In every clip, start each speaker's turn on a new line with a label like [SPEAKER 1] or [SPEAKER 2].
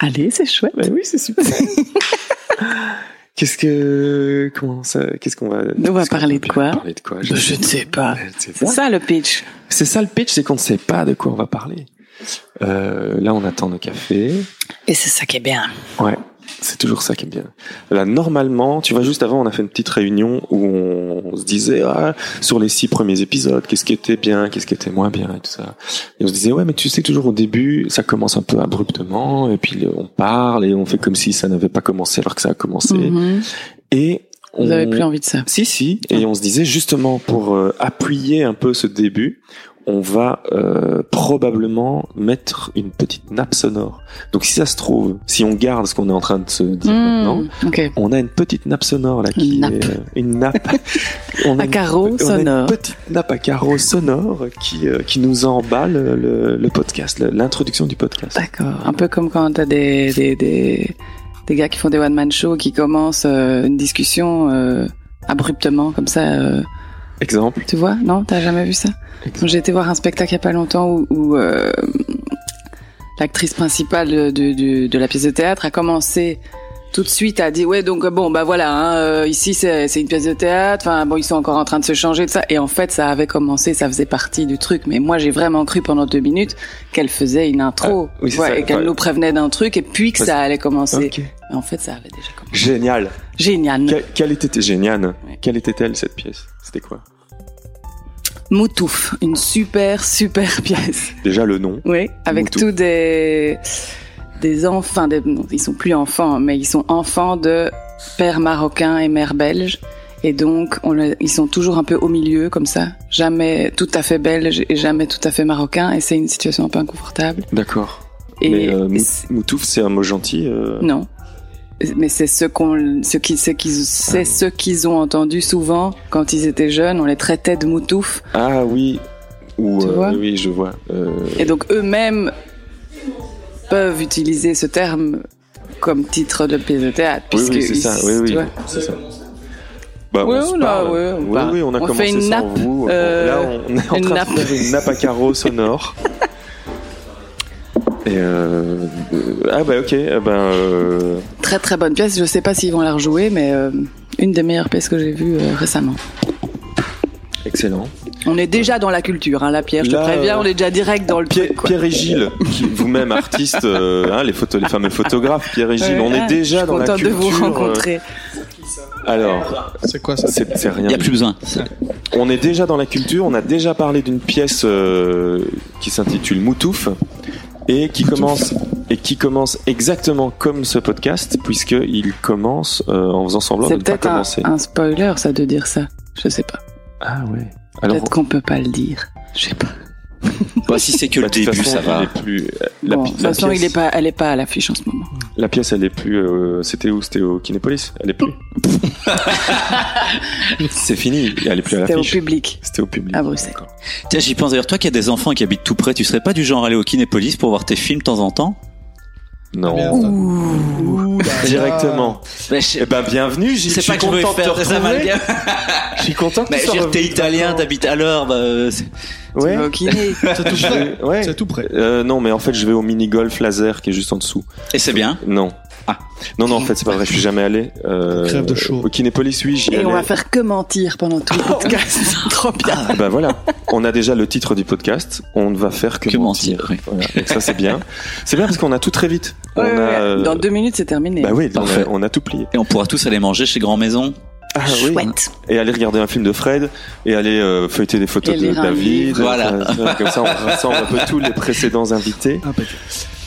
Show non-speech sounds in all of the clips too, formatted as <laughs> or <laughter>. [SPEAKER 1] Allez, c'est chouette.
[SPEAKER 2] Bah oui, c'est super. <laughs> qu'est-ce que comment ça Qu'est-ce qu'on va
[SPEAKER 1] On va
[SPEAKER 2] qu'est-ce qu'on
[SPEAKER 1] parler de quoi
[SPEAKER 2] Parler de quoi
[SPEAKER 1] Je ne sais pas.
[SPEAKER 2] Je ne sais
[SPEAKER 1] C'est
[SPEAKER 2] pas.
[SPEAKER 1] ça le pitch.
[SPEAKER 2] C'est ça le pitch, c'est qu'on ne sait pas de quoi on va parler. Euh, là, on attend nos cafés.
[SPEAKER 1] Et c'est ça qui est bien.
[SPEAKER 2] Ouais, c'est toujours ça qui est bien. Là, normalement, tu vois, juste avant, on a fait une petite réunion où on se disait ah, sur les six premiers épisodes, qu'est-ce qui était bien, qu'est-ce qui était moins bien et tout ça. Et on se disait ouais, mais tu sais toujours au début, ça commence un peu abruptement et puis on parle et on fait comme si ça n'avait pas commencé alors que ça a commencé.
[SPEAKER 1] Mhm.
[SPEAKER 2] Et on...
[SPEAKER 1] Vous avez plus envie de ça.
[SPEAKER 2] Si, si. Et
[SPEAKER 1] Ah.
[SPEAKER 2] on se disait justement pour euh, appuyer un peu ce début, on va euh, probablement mettre une petite nappe sonore. Donc si ça se trouve, si on garde ce qu'on est en train de se dire maintenant,
[SPEAKER 1] Mhm. Ok.
[SPEAKER 2] on a une petite nappe sonore là qui
[SPEAKER 1] Une nappe.
[SPEAKER 2] est euh, une
[SPEAKER 1] <laughs>
[SPEAKER 2] nappe. on a
[SPEAKER 1] À
[SPEAKER 2] une-
[SPEAKER 1] carreaux
[SPEAKER 2] on a une
[SPEAKER 1] sonore.
[SPEAKER 2] petite nappe à carreaux sonore qui euh, qui nous emballe le, le podcast, le- l'introduction du podcast.
[SPEAKER 1] D'accord. Un peu comme quand t'as des, des, des, des gars qui font des one-man shows qui commencent euh, une discussion euh, abruptement, comme ça. euh,
[SPEAKER 2] Exemple.
[SPEAKER 1] tu vois Non, t'as jamais vu ça
[SPEAKER 2] Exact.
[SPEAKER 1] J'ai été voir un spectacle il y a pas longtemps où, où, euh, l'actrice principale de, de- de la pièce de théâtre a commencé tout de suite à dire ouais donc euh, bon bah voilà hein, euh, ici c'est c'est une pièce de théâtre enfin bon ils sont encore en train de se changer de ça et en fait ça avait commencé ça faisait partie du truc mais moi j'ai vraiment cru pendant deux minutes qu'elle faisait une intro
[SPEAKER 2] Ah, oui, c'est
[SPEAKER 1] ouais,
[SPEAKER 2] ça,
[SPEAKER 1] et qu'elle
[SPEAKER 2] ouais.
[SPEAKER 1] nous prévenait d'un truc et puis que
[SPEAKER 2] Parce-
[SPEAKER 1] ça allait commencer
[SPEAKER 2] Ok.
[SPEAKER 1] Mais en fait ça avait déjà commencé
[SPEAKER 2] Génial.
[SPEAKER 1] génial
[SPEAKER 2] Que- quelle était génial.
[SPEAKER 1] Ouais.
[SPEAKER 2] Quelle était-elle cette pièce C'était quoi
[SPEAKER 1] Moutouf une super super <laughs> pièce
[SPEAKER 2] Déjà le nom.
[SPEAKER 1] Oui, avec
[SPEAKER 2] Moutou.
[SPEAKER 1] tous des des enfants, des, non, ils sont plus enfants, mais ils sont enfants de père marocain et mère belge, et donc on le- ils sont toujours un peu au milieu comme ça, jamais tout à fait belge et jamais tout à fait marocain, et c'est une situation un peu inconfortable.
[SPEAKER 2] D'accord.
[SPEAKER 1] Et
[SPEAKER 2] Mais euh,
[SPEAKER 1] et
[SPEAKER 2] mou-
[SPEAKER 1] c'est-
[SPEAKER 2] Moutouf, c'est un mot gentil. euh,
[SPEAKER 1] non, mais c'est ce qu'on, ce qui, ce qui, c'est ce qu'ils ont entendu souvent quand ils étaient jeunes, on les traitait de moutouf,
[SPEAKER 2] Ah oui. Ou,
[SPEAKER 1] Tu
[SPEAKER 2] euh,
[SPEAKER 1] vois
[SPEAKER 2] oui, je vois. Euh,
[SPEAKER 1] Et donc eux-mêmes peuvent utiliser ce terme comme titre de pièce de théâtre.
[SPEAKER 2] oui,
[SPEAKER 1] puisque
[SPEAKER 2] oui, c'est ça.
[SPEAKER 1] ils-
[SPEAKER 2] Oui,
[SPEAKER 1] tu
[SPEAKER 2] oui,
[SPEAKER 1] vois.
[SPEAKER 2] c'est ça. Bah,
[SPEAKER 1] Oui,
[SPEAKER 2] on se
[SPEAKER 1] on a-
[SPEAKER 2] parle.
[SPEAKER 1] ouais, on
[SPEAKER 2] oui,
[SPEAKER 1] parle.
[SPEAKER 2] oui, on a
[SPEAKER 1] On fait
[SPEAKER 2] commencé
[SPEAKER 1] une
[SPEAKER 2] sans
[SPEAKER 1] nappe,
[SPEAKER 2] vous.
[SPEAKER 1] euh,
[SPEAKER 2] Là, on est en
[SPEAKER 1] une
[SPEAKER 2] train
[SPEAKER 1] nappe.
[SPEAKER 2] de faire une nappe à
[SPEAKER 1] <laughs>
[SPEAKER 2] carreaux sonore. Et euh, euh, ah bah ok, eh ben euh,
[SPEAKER 1] Très très bonne pièce. Je sais pas s'ils vont la rejouer, mais euh, une des meilleures pièces que j'ai vues euh, récemment.
[SPEAKER 2] excellent.
[SPEAKER 1] On est déjà dans la culture, hein, la pierre. Je
[SPEAKER 2] Là,
[SPEAKER 1] te préviens,
[SPEAKER 2] euh,
[SPEAKER 1] on est déjà direct dans le
[SPEAKER 2] Pierre,
[SPEAKER 1] pied. quoi.
[SPEAKER 2] Pierre et Gilles, qui- vous-même artiste, euh, hein, les, photos, les fameux photographes, Pierre et Gilles,
[SPEAKER 1] Ouais,
[SPEAKER 2] on est
[SPEAKER 1] ah,
[SPEAKER 2] déjà dans la
[SPEAKER 1] Contente
[SPEAKER 2] culture.
[SPEAKER 1] de vous
[SPEAKER 2] euh,
[SPEAKER 1] rencontrer.
[SPEAKER 2] alors,
[SPEAKER 3] C'est quoi ça
[SPEAKER 2] c'est c'est rien.
[SPEAKER 4] Il n'y a plus besoin.
[SPEAKER 2] On est déjà dans la culture, on a déjà parlé d'une pièce euh, qui s'intitule Moutouf et qui commence et qui commence exactement comme ce podcast puisque il commence euh, en faisant semblant de
[SPEAKER 1] C'est
[SPEAKER 2] ne pas
[SPEAKER 1] peut-être un,
[SPEAKER 2] commencer.
[SPEAKER 1] un spoiler, ça, de dire ça. Je sais pas.
[SPEAKER 2] Ah ouais. Alors
[SPEAKER 1] Peut-être qu'on peut pas le dire. Je sais pas.
[SPEAKER 4] Bah, si c'est que le
[SPEAKER 2] bah, de toute
[SPEAKER 4] début,
[SPEAKER 2] façon,
[SPEAKER 4] ça va.
[SPEAKER 2] il est plus- euh, la,
[SPEAKER 1] Bon,
[SPEAKER 2] pi-
[SPEAKER 1] de toute
[SPEAKER 2] la
[SPEAKER 1] façon,
[SPEAKER 2] pièce,
[SPEAKER 1] il est pas, elle est pas à l'affiche en ce moment.
[SPEAKER 2] la pièce, elle est plus. euh, C'était où C'était au Kinépolis. Elle
[SPEAKER 1] <laughs>
[SPEAKER 2] est plus. C'est fini. Elle est plus à
[SPEAKER 1] C'était au
[SPEAKER 2] l'affiche.
[SPEAKER 1] public
[SPEAKER 2] C'était au public.
[SPEAKER 1] à Bruxelles.
[SPEAKER 4] Tiens, j'y pense d'ailleurs, toi qui as des enfants qui habitent tout près, tu serais pas du genre à aller au Kinépolis pour voir tes films de temps en temps
[SPEAKER 3] Bien.
[SPEAKER 2] Non.
[SPEAKER 3] Ouh.
[SPEAKER 4] Ouh.
[SPEAKER 2] Directement.
[SPEAKER 4] Bah, je-
[SPEAKER 2] Eh ben bienvenue. Gilles.
[SPEAKER 4] C'est
[SPEAKER 2] Je suis
[SPEAKER 4] pas que je voulais
[SPEAKER 2] content de te
[SPEAKER 4] faire des
[SPEAKER 2] retrouver.
[SPEAKER 4] amalgames.
[SPEAKER 2] Je suis content que
[SPEAKER 4] Mais
[SPEAKER 2] tu sois
[SPEAKER 4] je veux dire, t'es
[SPEAKER 2] revenu.
[SPEAKER 4] italien, t'habites à l'heure, bah, euh, c'est-
[SPEAKER 1] Tu
[SPEAKER 2] Ouais.
[SPEAKER 1] vas au kiné.
[SPEAKER 3] C'est tout près.
[SPEAKER 2] Je- ouais.
[SPEAKER 3] C'est tout près.
[SPEAKER 2] Euh, non, mais en fait, je vais au mini-golf laser qui est juste en dessous.
[SPEAKER 4] et c'est bien.
[SPEAKER 2] Non.
[SPEAKER 4] Ah.
[SPEAKER 2] Non, non, en fait, c'est pas vrai, je suis jamais allé. Euh,
[SPEAKER 3] Crève de chaud.
[SPEAKER 2] Au Kinépolis, oui, j'y
[SPEAKER 1] Et
[SPEAKER 2] allais.
[SPEAKER 1] on va faire que mentir pendant tout le podcast.
[SPEAKER 4] Ah,
[SPEAKER 1] Trop bien.
[SPEAKER 2] <laughs> Bah voilà, on a déjà le titre du podcast, on ne va faire que,
[SPEAKER 4] Que
[SPEAKER 2] mentir.
[SPEAKER 4] mentir. oui.
[SPEAKER 2] Voilà. Et ça, c'est bien. C'est bien parce qu'on a tout très vite. on
[SPEAKER 1] Ouais, ouais,
[SPEAKER 2] a,
[SPEAKER 1] ouais.
[SPEAKER 2] euh,
[SPEAKER 1] Dans deux minutes, c'est terminé.
[SPEAKER 2] Bah oui, on a,
[SPEAKER 4] Parfait.
[SPEAKER 2] on a tout plié.
[SPEAKER 4] Et on pourra tous aller manger chez Grand Maison.
[SPEAKER 2] Ah oui.
[SPEAKER 1] Chouette.
[SPEAKER 2] Et aller regarder un film de Fred, et aller euh, feuilleter des photos
[SPEAKER 1] Et
[SPEAKER 2] de
[SPEAKER 1] lire un
[SPEAKER 2] David.
[SPEAKER 4] livre. Voilà.
[SPEAKER 2] Enfin, Comme ça, on rassemble un peu tous les précédents invités.
[SPEAKER 1] Ah,
[SPEAKER 3] Impeccable.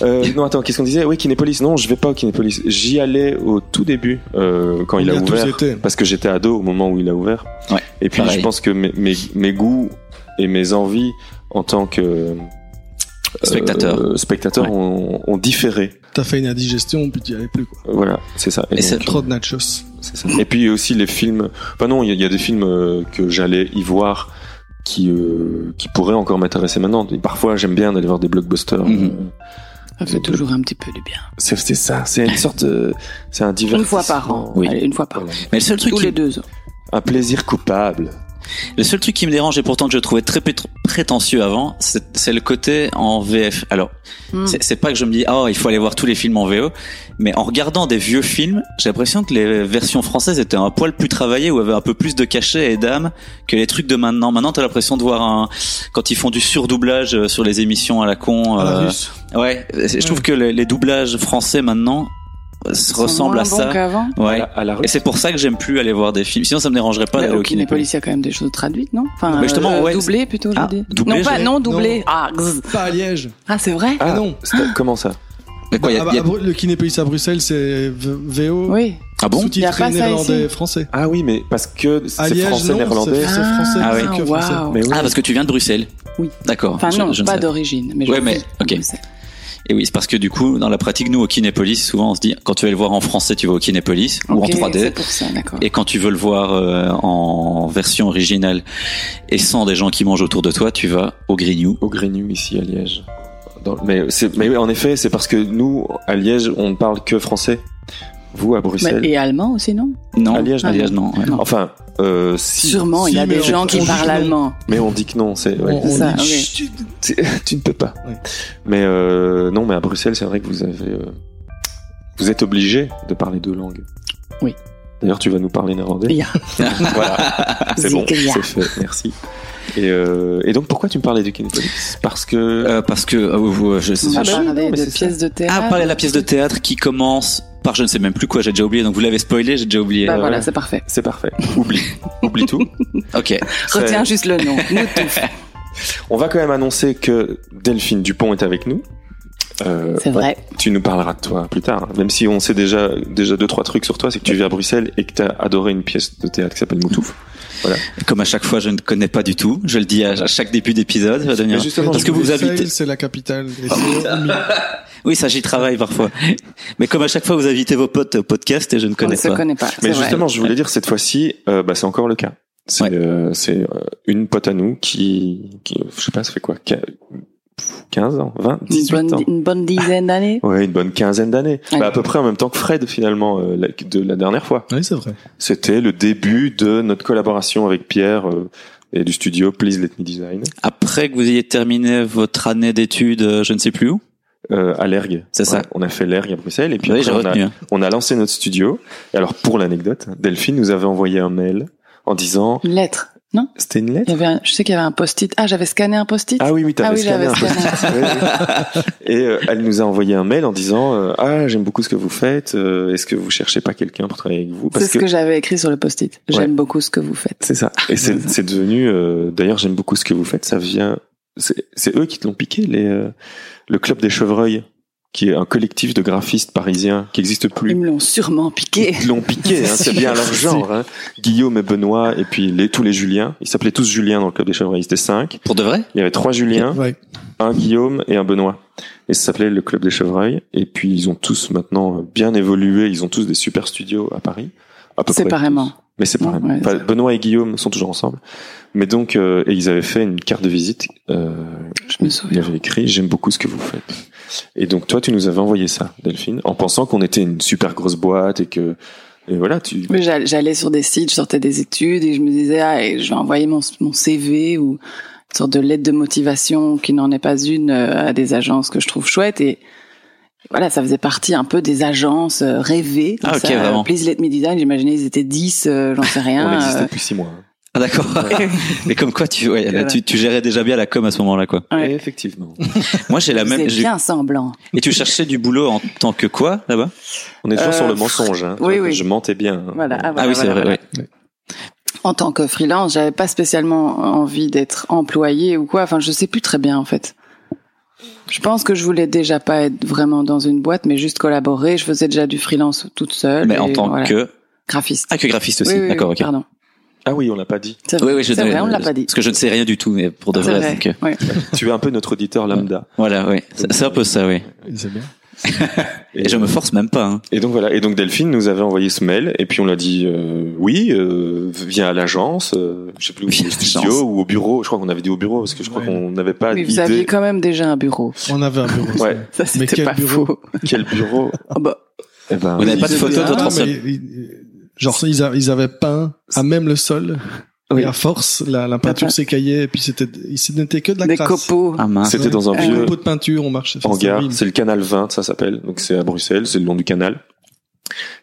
[SPEAKER 2] Euh, non, attends, qu'est-ce qu'on disait Oui, Kinépolis. Non, je vais pas au Kinépolis. J'y allais au tout début euh, quand il
[SPEAKER 3] On
[SPEAKER 2] a
[SPEAKER 3] y tous
[SPEAKER 2] ouvert,
[SPEAKER 3] été.
[SPEAKER 2] parce que j'étais ado au moment où il a ouvert.
[SPEAKER 4] Ouais,
[SPEAKER 2] et puis,
[SPEAKER 4] pareil.
[SPEAKER 2] je pense que mes, mes, mes goûts et mes envies en tant que euh,
[SPEAKER 4] Spectateur.
[SPEAKER 2] euh, spectateur
[SPEAKER 4] Ouais.
[SPEAKER 2] ont, ont différé.
[SPEAKER 3] T'as fait une indigestion, puis t'y allais plus quoi.
[SPEAKER 2] Voilà, c'est ça.
[SPEAKER 4] Et
[SPEAKER 2] donc,
[SPEAKER 4] c'est-
[SPEAKER 3] Trop de nachos.
[SPEAKER 2] c'est ça. Et puis aussi les films. Enfin non, il y, a- il y a des films euh, que j'allais y voir qui euh, qui pourraient encore m'intéresser maintenant. Et Parfois, j'aime bien d'aller voir des blockbusters.
[SPEAKER 4] Mhm.
[SPEAKER 1] Ça fait toujours un petit peu du bien.
[SPEAKER 2] C'est c'est ça. C'est une sorte. de- C'est un
[SPEAKER 1] Une
[SPEAKER 2] divertissement.
[SPEAKER 1] fois par an.
[SPEAKER 4] Oui.
[SPEAKER 1] Allez, une fois par an.
[SPEAKER 4] Mais le seul truc
[SPEAKER 1] Tous
[SPEAKER 4] qui,
[SPEAKER 1] les deux ans.
[SPEAKER 2] Un plaisir coupable.
[SPEAKER 4] Le seul truc qui me dérange et pourtant que je trouvais très pétr- prétentieux avant, c'est c'est le côté en VF. Alors,
[SPEAKER 1] Hmm.
[SPEAKER 4] c'est c'est pas que je me dis oh il faut aller voir tous les films en VO, mais en regardant des vieux films, j'ai l'impression que les versions françaises étaient un poil plus travaillées ou avaient un peu plus de cachet et d'âme que les trucs de maintenant. Maintenant, t'as l'impression de voir un quand ils font du surdoublage euh, sur les émissions à la con.
[SPEAKER 3] À la
[SPEAKER 4] euh,
[SPEAKER 3] russe.
[SPEAKER 4] ouais, je trouve que les, les doublages français maintenant euh, se
[SPEAKER 1] Ils sont
[SPEAKER 4] ressemblent
[SPEAKER 1] moins
[SPEAKER 4] à
[SPEAKER 1] bons
[SPEAKER 4] ça.
[SPEAKER 1] qu'avant.
[SPEAKER 2] À
[SPEAKER 4] Ouais.
[SPEAKER 2] la, à la rue.
[SPEAKER 4] Et c'est pour ça que j'aime plus aller voir des films. Sinon, ça me dérangerait pas
[SPEAKER 1] Mais
[SPEAKER 4] d'aller
[SPEAKER 1] au
[SPEAKER 4] au Kinépolis.
[SPEAKER 1] Kinépolis, il y a quand même des choses traduites, non Enfin,
[SPEAKER 4] Mais justement, ouais.
[SPEAKER 1] doublé plutôt, je
[SPEAKER 4] Ah,
[SPEAKER 1] dis.
[SPEAKER 4] doublé,
[SPEAKER 1] non, pas
[SPEAKER 4] j'ai-
[SPEAKER 1] non doublé.
[SPEAKER 3] Non.
[SPEAKER 1] Ah, gzz.
[SPEAKER 3] Pas à Liège.
[SPEAKER 1] ah c'est vrai
[SPEAKER 2] Ah
[SPEAKER 3] non.
[SPEAKER 2] c'est- Comment ça
[SPEAKER 4] Mais quoi, il y a-
[SPEAKER 3] Ah bah,
[SPEAKER 4] il y a-
[SPEAKER 3] à Bru- Le kinépolis à Bruxelles, c'est V- VO.
[SPEAKER 1] Oui.
[SPEAKER 4] Ah bon
[SPEAKER 1] Y a pas ça
[SPEAKER 3] Sous-titré
[SPEAKER 1] ici.
[SPEAKER 3] néerlandais français.
[SPEAKER 2] Ah oui, mais parce que
[SPEAKER 3] À
[SPEAKER 2] c'est
[SPEAKER 3] Liège,
[SPEAKER 2] français
[SPEAKER 3] non,
[SPEAKER 2] néerlandais.
[SPEAKER 3] c'est français.
[SPEAKER 1] Ah,
[SPEAKER 4] oui.
[SPEAKER 1] waouh.
[SPEAKER 3] français.
[SPEAKER 2] Mais oui.
[SPEAKER 4] Ah, parce que tu viens de Bruxelles.
[SPEAKER 1] Oui.
[SPEAKER 4] D'accord.
[SPEAKER 1] Enfin
[SPEAKER 4] Je-
[SPEAKER 1] non,
[SPEAKER 4] je ne
[SPEAKER 1] pas
[SPEAKER 4] sais
[SPEAKER 1] d'origine, mais je
[SPEAKER 4] Ouais,
[SPEAKER 1] vis
[SPEAKER 4] mais-
[SPEAKER 1] en
[SPEAKER 4] ok.
[SPEAKER 1] Bruxelles.
[SPEAKER 4] Et oui, c'est parce que du coup, dans la pratique, nous, au Kinépolis, souvent, on se dit, quand tu veux le voir en français, tu vas au Kinépolis, ou en
[SPEAKER 1] Ok, C'est
[SPEAKER 4] 3D.
[SPEAKER 1] pour ça, d'accord.
[SPEAKER 4] Et quand tu veux le voir euh, en version originale et sans des gens qui mangent autour de toi, tu vas au Grignou.
[SPEAKER 2] Au Grignou, ici, à Liège. Dans- mais, c'est- mais oui, en effet, c'est parce que nous, à Liège, on ne parle que français. Vous, à
[SPEAKER 1] Mais-
[SPEAKER 2] Bruxelles.
[SPEAKER 1] et allemand aussi, non
[SPEAKER 4] Non,
[SPEAKER 2] À Liège,
[SPEAKER 4] à Liège, non. ouais.
[SPEAKER 1] Non.
[SPEAKER 2] Enfin, euh, si.
[SPEAKER 1] Sûrement, il y a
[SPEAKER 3] si, mais
[SPEAKER 1] des
[SPEAKER 3] on-
[SPEAKER 1] gens qui
[SPEAKER 3] on
[SPEAKER 1] parlent
[SPEAKER 3] juge non.
[SPEAKER 1] allemand.
[SPEAKER 2] Mais on dit que non, c'est. ouais. <laughs>
[SPEAKER 3] On- on
[SPEAKER 1] ça,
[SPEAKER 3] dit,
[SPEAKER 1] ouais.
[SPEAKER 3] Chut,
[SPEAKER 2] Tu, tu ne peux pas.
[SPEAKER 3] Oui.
[SPEAKER 2] Mais euh, non, mais à Bruxelles, c'est vrai que vous avez, euh, vous êtes obligé de parler deux langues.
[SPEAKER 1] Oui.
[SPEAKER 2] D'ailleurs, tu vas nous parler néerlandais.
[SPEAKER 1] Ya.
[SPEAKER 2] voilà, c'est bon,
[SPEAKER 1] Zikria.
[SPEAKER 2] c'est fait. Merci. Et, euh, et donc, pourquoi tu me parlais du Kinépolis Parce que
[SPEAKER 4] Euh, parce que ah, vous- vous- je-
[SPEAKER 1] On va
[SPEAKER 2] Ah bah oui, non,
[SPEAKER 1] parler
[SPEAKER 2] mais
[SPEAKER 1] de
[SPEAKER 2] c'est ça.
[SPEAKER 1] pièces de théâtre.
[SPEAKER 4] Ah, parler de la pièce de théâtre qui commence par je ne sais même plus quoi, j'ai déjà oublié, donc vous l'avez spoilé, j'ai déjà oublié.
[SPEAKER 1] Bah
[SPEAKER 2] Euh,
[SPEAKER 1] voilà,
[SPEAKER 2] ouais.
[SPEAKER 1] c'est parfait.
[SPEAKER 2] c'est parfait.
[SPEAKER 1] <laughs>
[SPEAKER 2] Oublie, oublie tout.
[SPEAKER 4] Ok.
[SPEAKER 2] C'est-
[SPEAKER 1] Retiens juste le
[SPEAKER 2] <laughs>
[SPEAKER 1] nom. Moutouf.
[SPEAKER 2] On va quand même annoncer que Delphine Dupont est avec nous. Euh,
[SPEAKER 1] C'est vrai.
[SPEAKER 2] Tu nous parleras de toi plus tard, hein. même si on sait déjà déjà deux trois trucs sur toi, c'est que tu vis à Bruxelles et que t'as adoré une pièce de théâtre qui s'appelle Moutouf.
[SPEAKER 4] Comme à chaque fois, je ne connais pas du tout. Je le dis à, à chaque début d'épisode. ça va devenir-
[SPEAKER 2] Mais justement,
[SPEAKER 4] Parce que vous
[SPEAKER 3] Bruxelles,
[SPEAKER 4] habitez. Ah,
[SPEAKER 3] C'est la capitale. Et c'est-
[SPEAKER 4] Oui, ça j'y travaille parfois. Mais comme à chaque fois, vous invitez vos potes au podcast et je ne
[SPEAKER 1] On ne
[SPEAKER 4] connais
[SPEAKER 1] se
[SPEAKER 4] pas.
[SPEAKER 1] connaît pas. c'est
[SPEAKER 2] Mais
[SPEAKER 1] vrai.
[SPEAKER 2] justement, je voulais dire cette fois-ci, euh, bah, c'est encore le cas. C'est
[SPEAKER 4] Ouais.
[SPEAKER 2] euh, c'est, euh, une pote à nous qui, qui, je sais pas, ça fait quoi, qua- pff, 15 ans, 20,
[SPEAKER 1] Une
[SPEAKER 2] 18
[SPEAKER 1] bonne,
[SPEAKER 2] ans.
[SPEAKER 1] une bonne dizaine d'années.
[SPEAKER 2] <laughs> Ouais, une bonne quinzaine d'années.
[SPEAKER 1] Ouais.
[SPEAKER 2] Bah, à peu près en même temps que Fred, finalement, euh, la- de la dernière fois.
[SPEAKER 3] Oui, c'est vrai.
[SPEAKER 2] C'était le début de notre collaboration avec Pierre euh, et du studio Please Let Me Design
[SPEAKER 4] Après que vous ayez terminé votre année d'études, euh, je ne sais plus où.
[SPEAKER 2] euh, à l'ERG.
[SPEAKER 4] C'est ça.
[SPEAKER 2] Ouais, on a fait l'ERG à Bruxelles et puis
[SPEAKER 4] oui,
[SPEAKER 2] après,
[SPEAKER 4] j'ai
[SPEAKER 2] on, a,
[SPEAKER 4] retenu. hein.
[SPEAKER 2] on a lancé notre studio. Et alors, pour l'anecdote, Delphine nous avait envoyé un mail en disant,
[SPEAKER 1] Une lettre. Non
[SPEAKER 2] c'était une lettre
[SPEAKER 1] Il y avait un- Je sais qu'il y avait un post-it. Ah, j'avais scanné un post-it.
[SPEAKER 2] Ah oui, oui, t'avais
[SPEAKER 1] Ah oui,
[SPEAKER 2] scanné
[SPEAKER 1] j'avais
[SPEAKER 2] un
[SPEAKER 1] scanné.
[SPEAKER 2] post-it. <laughs> Oui, oui. Et euh, elle nous a envoyé un mail en disant euh, Ah, j'aime beaucoup ce que vous faites. euh, Est-ce que vous cherchez pas quelqu'un pour travailler avec vous
[SPEAKER 1] C'est
[SPEAKER 2] Parce
[SPEAKER 1] ce que, j'avais écrit sur le post-it. J'aime beaucoup ce que vous faites.
[SPEAKER 2] c'est ça. Et c'est
[SPEAKER 1] Ouais.
[SPEAKER 2] c'est devenu. euh, D'ailleurs, j'aime beaucoup ce que vous faites. Ça vient. C'est c'est eux qui te l'ont piqué, les, euh, le club des chevreuils, qui est un collectif de graphistes parisiens qui n'existe plus.
[SPEAKER 1] Ils me l'ont sûrement piqué.
[SPEAKER 2] Ils te l'ont piqué, hein, c'est bien leur genre. hein. Guillaume et Benoît, et puis les, tous les Juliens. Ils s'appelaient tous Julien dans le club des chevreuils, ils étaient cinq.
[SPEAKER 4] Pour de vrai
[SPEAKER 2] Il y avait trois
[SPEAKER 4] Hein
[SPEAKER 2] Juliens.
[SPEAKER 3] Ouais.
[SPEAKER 2] un Guillaume et un Benoît. Et ça s'appelait le Club des Chevreuils. Et puis ils ont tous maintenant euh, bien évolué. Ils ont tous des super studios à Paris. À peu près
[SPEAKER 1] Séparément.
[SPEAKER 2] tous. Mais séparément.
[SPEAKER 1] Ouais, ouais,
[SPEAKER 2] Enfin, Benoît et Guillaume sont toujours ensemble. Mais donc, euh, et ils avaient fait une carte de visite. Euh,
[SPEAKER 1] Je me
[SPEAKER 2] ils
[SPEAKER 1] souviens.
[SPEAKER 2] avaient écrit J'aime beaucoup ce que vous faites. Et donc, toi, tu nous avais envoyé ça, Delphine, en pensant qu'on était une super grosse boîte et que. Et voilà, tu.
[SPEAKER 1] Mais j'all- j'allais sur des sites, je sortais des études et je me disais, ah, et je vais envoyer mon, mon CV ou une sorte de lettre de motivation qui n'en est pas une euh, à des agences que je trouve chouettes. Et voilà, ça faisait partie un peu des agences euh, rêvées. comme
[SPEAKER 4] Ah, ok,
[SPEAKER 1] ça, euh,
[SPEAKER 4] vraiment.
[SPEAKER 1] Please Let Me Design, j'imaginais ils étaient 10, euh,
[SPEAKER 4] <laughs>
[SPEAKER 1] j'en sais
[SPEAKER 2] on
[SPEAKER 1] rien.
[SPEAKER 2] existait
[SPEAKER 1] euh,
[SPEAKER 2] depuis six mois. hein.
[SPEAKER 4] Ah d'accord. <laughs> Mais comme quoi, tu, ouais, là,
[SPEAKER 1] Voilà.
[SPEAKER 4] tu, tu gérais déjà bien la com à ce moment-là, quoi.
[SPEAKER 1] Ouais.
[SPEAKER 2] Et effectivement.
[SPEAKER 4] Moi, j'ai la Ah, même.
[SPEAKER 1] C'est
[SPEAKER 4] j'ai-
[SPEAKER 1] bien semblant.
[SPEAKER 4] Et tu cherchais du boulot en tant que quoi là-bas
[SPEAKER 2] On est toujours
[SPEAKER 1] Euh,
[SPEAKER 2] sur le mensonge. Hein.
[SPEAKER 1] oui, oui.
[SPEAKER 2] Je mentais bien. hein.
[SPEAKER 1] Voilà. Ah,
[SPEAKER 4] Ah
[SPEAKER 1] voilà,
[SPEAKER 4] oui, c'est
[SPEAKER 1] voilà,
[SPEAKER 4] vrai.
[SPEAKER 1] voilà.
[SPEAKER 4] ouais.
[SPEAKER 1] En tant que freelance, j'avais pas spécialement envie d'être employé ou quoi. Enfin, je sais plus très bien en fait. Je pense que je voulais déjà pas être vraiment dans une boîte, mais juste collaborer. Je faisais déjà du freelance toute seule.
[SPEAKER 4] Mais en
[SPEAKER 1] et
[SPEAKER 4] tant
[SPEAKER 1] voilà.
[SPEAKER 4] que
[SPEAKER 1] graphiste.
[SPEAKER 4] ah que graphiste aussi.
[SPEAKER 1] Oui, oui,
[SPEAKER 4] d'accord,
[SPEAKER 1] oui,
[SPEAKER 4] ok.
[SPEAKER 1] Pardon.
[SPEAKER 2] Ah oui, on l'a pas dit.
[SPEAKER 1] C'est
[SPEAKER 4] Oui,
[SPEAKER 1] vrai,
[SPEAKER 4] oui, je
[SPEAKER 1] c'est
[SPEAKER 4] devais- euh,
[SPEAKER 1] vrai, on l'a pas dit.
[SPEAKER 4] Parce que je ne sais rien du tout, mais pour de
[SPEAKER 1] C'est
[SPEAKER 4] vrai. donc, euh,
[SPEAKER 1] ouais.
[SPEAKER 2] Tu es un peu notre auditeur lambda.
[SPEAKER 4] voilà, oui. C'est c'est un peu ça, oui.
[SPEAKER 3] C'est bien.
[SPEAKER 4] Et je me force même pas. hein.
[SPEAKER 2] et donc voilà. Et donc Delphine nous avait envoyé ce mail et puis on l'a dit euh, oui, euh, viens à l'agence, euh, je sais plus où,
[SPEAKER 4] Viens
[SPEAKER 2] au
[SPEAKER 4] à
[SPEAKER 2] studio
[SPEAKER 4] l'agence.
[SPEAKER 2] ou au bureau. Je crois qu'on avait dit au bureau parce que je crois
[SPEAKER 3] Ouais.
[SPEAKER 2] qu'on n'avait pas
[SPEAKER 1] Mais vous aviez
[SPEAKER 2] <laughs> idée
[SPEAKER 1] quand même déjà un bureau.
[SPEAKER 3] On avait un bureau.
[SPEAKER 2] Ouais.
[SPEAKER 1] Ça,
[SPEAKER 3] Mais
[SPEAKER 1] c'était
[SPEAKER 3] quel
[SPEAKER 1] pas
[SPEAKER 3] bureau
[SPEAKER 1] faux.
[SPEAKER 2] quel bureau.
[SPEAKER 1] Ah bah,
[SPEAKER 2] <laughs> Eh ben,
[SPEAKER 4] Vous n'avez pas de
[SPEAKER 3] Ils
[SPEAKER 4] photo de
[SPEAKER 3] étaient-
[SPEAKER 4] votre
[SPEAKER 3] Ah,
[SPEAKER 4] ancien-
[SPEAKER 3] mais ils- ils- Genre, ils, a- ils avaient peint à même le sol
[SPEAKER 2] Oui.
[SPEAKER 3] Et à force, la, la
[SPEAKER 1] <laughs>
[SPEAKER 3] peinture
[SPEAKER 1] peint-
[SPEAKER 3] s'écaillait, et puis c'était, il- ce n'était que de la
[SPEAKER 1] des
[SPEAKER 3] crasse.
[SPEAKER 1] copeaux.
[SPEAKER 4] Ah mince.
[SPEAKER 2] C'était dans un
[SPEAKER 3] Des
[SPEAKER 1] Euh,
[SPEAKER 2] vieux
[SPEAKER 3] copeaux de peinture, on marchait. Enfin, c'était
[SPEAKER 2] hangar.
[SPEAKER 3] horrible.
[SPEAKER 2] C'est le canal 20, ça s'appelle. Donc c'est à Bruxelles, c'est le long du canal.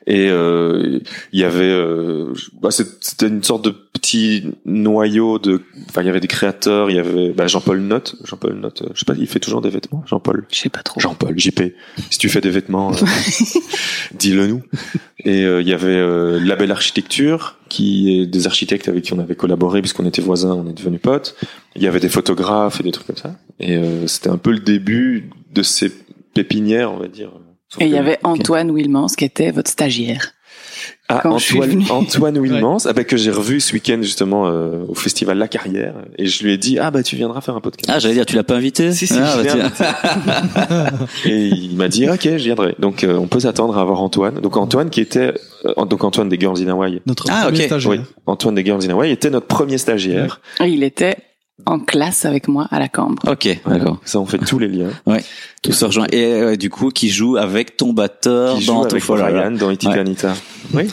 [SPEAKER 2] Et euh, il y avait, euh, je- bah, c'est- c'était une sorte de petit noyau de. Enfin, il y avait des créateurs. Il y avait bah, Jean-Paul Note. Jean-Paul Note. euh, Je sais pas, il fait toujours des vêtements. Jean-Paul.
[SPEAKER 1] Je sais pas trop.
[SPEAKER 2] Jean-Paul JP. Si tu fais des vêtements, euh, <laughs> dis-le nous. Et euh, il y avait euh, Label Architecture, qui est des architectes avec qui on avait collaboré puisqu'on était voisins, on est devenus potes. Il y avait des photographes et des trucs comme ça. Et euh, c'était un peu le début de ces pépinières, on va dire. Sauf
[SPEAKER 1] Et il
[SPEAKER 2] que-
[SPEAKER 1] y avait Antoine Wilmans qui était votre stagiaire.
[SPEAKER 2] Ah,
[SPEAKER 1] quand je suis
[SPEAKER 2] Antoine,
[SPEAKER 1] venue. <laughs>
[SPEAKER 2] Antoine Wilmans, ah bah, que j'ai revu ce week-end justement euh, au festival La Carrière, et je lui ai dit ah bah tu viendras faire un podcast.
[SPEAKER 4] Ah, j'allais dire, tu l'as pas invité
[SPEAKER 2] Si, si,
[SPEAKER 4] Ah,
[SPEAKER 2] je
[SPEAKER 4] bah,
[SPEAKER 2] l'ai
[SPEAKER 4] tiens.
[SPEAKER 2] Et il m'a dit ok, je viendrai. Donc euh, on peut s'attendre à avoir Antoine. Donc Antoine qui était euh, donc Antoine des Girls in Hawaii.
[SPEAKER 3] Notre
[SPEAKER 4] Ah,
[SPEAKER 3] premier
[SPEAKER 4] ok.
[SPEAKER 3] stagiaire.
[SPEAKER 2] Oui, Antoine des Girls in Hawaii était notre premier stagiaire.
[SPEAKER 1] Et il était en classe avec moi à la Cambre.
[SPEAKER 4] Ok, d'accord.
[SPEAKER 2] Ça on fait tous les liens.
[SPEAKER 4] Tout se rejoint. Et euh, du coup, qui joue avec ton batteur
[SPEAKER 2] Qui joue
[SPEAKER 4] dans ton
[SPEAKER 2] avec
[SPEAKER 4] Fall Out.
[SPEAKER 2] Brian dans It
[SPEAKER 4] Ouais.
[SPEAKER 2] Anita. Oui.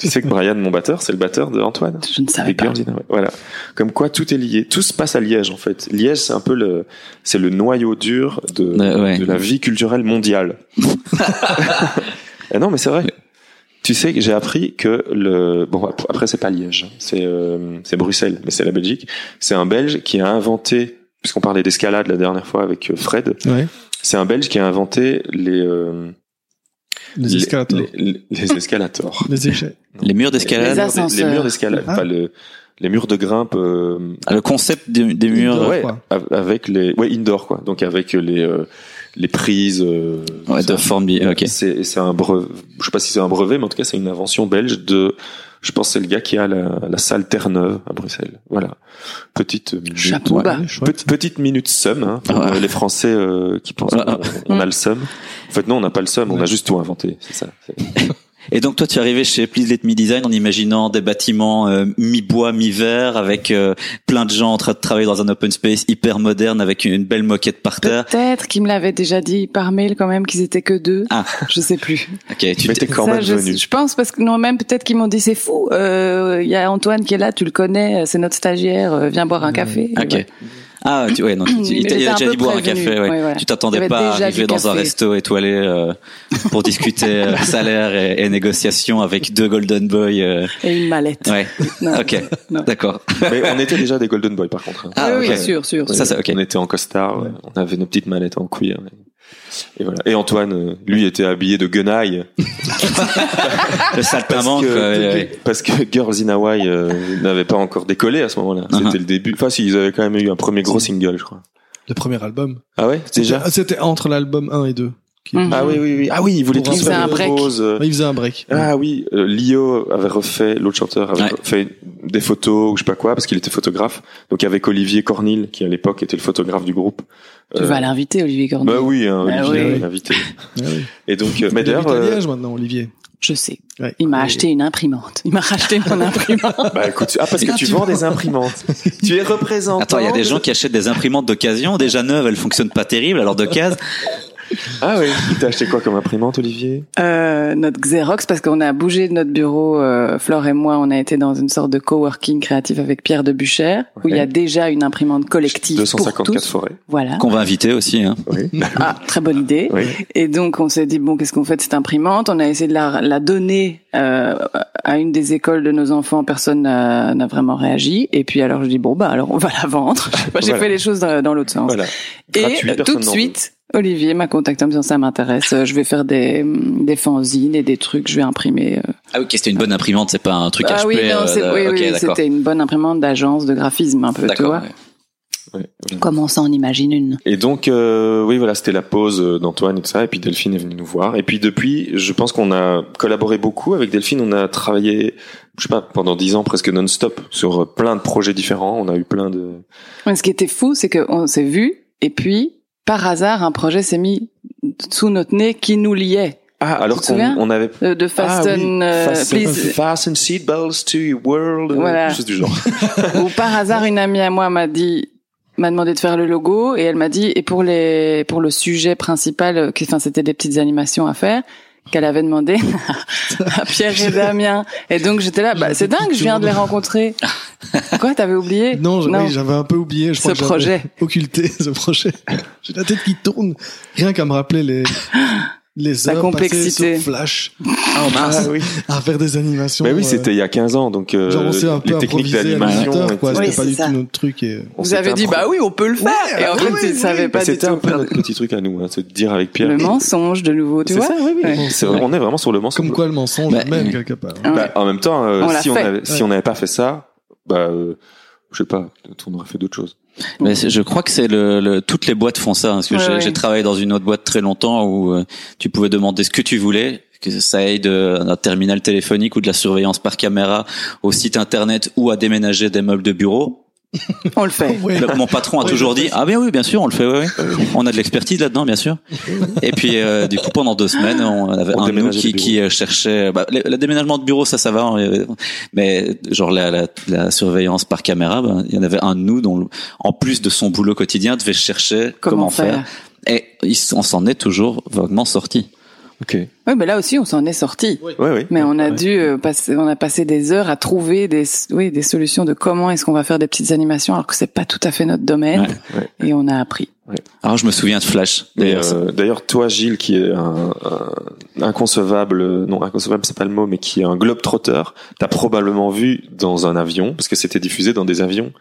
[SPEAKER 2] tu sais que Brian, mon batteur, c'est le batteur de Antoine.
[SPEAKER 1] Je ne savais
[SPEAKER 2] Des
[SPEAKER 1] pas.
[SPEAKER 2] Girls in Hawaii. Voilà. Comme quoi tout est lié. Tout se passe à Liège en fait. Liège c'est un peu le c'est le noyau dur de
[SPEAKER 4] Ouais, ouais.
[SPEAKER 2] de la vie culturelle mondiale. Ah non, mais c'est vrai. Tu sais que j'ai appris que le bon ap- après c'est pas Liège, c'est euh, c'est Bruxelles, mais c'est la Belgique. C'est un Belge qui a inventé puisqu'on parlait d'escalade la dernière fois avec euh, Fred.
[SPEAKER 3] Ouais.
[SPEAKER 2] C'est un Belge qui a inventé les euh,
[SPEAKER 3] Les escalators.
[SPEAKER 2] les, les- les escalators.
[SPEAKER 3] Les hein.
[SPEAKER 2] <laughs>
[SPEAKER 3] échecs.
[SPEAKER 4] Les murs
[SPEAKER 2] Les
[SPEAKER 4] d'escalade.
[SPEAKER 1] Les
[SPEAKER 2] murs-
[SPEAKER 1] ascenseurs.
[SPEAKER 2] Les murs d'escalade,
[SPEAKER 3] Ah.
[SPEAKER 2] enfin, le- les murs de grimpe euh,
[SPEAKER 4] Ah, Le concept des, des murs.
[SPEAKER 3] Indoor,
[SPEAKER 4] euh,
[SPEAKER 2] ouais,
[SPEAKER 3] quoi.
[SPEAKER 2] av- avec les ouais indoor quoi. Donc avec les euh, les prises euh,
[SPEAKER 4] ouais,
[SPEAKER 2] ça.
[SPEAKER 4] de forme. bi- Ok.
[SPEAKER 2] C'est c'est un brevet. Je sais pas si c'est un brevet, mais en tout cas c'est une invention belge de. Je pense que c'est le gars qui a la, la salle Terre-Neuve à Bruxelles. Voilà. Petite euh, minute.
[SPEAKER 1] Chapeau
[SPEAKER 2] Ouais.
[SPEAKER 1] bas.
[SPEAKER 3] Ouais, chouette.
[SPEAKER 2] Pe- Petite minute somme hein, pour
[SPEAKER 4] Ouais.
[SPEAKER 2] euh, les Français euh, qui pensent
[SPEAKER 4] Ouais.
[SPEAKER 2] qu'on on a le somme. En fait, non, on n'a pas le somme, on a juste tout inventé. C'est ça. C'est-
[SPEAKER 4] Et donc toi, tu es arrivé chez Please Let Me Design en imaginant des bâtiments euh, mi-bois, mi-vert, avec euh, plein de gens en train de travailler dans un open space hyper moderne, avec une belle moquette par terre.
[SPEAKER 1] Peut-être qu'il me l'avait déjà dit par mail quand même qu'ils étaient que deux.
[SPEAKER 4] Ah.
[SPEAKER 1] Je sais
[SPEAKER 4] <laughs>
[SPEAKER 1] plus.
[SPEAKER 4] Ok, tu
[SPEAKER 2] Mais t'es
[SPEAKER 4] t'es-
[SPEAKER 2] quand
[SPEAKER 1] Ça,
[SPEAKER 2] même
[SPEAKER 1] je,
[SPEAKER 2] venu.
[SPEAKER 1] je pense parce que non-même peut-être qu'ils m'ont dit c'est fou. euh, Il y a Antoine qui est là, tu le connais, c'est notre stagiaire, euh, viens boire un café. Et voilà.
[SPEAKER 4] Ok. Ah, tu, ouais, non, tu, tu-
[SPEAKER 1] Mais
[SPEAKER 4] il t'a
[SPEAKER 1] j'étais
[SPEAKER 4] il a
[SPEAKER 1] un
[SPEAKER 4] déjà
[SPEAKER 1] peu
[SPEAKER 4] dit boire un
[SPEAKER 1] prévenue.
[SPEAKER 4] café. Ouais.
[SPEAKER 1] Ouais, voilà.
[SPEAKER 4] Tu t'attendais
[SPEAKER 1] J'avais
[SPEAKER 4] pas à
[SPEAKER 1] déjà
[SPEAKER 4] arriver
[SPEAKER 1] du
[SPEAKER 4] dans un
[SPEAKER 1] café.
[SPEAKER 4] resto étoilé euh, pour
[SPEAKER 2] <laughs>
[SPEAKER 4] discuter euh, salaire et, et négociation avec deux golden boys. euh,
[SPEAKER 1] Et une mallette.
[SPEAKER 4] Ouais.
[SPEAKER 1] Non.
[SPEAKER 4] Ok.
[SPEAKER 1] Non.
[SPEAKER 2] <laughs>
[SPEAKER 4] D'accord.
[SPEAKER 2] Mais on était déjà des Golden Boys par contre. hein.
[SPEAKER 4] Ah,
[SPEAKER 1] oui,
[SPEAKER 4] ok.
[SPEAKER 1] oui, sûr, sûr.
[SPEAKER 4] Ça, ça, ok.
[SPEAKER 2] On était en costard, ouais. on avait nos petites mallettes en cuir. Et voilà. Et Antoine, euh, lui, était habillé de guenaille.
[SPEAKER 4] Le saltimbanque. quoi, ouais, ouais.
[SPEAKER 2] parce que Girls in Hawaii euh, <laughs> n'avait pas encore décollé à ce moment-là.
[SPEAKER 4] Uh-huh.
[SPEAKER 2] C'était le début. Enfin, si, ils avaient quand même eu un premier gros single, je crois.
[SPEAKER 3] Le premier album.
[SPEAKER 2] Ah ouais Déjà
[SPEAKER 3] C'était- C'était entre l'album 1 et 2. qui-
[SPEAKER 1] Mhm.
[SPEAKER 2] Ah oui, oui, oui. Ah oui, ils voulaient
[SPEAKER 3] Pour
[SPEAKER 2] tous
[SPEAKER 3] faire
[SPEAKER 2] faire
[SPEAKER 3] un
[SPEAKER 2] des
[SPEAKER 1] break.
[SPEAKER 2] poses.
[SPEAKER 3] Il faisait un break.
[SPEAKER 2] Ah oui, euh, Lio avait refait, l'autre chanteur avait
[SPEAKER 4] Ouais.
[SPEAKER 2] fait des photos ou je sais pas quoi, parce qu'il était photographe. Donc avec Olivier Cornil, qui à l'époque était le photographe du groupe.
[SPEAKER 1] Tu
[SPEAKER 2] Euh,
[SPEAKER 1] vas l'inviter, Olivier Cornu.
[SPEAKER 2] bah oui, hein,
[SPEAKER 1] Bah
[SPEAKER 2] Olivier,
[SPEAKER 1] oui.
[SPEAKER 2] il est invité.
[SPEAKER 3] Ah oui.
[SPEAKER 2] Et donc, euh, mais
[SPEAKER 3] Il habite
[SPEAKER 2] d'ailleurs,
[SPEAKER 3] à
[SPEAKER 2] euh,
[SPEAKER 3] Liège maintenant, Olivier.
[SPEAKER 1] Je sais.
[SPEAKER 3] Ouais.
[SPEAKER 1] Il m'a
[SPEAKER 3] Et-
[SPEAKER 1] acheté une imprimante. Il m'a racheté mon <laughs> imprimante.
[SPEAKER 2] bah écoute, ah parce que
[SPEAKER 3] Ah,
[SPEAKER 2] tu
[SPEAKER 3] tu
[SPEAKER 2] vends des imprimantes, tu es représentant.
[SPEAKER 4] Attends, il y a des gens qui achètent des imprimantes d'occasion. Déjà neuves, elles fonctionnent pas terrible. Alors
[SPEAKER 1] <laughs>
[SPEAKER 4] d'occasion.
[SPEAKER 2] Ah oui, il t'a acheté quoi comme imprimante, Olivier
[SPEAKER 1] Euh, notre Xerox, parce qu'on a bougé de notre bureau, euh, Flore et moi, on a été dans une sorte de coworking créatif avec Pierre de Buchère, où il y a déjà une imprimante collective pour
[SPEAKER 2] 254
[SPEAKER 1] tous.
[SPEAKER 2] forêts.
[SPEAKER 1] Voilà.
[SPEAKER 4] qu'on va inviter aussi. Hein.
[SPEAKER 2] Oui.
[SPEAKER 1] Ah, très bonne idée.
[SPEAKER 2] Oui.
[SPEAKER 1] Et donc on s'est dit bon qu'est-ce qu'on fait de cette imprimante On a essayé de la, la donner euh, à une des écoles de nos enfants. Personne n'a n'a vraiment réagi. Et puis alors je dis bon bah alors on va la vendre. <laughs> Je sais pas, J'ai
[SPEAKER 2] Voilà.
[SPEAKER 1] fait les choses dans, dans l'autre sens.
[SPEAKER 2] Voilà.
[SPEAKER 1] Et
[SPEAKER 2] Gratuit,
[SPEAKER 1] euh,
[SPEAKER 2] personne
[SPEAKER 1] tout de
[SPEAKER 2] n'en
[SPEAKER 1] suite, Olivier m'a contacté en me disant ça m'intéresse. euh, Je vais faire des hum, des fanzines et des trucs. Je vais imprimer. euh.
[SPEAKER 4] Ah oui, que c'était une bonne imprimante. C'est pas un truc
[SPEAKER 1] ah
[SPEAKER 4] HP.
[SPEAKER 1] oui non
[SPEAKER 4] euh,
[SPEAKER 1] c'est
[SPEAKER 4] de-
[SPEAKER 1] oui,
[SPEAKER 4] ok,
[SPEAKER 1] oui,
[SPEAKER 4] d'accord.
[SPEAKER 1] c'était une bonne imprimante d'agence de graphisme un peu tu
[SPEAKER 4] D'accord.
[SPEAKER 1] vois.
[SPEAKER 4] ouais.
[SPEAKER 2] Ouais.
[SPEAKER 1] Comment on s'en imagine une
[SPEAKER 2] Et donc, euh, oui, voilà, c'était la pause euh, d'Antoine et tout ça. Et puis Delphine est venue nous voir. Et puis depuis, je pense qu'on a collaboré beaucoup avec Delphine. On a travaillé, je sais pas, pendant dix ans presque non-stop sur euh, plein de projets différents. On a eu plein de.
[SPEAKER 1] Mais ce qui était fou, c'est qu'on s'est vu et puis par hasard, un projet s'est mis sous notre nez qui nous liait.
[SPEAKER 2] Ah, alors
[SPEAKER 1] te
[SPEAKER 2] qu'on
[SPEAKER 1] souviens
[SPEAKER 2] on avait.
[SPEAKER 1] Euh, De Fasten,
[SPEAKER 2] ah, oui.
[SPEAKER 1] euh,
[SPEAKER 2] fasten,
[SPEAKER 1] please.
[SPEAKER 2] fasten seatbelts to your world. euh,
[SPEAKER 1] Voilà.
[SPEAKER 2] Chose du genre.
[SPEAKER 1] Ou par hasard, une amie à moi m'a dit, m'a demandé de faire le logo et elle m'a dit, et pour les, pour le sujet principal, euh, qui, enfin, c'était des petites animations à faire, qu'elle avait <laughs> demandé à Pierre et Damien. Et donc, j'étais là, bah, c'est dingue, je viens de les rencontrer. Quoi, t'avais oublié
[SPEAKER 3] Non, je- oui, j'avais un peu oublié.
[SPEAKER 1] ce
[SPEAKER 3] Je crois que j'avais
[SPEAKER 1] projet.
[SPEAKER 3] Occulté <laughs> ce projet. J'ai la tête qui tourne. Rien qu'à me
[SPEAKER 1] <laughs>
[SPEAKER 3] rappeler les, les
[SPEAKER 1] La
[SPEAKER 3] heures
[SPEAKER 1] complexité.
[SPEAKER 3] passées sur Flash
[SPEAKER 1] oh,
[SPEAKER 2] Ah, oui.
[SPEAKER 3] à faire des animations.
[SPEAKER 2] Bah oui,
[SPEAKER 3] euh,
[SPEAKER 2] c'était il y a 15 ans, donc euh,
[SPEAKER 3] Genre, on s'est un peu
[SPEAKER 2] les techniques
[SPEAKER 3] improvisé à
[SPEAKER 2] d'animation.
[SPEAKER 3] l'animateur, quoi.
[SPEAKER 2] étaient-
[SPEAKER 1] Oui,
[SPEAKER 3] C'était pas
[SPEAKER 1] c'est
[SPEAKER 3] du
[SPEAKER 1] ça.
[SPEAKER 3] tout notre truc. Et... euh,
[SPEAKER 2] on
[SPEAKER 1] Vous
[SPEAKER 2] s'était
[SPEAKER 1] avez dit,
[SPEAKER 2] impro-
[SPEAKER 1] bah oui, on peut le faire.
[SPEAKER 3] Ouais, ah
[SPEAKER 1] et en fait,
[SPEAKER 3] oui,
[SPEAKER 1] tu ne
[SPEAKER 3] oui.
[SPEAKER 1] savais
[SPEAKER 2] Bah,
[SPEAKER 1] pas du
[SPEAKER 2] C'était
[SPEAKER 1] tout.
[SPEAKER 2] un peu notre petit truc à nous, hein, c'est de dire avec Pierre.
[SPEAKER 1] Le mensonge, de nouveau, tu
[SPEAKER 2] C'est
[SPEAKER 1] vois.
[SPEAKER 2] ça, oui, oui.
[SPEAKER 1] Ouais.
[SPEAKER 2] C'est vrai, on est vraiment sur le mensonge.
[SPEAKER 3] Comme quoi le mensonge,
[SPEAKER 4] Bah,
[SPEAKER 3] même
[SPEAKER 4] oui.
[SPEAKER 3] quelque part. hein.
[SPEAKER 1] Ouais.
[SPEAKER 2] Bah, en même temps, euh,
[SPEAKER 1] On l'a
[SPEAKER 2] si, on
[SPEAKER 1] fait.
[SPEAKER 2] avait, si
[SPEAKER 3] Ouais.
[SPEAKER 2] on n'avait pas fait ça, bah, euh, je sais pas, on aurait fait d'autres choses.
[SPEAKER 4] Mais c'est- je crois que c'est le, le- toutes les boîtes font ça. hein, parce que
[SPEAKER 1] Ouais,
[SPEAKER 4] j'ai
[SPEAKER 1] ouais.
[SPEAKER 4] j'ai travaillé dans une autre boîte très longtemps où euh, tu pouvais demander ce que tu voulais, que ça aille de- d'un terminal téléphonique ou de la surveillance par caméra au site internet ou à déménager des meubles de bureau.
[SPEAKER 1] On le fait.
[SPEAKER 3] Ouais.
[SPEAKER 4] <laughs>
[SPEAKER 2] Bah,
[SPEAKER 4] Le- mon patron a
[SPEAKER 3] Ouais,
[SPEAKER 4] toujours
[SPEAKER 3] je
[SPEAKER 4] dit
[SPEAKER 3] sais.
[SPEAKER 4] ah bien oui bien sûr on le fait ouais, ouais. on a de l'expertise là-dedans bien sûr et puis euh, du coup pendant deux semaines on avait
[SPEAKER 2] On
[SPEAKER 4] un de nous
[SPEAKER 2] déménageait les
[SPEAKER 4] qui, qui euh, cherchait bah, le, le déménagement de bureau ça ça va hein, euh, mais genre la, la, la surveillance par caméra bah, il y en avait un de nous dont le- en plus de son boulot quotidien devait chercher comment, faire. et il s- on s'en est toujours vaguement sorti
[SPEAKER 2] Ok.
[SPEAKER 1] Oui, mais là aussi, on s'en est sorti.
[SPEAKER 2] Ouais, ouais.
[SPEAKER 1] Mais on a
[SPEAKER 3] Ouais.
[SPEAKER 1] dû euh, passer, on a passé des heures à trouver des, oui, des solutions de comment est-ce qu'on va faire des petites animations alors que c'est pas tout à fait notre domaine.
[SPEAKER 2] Ouais, ouais.
[SPEAKER 1] Et on a appris.
[SPEAKER 4] alors je me souviens de Flash
[SPEAKER 2] Mais,
[SPEAKER 4] d'ailleurs
[SPEAKER 2] euh, D'ailleurs, toi, Gilles, qui est un, un inconcevable, euh, non, inconcevable, c'est pas le mot, mais qui est un globe-trotter, t'as probablement vu dans un avion, parce que c'était diffusé dans des avions,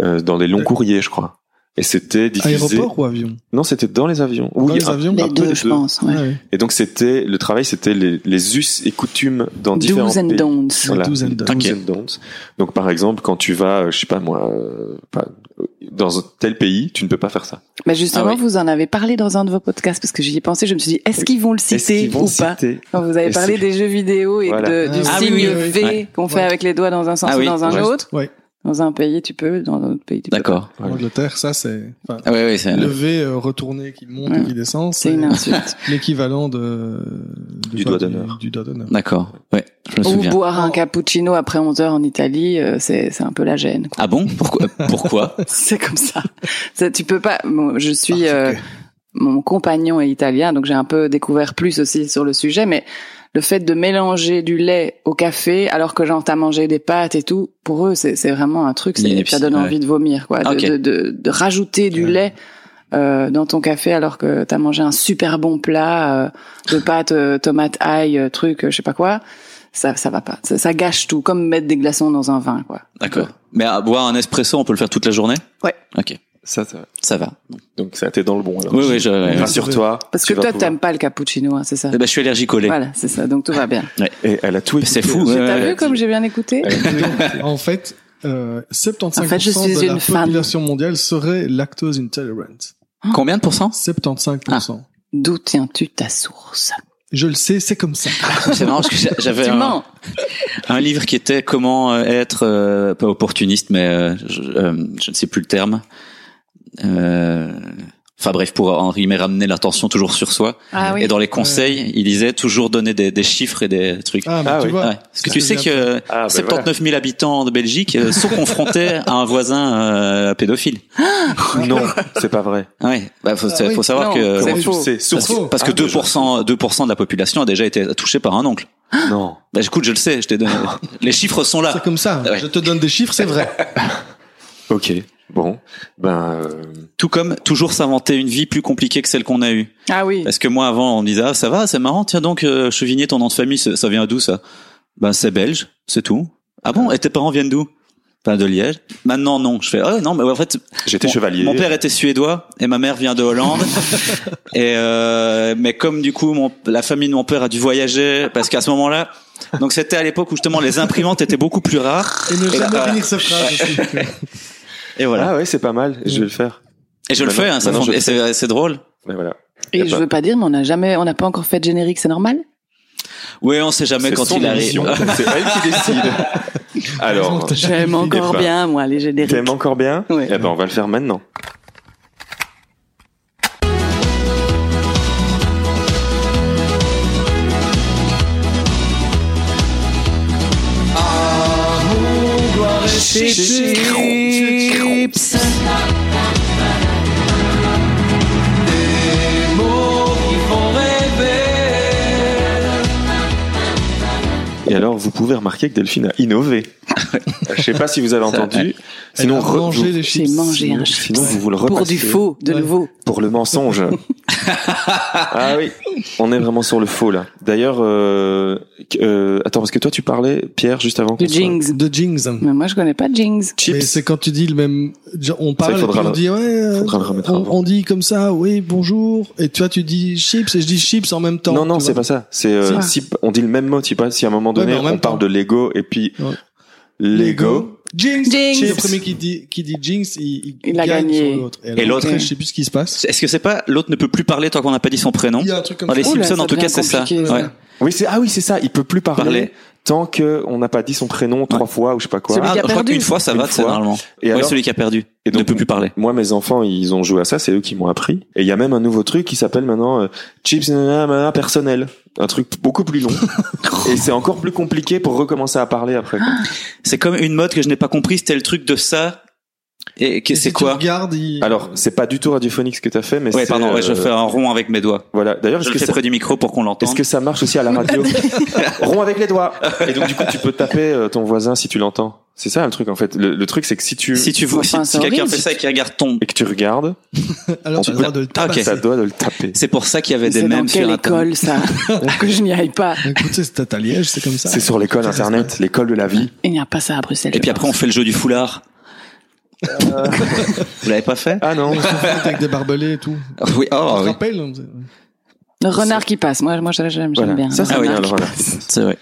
[SPEAKER 2] euh, dans les longs
[SPEAKER 3] Euh.
[SPEAKER 2] courriers, je crois. Et c'était diffusé.
[SPEAKER 3] Aéroport ou avion
[SPEAKER 2] Non, c'était dans ah, les avions.
[SPEAKER 3] Dans les
[SPEAKER 2] un-
[SPEAKER 3] avions
[SPEAKER 2] un
[SPEAKER 1] Les
[SPEAKER 2] peu
[SPEAKER 1] deux,
[SPEAKER 2] des
[SPEAKER 1] je
[SPEAKER 2] deux.
[SPEAKER 1] pense.
[SPEAKER 3] Ouais,
[SPEAKER 1] Ouais.
[SPEAKER 3] ouais.
[SPEAKER 2] Et donc, c'était le travail, c'était les, les us et coutumes dans différents
[SPEAKER 1] Do's and
[SPEAKER 2] pays.
[SPEAKER 1] don'ts.
[SPEAKER 2] Voilà.
[SPEAKER 3] Les do's and don'ts.
[SPEAKER 2] do's and don'ts. Donc, par exemple, quand tu vas, euh, je sais pas moi, euh, pas- dans un tel pays, tu ne peux pas faire ça.
[SPEAKER 1] Mais Bah, justement,
[SPEAKER 4] Ah oui.
[SPEAKER 1] vous en avez parlé dans un de vos podcasts parce que j'y ai pensé. Je me suis dit, est-ce qu'ils vont le
[SPEAKER 2] Est-ce
[SPEAKER 1] citer
[SPEAKER 2] qu'ils vont
[SPEAKER 1] ou pas
[SPEAKER 2] citer
[SPEAKER 1] Quand vous avez
[SPEAKER 2] Et
[SPEAKER 1] parlé
[SPEAKER 2] c'est-
[SPEAKER 1] des jeux vidéo et
[SPEAKER 2] Voilà.
[SPEAKER 1] de- du
[SPEAKER 3] Ah
[SPEAKER 4] oui,
[SPEAKER 1] signe
[SPEAKER 4] oui,
[SPEAKER 3] oui,
[SPEAKER 1] V
[SPEAKER 3] oui.
[SPEAKER 1] qu'on fait
[SPEAKER 3] Ouais.
[SPEAKER 1] avec les doigts dans un sens
[SPEAKER 4] Ah
[SPEAKER 1] ou
[SPEAKER 4] oui,
[SPEAKER 1] dans un
[SPEAKER 2] ouais.
[SPEAKER 1] autre.
[SPEAKER 3] Ouais.
[SPEAKER 1] Dans un pays, tu peux. Dans un autre pays, tu peux. pas.
[SPEAKER 4] d'accord
[SPEAKER 3] En Angleterre, ça c'est enfin,
[SPEAKER 4] ah, ouais, ouais, c'est
[SPEAKER 3] lever, euh, retourner, qui monte
[SPEAKER 1] Ouais.
[SPEAKER 3] et qui descend,
[SPEAKER 1] C'est
[SPEAKER 3] c'est
[SPEAKER 1] une
[SPEAKER 3] <laughs>
[SPEAKER 1] insulte.
[SPEAKER 3] l'équivalent de, de
[SPEAKER 2] Du
[SPEAKER 3] quoi,
[SPEAKER 2] doigt d'honneur.
[SPEAKER 3] Du, doigt d'honneur.
[SPEAKER 4] d'accord ouais je me
[SPEAKER 1] Ou
[SPEAKER 4] souviens
[SPEAKER 1] boire un cappuccino après 11 heures en Italie, euh, c'est c'est un peu la gêne. quoi.
[SPEAKER 4] ah bon pourquoi pourquoi
[SPEAKER 1] C'est comme ça. Ça, Tu peux pas. bon, je suis. euh,
[SPEAKER 3] Parce que-
[SPEAKER 1] mon compagnon est italien, donc j'ai un peu découvert plus aussi sur le sujet, mais le fait de mélanger du lait au café, alors que genre t'as mangé des pâtes et tout, pour eux c'est c'est vraiment un truc, c'est-
[SPEAKER 4] Inepti-
[SPEAKER 1] ça donne
[SPEAKER 4] ouais.
[SPEAKER 1] envie de vomir, quoi, de,
[SPEAKER 4] Ok.
[SPEAKER 1] de, de- de rajouter du
[SPEAKER 3] Ouais.
[SPEAKER 1] lait. euh, dans ton café alors que t'as mangé un super bon plat euh, de pâtes euh, tomates ail euh, truc euh, je sais pas quoi ça ça va pas ça, ça gâche tout comme mettre des glaçons dans un vin quoi
[SPEAKER 4] D'accord. Mais à boire un espresso, on peut le faire toute la journée
[SPEAKER 1] Ouais.
[SPEAKER 4] Ok,
[SPEAKER 2] Ça, ça-
[SPEAKER 4] ça va.
[SPEAKER 2] donc ça a été dans le bon. Alors.
[SPEAKER 4] Oui, oui, je, ouais, ouais.
[SPEAKER 2] Rassure-toi.
[SPEAKER 1] parce
[SPEAKER 2] tu
[SPEAKER 1] que
[SPEAKER 2] vas
[SPEAKER 1] toi
[SPEAKER 2] pouvoir-
[SPEAKER 1] t'aimes pas le cappuccino hein, c'est ça
[SPEAKER 4] Eh ben, je suis allergique au lait.
[SPEAKER 1] voilà c'est ça donc tout va bien
[SPEAKER 2] Et elle a tout écouté.
[SPEAKER 4] C'est fou. ouais,
[SPEAKER 1] t'as
[SPEAKER 4] ouais.
[SPEAKER 1] vu comme j'ai bien écouté
[SPEAKER 3] en fait, euh, 75%
[SPEAKER 1] En fait, je suis
[SPEAKER 3] de la
[SPEAKER 1] une femme.
[SPEAKER 3] population mondiale serait lactose intolerant.
[SPEAKER 4] Combien de pourcents
[SPEAKER 3] 75%.
[SPEAKER 1] D'où tiens-tu ta source
[SPEAKER 3] Je le sais, c'est comme ça.
[SPEAKER 4] C'est marrant parce que j'a- j'avais
[SPEAKER 1] Tu
[SPEAKER 4] un,
[SPEAKER 1] mens
[SPEAKER 4] un livre qui était comment euh, être euh, pas opportuniste, mais euh, je, euh, je ne sais plus le terme. Euh, Enfin bref, pour en rimer, ramener l'attention toujours sur soi.
[SPEAKER 1] Ah
[SPEAKER 4] Et dans les conseils, il disait toujours donner des, des chiffres et des trucs.
[SPEAKER 3] Ah, mais
[SPEAKER 2] Ah
[SPEAKER 3] tu
[SPEAKER 2] oui.
[SPEAKER 3] vois,
[SPEAKER 4] Ouais. Parce que
[SPEAKER 3] Ça,
[SPEAKER 4] tu sais
[SPEAKER 3] c'est
[SPEAKER 4] que
[SPEAKER 2] Ah, ben
[SPEAKER 4] 79 000 habitants de Belgique euh, sont confrontés à un voisin euh, pédophile.
[SPEAKER 2] voilà. <laughs> Non, c'est pas vrai.
[SPEAKER 4] Ouais, bah, faut,
[SPEAKER 3] Ah
[SPEAKER 4] c'est-
[SPEAKER 3] oui.
[SPEAKER 4] faut savoir
[SPEAKER 1] Non,
[SPEAKER 4] que
[SPEAKER 1] c'est
[SPEAKER 2] Comment tu
[SPEAKER 1] faux.
[SPEAKER 2] le sais
[SPEAKER 4] Parce
[SPEAKER 2] Surtout-
[SPEAKER 4] que, parce que
[SPEAKER 2] Ah,
[SPEAKER 4] 2%, 2% de la population a déjà été touchée par un oncle.
[SPEAKER 2] <laughs> Non.
[SPEAKER 4] Bah, écoute, je le sais, je t'ai donné. Les chiffres sont
[SPEAKER 3] C'est
[SPEAKER 4] là.
[SPEAKER 3] comme ça.
[SPEAKER 4] Ah. Ouais.
[SPEAKER 3] Je te donne des chiffres, c'est vrai.
[SPEAKER 2] Ok. Bon. Ben. euh,
[SPEAKER 4] Tout comme toujours s'inventer une vie plus compliquée que celle qu'on a eue.
[SPEAKER 1] Ah oui.
[SPEAKER 4] Parce que moi, avant, on me disait, ah, ça va, c'est marrant, tiens donc, euh, Chevigné, ton nom de famille, ça, ça vient d'où, ça? Ben, c'est belge, c'est tout. Ah bon? Et tes parents viennent d'où? Ben, de Liège. Maintenant, non. Je fais, ah, ouais, non, mais en fait,
[SPEAKER 2] J'étais
[SPEAKER 4] Mon-
[SPEAKER 2] chevalier.
[SPEAKER 4] Mon père était suédois et ma mère vient
[SPEAKER 2] <laughs>
[SPEAKER 4] de Hollande. et euh, mais comme du coup mon, la famille de mon père a dû voyager parce qu'à ce moment-là, donc c'était à l'époque où justement les imprimantes étaient beaucoup plus rares.
[SPEAKER 3] Et ne
[SPEAKER 4] Et
[SPEAKER 3] jamais
[SPEAKER 4] voilà.
[SPEAKER 3] finir cette phrase. aussi.
[SPEAKER 4] Et voilà.
[SPEAKER 2] Ah ouais, c'est pas mal. Je vais le faire.
[SPEAKER 4] et je le
[SPEAKER 2] maintenant-
[SPEAKER 4] fais, hein, ça
[SPEAKER 2] maintenant,
[SPEAKER 4] fond-
[SPEAKER 2] je le
[SPEAKER 4] et c'est c'est drôle.
[SPEAKER 2] Mais voilà. y a
[SPEAKER 1] Et je
[SPEAKER 2] pas-
[SPEAKER 1] veux pas dire, mais on n'a jamais, on n'a pas encore fait de générique, c'est
[SPEAKER 4] <laughs>
[SPEAKER 1] normal.
[SPEAKER 4] Oui, on sait jamais
[SPEAKER 2] C'est
[SPEAKER 4] quand
[SPEAKER 2] son
[SPEAKER 4] il arrive.
[SPEAKER 2] émission, <laughs> C'est elle qui décide. Alors.
[SPEAKER 1] J'aime
[SPEAKER 2] encore
[SPEAKER 1] encore
[SPEAKER 2] pas.
[SPEAKER 1] bien, moi, les génériques.
[SPEAKER 2] T'aimes encore bien
[SPEAKER 1] Ouais.
[SPEAKER 2] Eh ben, on va le faire maintenant. Et alors, vous pouvez remarquer que Delphine a <laughs> innové. Je sais pas si vous avez entendu. Sinon,
[SPEAKER 3] Sinon,
[SPEAKER 2] re-
[SPEAKER 3] manger
[SPEAKER 2] vous-
[SPEAKER 3] les
[SPEAKER 1] J'ai
[SPEAKER 3] chips.
[SPEAKER 1] mangé un chips.
[SPEAKER 2] sinon vous vous le
[SPEAKER 1] Pour
[SPEAKER 2] repassez
[SPEAKER 1] du faux, de
[SPEAKER 3] Ouais.
[SPEAKER 1] nouveau.
[SPEAKER 2] pour le <laughs> mensonge. ah oui, on est vraiment sur le faux là. D'ailleurs, euh, euh, attends, parce que toi tu parlais, Pierre, juste avant. qu'on
[SPEAKER 1] Du
[SPEAKER 2] se-
[SPEAKER 1] Jings.
[SPEAKER 3] De Jings.
[SPEAKER 1] Mais moi, je connais pas de Jings.
[SPEAKER 3] Mais
[SPEAKER 2] Chips.
[SPEAKER 3] c'est quand tu dis le même. genre,
[SPEAKER 2] Ça,
[SPEAKER 3] On
[SPEAKER 2] il
[SPEAKER 3] parle et puis
[SPEAKER 2] faudra
[SPEAKER 3] on
[SPEAKER 2] le-
[SPEAKER 3] dit ouais. euh,
[SPEAKER 2] faudra le remettre
[SPEAKER 3] on,
[SPEAKER 1] Oh.
[SPEAKER 2] avant.
[SPEAKER 3] on dit comme ça, oui, bonjour. Et toi, tu dis chips et je dis chips en même temps.
[SPEAKER 2] Non, non,
[SPEAKER 3] tu
[SPEAKER 2] c'est
[SPEAKER 3] vois.
[SPEAKER 2] pas ça. C'est euh,
[SPEAKER 1] Si.
[SPEAKER 2] si on dit le même mot, tu sais pas. Si à un moment
[SPEAKER 3] Ouais,
[SPEAKER 2] donné
[SPEAKER 3] mais en même
[SPEAKER 2] on parle
[SPEAKER 3] temps.
[SPEAKER 2] de Lego et puis
[SPEAKER 3] Ouais.
[SPEAKER 2] Lego.
[SPEAKER 3] Jinx.
[SPEAKER 1] Jinx.
[SPEAKER 3] Le premier qui dit, qui dit Jinx, il,
[SPEAKER 1] Il a
[SPEAKER 3] gagne
[SPEAKER 1] gagné.
[SPEAKER 3] sur l'autre.
[SPEAKER 4] Et l'autre-
[SPEAKER 3] après, je sais plus ce qui se passe.
[SPEAKER 4] Est-ce que c'est pas l'autre ne peut plus parler tant qu'on n'a pas dit son prénom
[SPEAKER 3] Il y a un truc comme
[SPEAKER 4] Dans les
[SPEAKER 1] Oula,
[SPEAKER 4] Simpsons,
[SPEAKER 1] ça
[SPEAKER 4] en tout cas,
[SPEAKER 1] devient
[SPEAKER 4] c'est ça.
[SPEAKER 1] compliqué, ça.
[SPEAKER 4] Ouais.
[SPEAKER 2] Oui, c'est ah oui, c'est ça. Il peut plus parler,
[SPEAKER 4] Parler.
[SPEAKER 2] tant que on n'a pas dit son prénom trois fois ou je sais pas quoi.
[SPEAKER 1] Celui
[SPEAKER 4] Ah,
[SPEAKER 1] qui a
[SPEAKER 4] je crois
[SPEAKER 1] perdu.
[SPEAKER 4] qu'une fois ça
[SPEAKER 2] Une
[SPEAKER 4] va, c'est
[SPEAKER 2] fois.
[SPEAKER 4] normalement.
[SPEAKER 2] Et
[SPEAKER 4] ouais,
[SPEAKER 2] alors,
[SPEAKER 4] celui qui a perdu
[SPEAKER 2] Et donc-
[SPEAKER 4] ne peut plus parler.
[SPEAKER 2] moi, mes enfants, ils ont joué à ça. C'est eux qui m'ont appris. Et il y a même un nouveau truc qui s'appelle maintenant euh, chips nanana, nanana, personnel. Un truc beaucoup plus
[SPEAKER 3] <laughs>
[SPEAKER 2] long. et c'est encore plus compliqué pour recommencer à parler après.
[SPEAKER 3] Ah.
[SPEAKER 2] quoi.
[SPEAKER 4] C'est comme une mode que je n'ai pas compris, c'était le truc de ça. Et que
[SPEAKER 3] Et
[SPEAKER 4] c'est
[SPEAKER 3] si tu
[SPEAKER 4] quoi
[SPEAKER 3] regardes, il-
[SPEAKER 2] Alors, c'est pas du tout radiophonique ce que t'as fait, mais
[SPEAKER 4] Ouais,
[SPEAKER 2] c'est,
[SPEAKER 4] pardon, ouais, je
[SPEAKER 2] euh,
[SPEAKER 4] fais un rond avec mes doigts.
[SPEAKER 2] Voilà. D'ailleurs,
[SPEAKER 4] Je
[SPEAKER 2] est-ce
[SPEAKER 4] le
[SPEAKER 2] que,
[SPEAKER 4] fais
[SPEAKER 2] ça,
[SPEAKER 4] près du micro pour qu'on l'entende.
[SPEAKER 2] est-ce que ça marche aussi à la radio Rond avec les doigts. Et donc, du coup, tu peux taper euh, ton voisin si tu l'entends. C'est ça le truc en fait. Le, le truc, c'est que si tu
[SPEAKER 4] Si tu vois, si,
[SPEAKER 1] Enfin,
[SPEAKER 4] si
[SPEAKER 1] c'est
[SPEAKER 4] quelqu'un
[SPEAKER 1] horrible.
[SPEAKER 4] fait ça et qu'il regarde ton,
[SPEAKER 2] et que tu regardes,
[SPEAKER 3] alors tu as
[SPEAKER 2] on
[SPEAKER 3] le
[SPEAKER 2] peut-
[SPEAKER 3] droit de le
[SPEAKER 4] Ah, ok.
[SPEAKER 3] tabasser.
[SPEAKER 2] ça doit de le taper.
[SPEAKER 4] c'est pour ça qu'il y avait
[SPEAKER 1] Mais
[SPEAKER 4] des
[SPEAKER 1] C'est dans
[SPEAKER 4] mêmes sur
[SPEAKER 1] quelle
[SPEAKER 4] Internet.
[SPEAKER 1] école, ça Que je n'y aille pas.
[SPEAKER 3] Écoute, c'est à Liège, c'est comme ça.
[SPEAKER 2] C'est sur l'école internet, l'école de la vie.
[SPEAKER 1] Il n'y a pas ça à Bruxelles.
[SPEAKER 4] Et puis après, on fait le jeu du foulard.
[SPEAKER 2] Euh.
[SPEAKER 4] <laughs> Vous l'avez pas fait
[SPEAKER 2] Ah non.
[SPEAKER 3] avec des barbelés et tout.
[SPEAKER 4] Oui.
[SPEAKER 3] On
[SPEAKER 4] Oh,
[SPEAKER 3] se
[SPEAKER 4] oui.
[SPEAKER 3] rappelle on-
[SPEAKER 1] Le renard qui passe. Moi, moi j'aime j'aime
[SPEAKER 2] Voilà.
[SPEAKER 1] bien.
[SPEAKER 2] Ça, c'est
[SPEAKER 4] Ah oui,
[SPEAKER 2] bien,
[SPEAKER 4] alors
[SPEAKER 2] le renard.
[SPEAKER 4] C'est vrai.